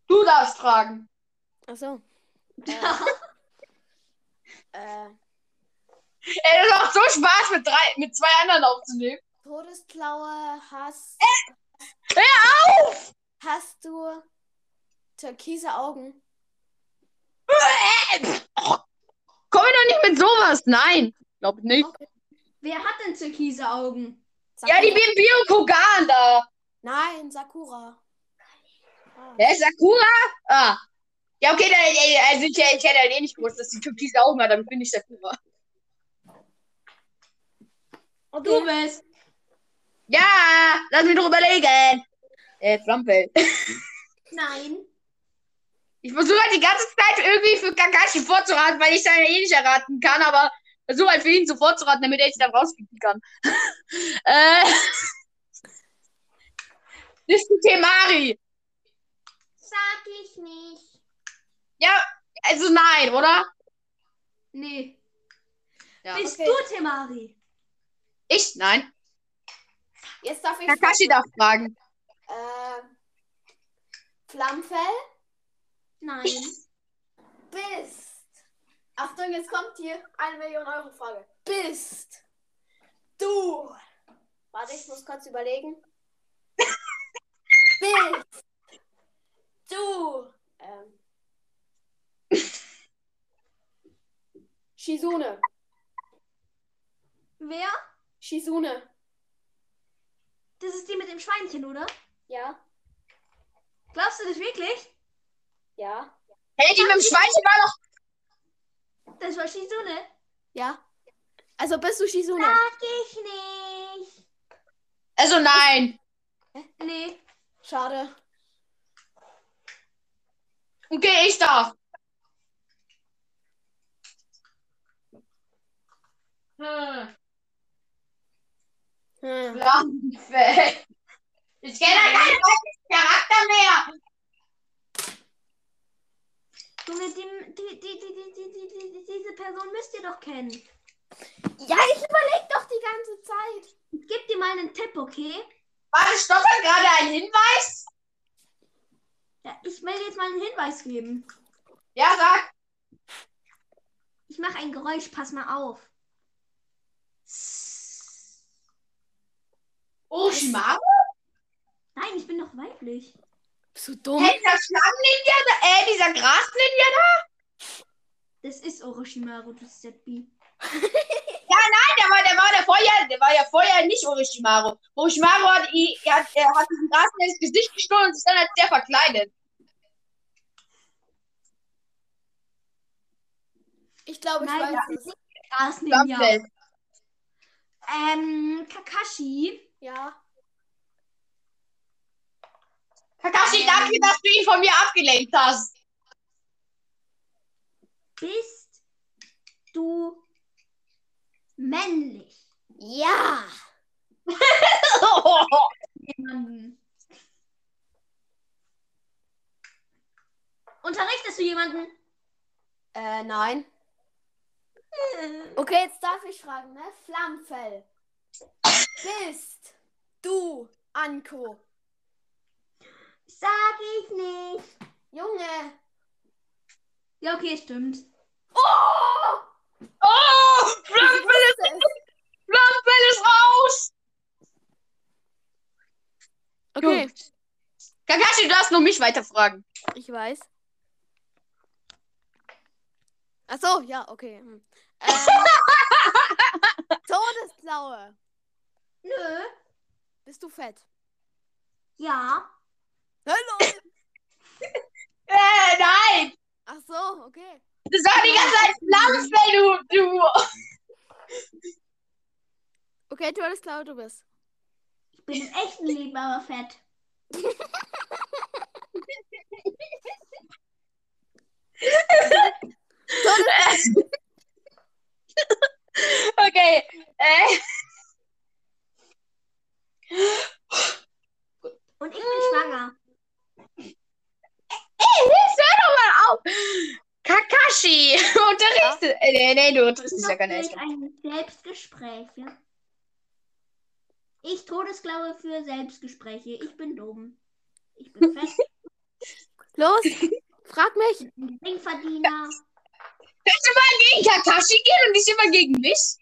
B: du darfst fragen. [laughs]
D: Achso. Äh,
B: Ey, das macht so Spaß, mit, drei, mit zwei anderen aufzunehmen.
D: Todesklaue hast.
B: Hör auf!
D: Hast du türkise Augen?
B: Komm mir doch nicht mit sowas. Nein. Glaub nicht.
A: [laughs] Wer hat denn türkise Augen?
B: Ja, die Bimbi und Kogan da.
D: Nein, Sakura. Ah.
B: Hä, Sakura? Ah. Ja, okay, dann, ey, also ich, ich hätte halt eh nicht gewusst, dass die türkise Augen hat, damit bin ich Sakura.
A: Und du bist.
B: Ja, lass mich doch überlegen. Äh, Flampel.
A: Nein.
B: Ich versuche halt die ganze Zeit irgendwie für Kakashi vorzuraten, weil ich seine eh nicht erraten kann, aber versuche halt für ihn so vorzuraten, damit er sich dann rausfinden kann. [laughs] äh. Bist du Temari?
A: Sag ich nicht.
B: Also nein, oder?
A: Nee.
B: Ja.
A: Bist
D: Okay.
A: du Temari?
B: Ich? Nein.
D: Jetzt darf ich.
B: Kakashi darf fragen.
D: Äh, Flammfell
A: Nein.
D: bist. Achtung, jetzt kommt hier eine Million Euro Frage. Bist du. Warte, ich muss kurz [laughs] überlegen. bist du. Ähm, Shizune.
A: Wer?
D: Shizune.
A: Das ist die mit dem Schweinchen, oder?
D: Ja,
A: Glaubst du das wirklich?
D: ja,
B: Hey, die mit dem Schweinchen war noch.
A: Das war Shizune.
D: ja. Also bist du Shizune?
A: Sag ich nicht.
B: Also nein.
A: Nee.
D: Schade.
B: Okay, ich darf. [laughs] Hm.
D: Hm.
B: Flammenfell. Ich kenne ja keinen weiblichen Charakter mehr.
A: Junge, die, die, die, die, die, die, die, die, die, diese Person müsst ihr doch kennen.
D: Ja, ich überleg doch die ganze Zeit.
A: Ich geb dir mal einen Tipp, okay?
B: Warte, stoppt da gerade ein Hinweis?
A: Ja, ich will dir jetzt mal einen Hinweis geben.
B: Ja, sag.
A: Ich mache ein Geräusch, pass mal auf.
B: Oh, Orochimaru?
A: Nein, ich bin doch weiblich.
D: Bist du dumm?
B: Hey, dieser Schlangen-Ninja da? Äh, dieser Gras-Ninja da?
A: Das ist Orochimaru, das ist der B.
B: Nein, der war, der war der vorher, der war ja vorher nicht Orochimaru. Orochimaru hat, ihn- er hat, er hat diesen Gras ins Gesicht gestohlen und sich dann als der verkleidet.
D: Ich glaube, ich
A: Nein,
D: weiß es.
A: Gras nehmen, ja.
B: Flammfell.
A: Ähm, Kakashi.
D: Ja.
B: Kakashi, danke, dass du ihn von mir abgelenkt hast.
A: Bist du männlich?
D: Ja.
A: Jemanden. [laughs] Unterrichtest du jemanden?
D: Äh, nein. Okay, jetzt darf ich fragen, ne? Flammfell. Bist du Anko?
A: Sag ich nicht.
D: Junge.
A: Ja, okay, stimmt.
D: Oh!
B: Oh,
D: Ich
B: Flammfell
D: wusste es.
B: ist raus.
C: Okay,
B: Kakashi, du darfst nur mich weiterfragen.
C: ich weiß.
D: Ach so, ja, okay. hm. Ähm, [laughs] Todesblaue.
A: Nö.
D: Bist du fett?
A: Ja.
D: Hallo.
B: Äh, nein.
D: Ach so, okay.
B: Du sagst die ganze Zeit Flammfell, du, du.
D: Okay, Todesblaue, du bist.
A: Ich bin im echten Leben aber fett.
B: Okay. Äh,
A: Und ich bin schwanger.
B: jetzt hör doch mal auf. Kakashi, unterrichtet. Äh, nee, nee, du unterrichtest ja gar nicht.
A: Durch ein Selbstgespräch. ja? Ich Todesglaube für Selbstgespräche. Ich bin dumm. Ich [laughs] bin fest.
D: Los, frag mich.
A: ein Geringverdiener.
B: Kannst du mal gegen Kakashi gehen und nicht immer gegen mich?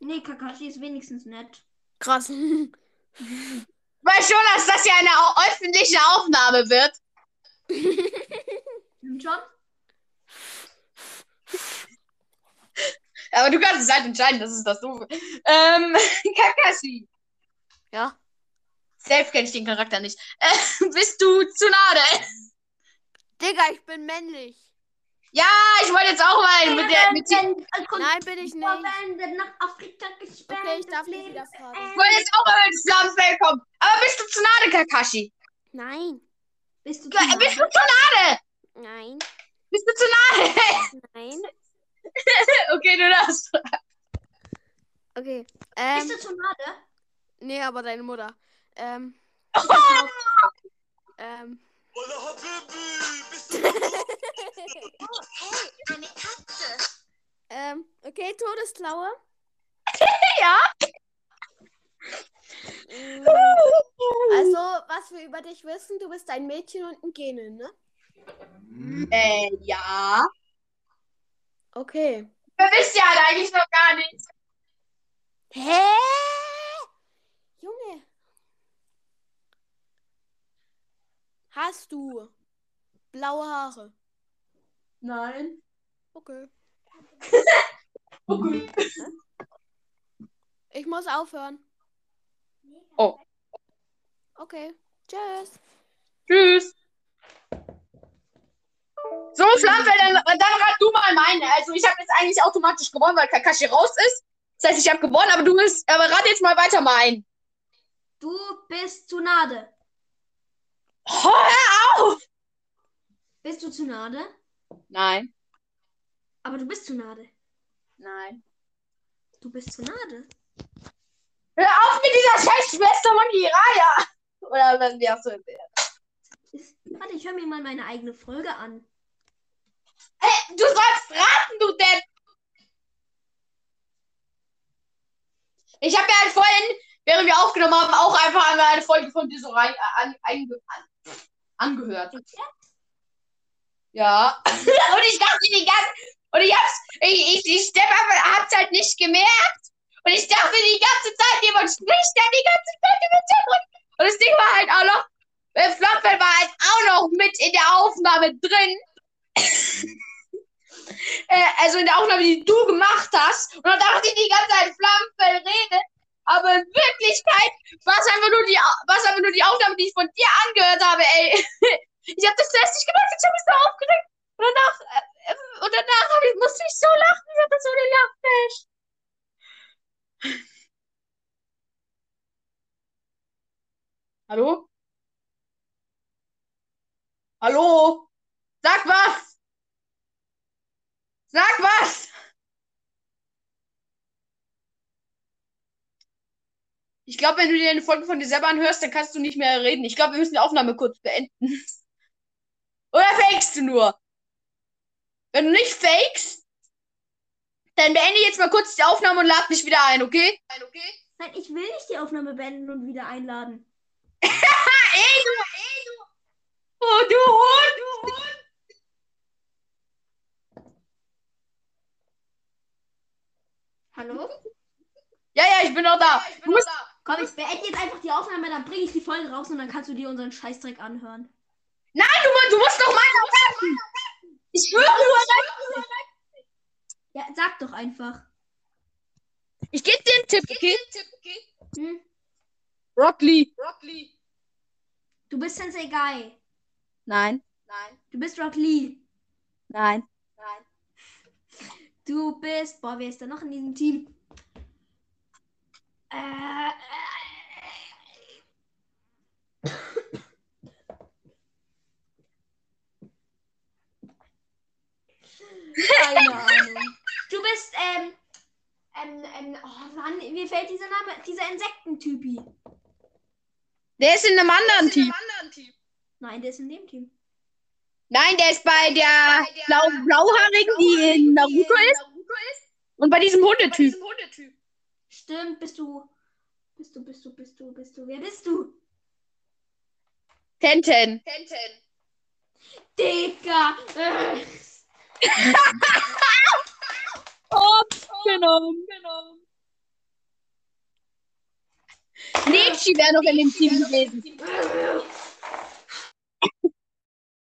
A: Nee, Kakashi ist wenigstens nett.
D: Krass. [laughs]
B: Weil schon, dass das ja eine au- öffentliche Aufnahme wird.
A: Stimmt schon?
B: Aber du kannst es halt entscheiden, das ist das Doofe. Ähm, [laughs] Kakashi.
D: Ja.
B: Selbst kenne ich den Charakter nicht. Äh, bist du Tsunade?
D: Digga, ich bin männlich.
B: Ja, ich wollte jetzt auch mal Äh, mit der. Mit die,
D: Nein, bin ich nicht.
A: Nicht. nach Afrika gesperrt. Äh,
D: Okay, ich darf
A: das
D: nicht
A: Leben
D: wieder fragen.
B: ich wollte jetzt auch mal mit Flammenfell kommen. Aber bist du Tsunade, Kakashi?
C: Nein,
A: Bist du
B: Ja,
A: Tsunade?
B: Bist du Tsunade?
C: nein,
B: Bist du Tsunade?
C: nein.
B: [laughs] okay, du darfst.
C: Okay.
A: Bist
D: Ähm,
A: du Tsunade?
D: nee, aber deine Mutter. Ähm, ähm.
H: Walla Habibi, bist du
D: ähm, okay, Todesklaue.
B: Ja.
D: Mm, Also, was wir über dich wissen, du bist ein Mädchen und ein Gene, ne?
B: Äh, ja.
D: Okay.
B: Wir wissen ja halt eigentlich noch gar nichts.
D: Hä? Junge. Hast du blaue Haare?
A: Nein.
D: Okay.
B: Okay.
D: Ich muss aufhören.
B: Oh.
D: Okay. Tschüss.
B: Tschüss. So, Flammenfell, dann, dann rat du mal meine. Also, ich habe jetzt eigentlich automatisch gewonnen, weil Kakashi raus ist. Das heißt, ich habe gewonnen, aber du bist. Aber rat jetzt mal weiter mal ein.
A: Du bist Tsunade.
B: Oh, hör auf!
A: Bist du Tsunade?
B: Nein.
A: Aber du bist Tsunade.
B: Nein.
A: Du bist Tsunade.
B: Hör auf mit dieser scheiß Schwester von Jiraya! Oder wenn wir auch so.
A: Warte, ich höre mir mal meine eigene Folge an.
B: Du sollst raten, du Depp! Ich habe ja halt vorhin, während wir aufgenommen haben, auch einfach einmal eine Folge von Disorei äh, an, ange, an, angehört. Ja. und ich dachte die ganze und ich hab's, ich, ich, ich Depp, aber hab's halt nicht gemerkt. Und ich dachte die ganze Zeit, jemand spricht da die ganze Zeit im Hintergrund. Und das Ding war halt auch noch, äh, Flampel war halt auch noch mit in der Aufnahme drin äh, also in der Aufnahme, die du gemacht hast. Und dann dachte ich die ganze Zeit, Flammenfell redet. Aber in Wirklichkeit war es einfach nur die, Au- war es einfach nur die Aufnahme, die ich von dir angehört habe, [laughs] ey. Ich habe das zuerst nicht gemerkt, ich habe mich so aufgeregt. Und danach, äh, und danach habe ich musste ich so lachen, ich hatte so eine Lachfläche. Hallo? Hallo? Sag was! Sag was! Ich glaube, wenn du dir eine Folge von dir selber anhörst, dann kannst du nicht mehr reden. Ich glaube, wir müssen die Aufnahme kurz beenden. [laughs] Oder fakest du nur? Wenn du nicht fakest, dann beende jetzt mal kurz die Aufnahme und lad mich wieder ein, okay? Ein, okay?
A: Nein, ich will nicht die Aufnahme beenden und wieder einladen.
B: Ey, du, ey, du. Oh, du Hund, du Hund.
A: Hallo?
B: Ja, ja, ich bin noch da. ich bin noch da.
A: Komm, ich beende jetzt einfach die Aufnahme, dann bringe ich die Folge raus und dann kannst du dir unseren Scheißdreck anhören.
B: Nein, du, Mann, du musst noch meine aufhalten. Ich schwöre, du erreichst
A: Ja, sag doch einfach.
B: Ich gebe dir einen Tipp, okay?
A: Hm?
B: Rock Lee.
A: Du bist Sensei Guy.
B: Nein,
A: Du bist Rock Lee.
B: nein.
A: Du bist. Boah, wer ist da noch in diesem Team? Äh, äh, Keine Ahnung. Du bist, ähm, ähm, ähm, oh Mann, mir fällt dieser Name, dieser Insektentypi.
B: Der ist in einem anderen Team.
A: Nein, der ist in dem Team.
B: Nein, der ist bei der blau blauhaarigen, die in Naruto ist. Und bei diesem Hundetyp.
A: Stimmt, bist du. Bist du, bist du, bist du, bist du. Wer bist du?
B: Tenten.
A: Dicker! Äh.
B: Oh, genau. Nietzsche wäre noch in dem Team gewesen.
A: Äh.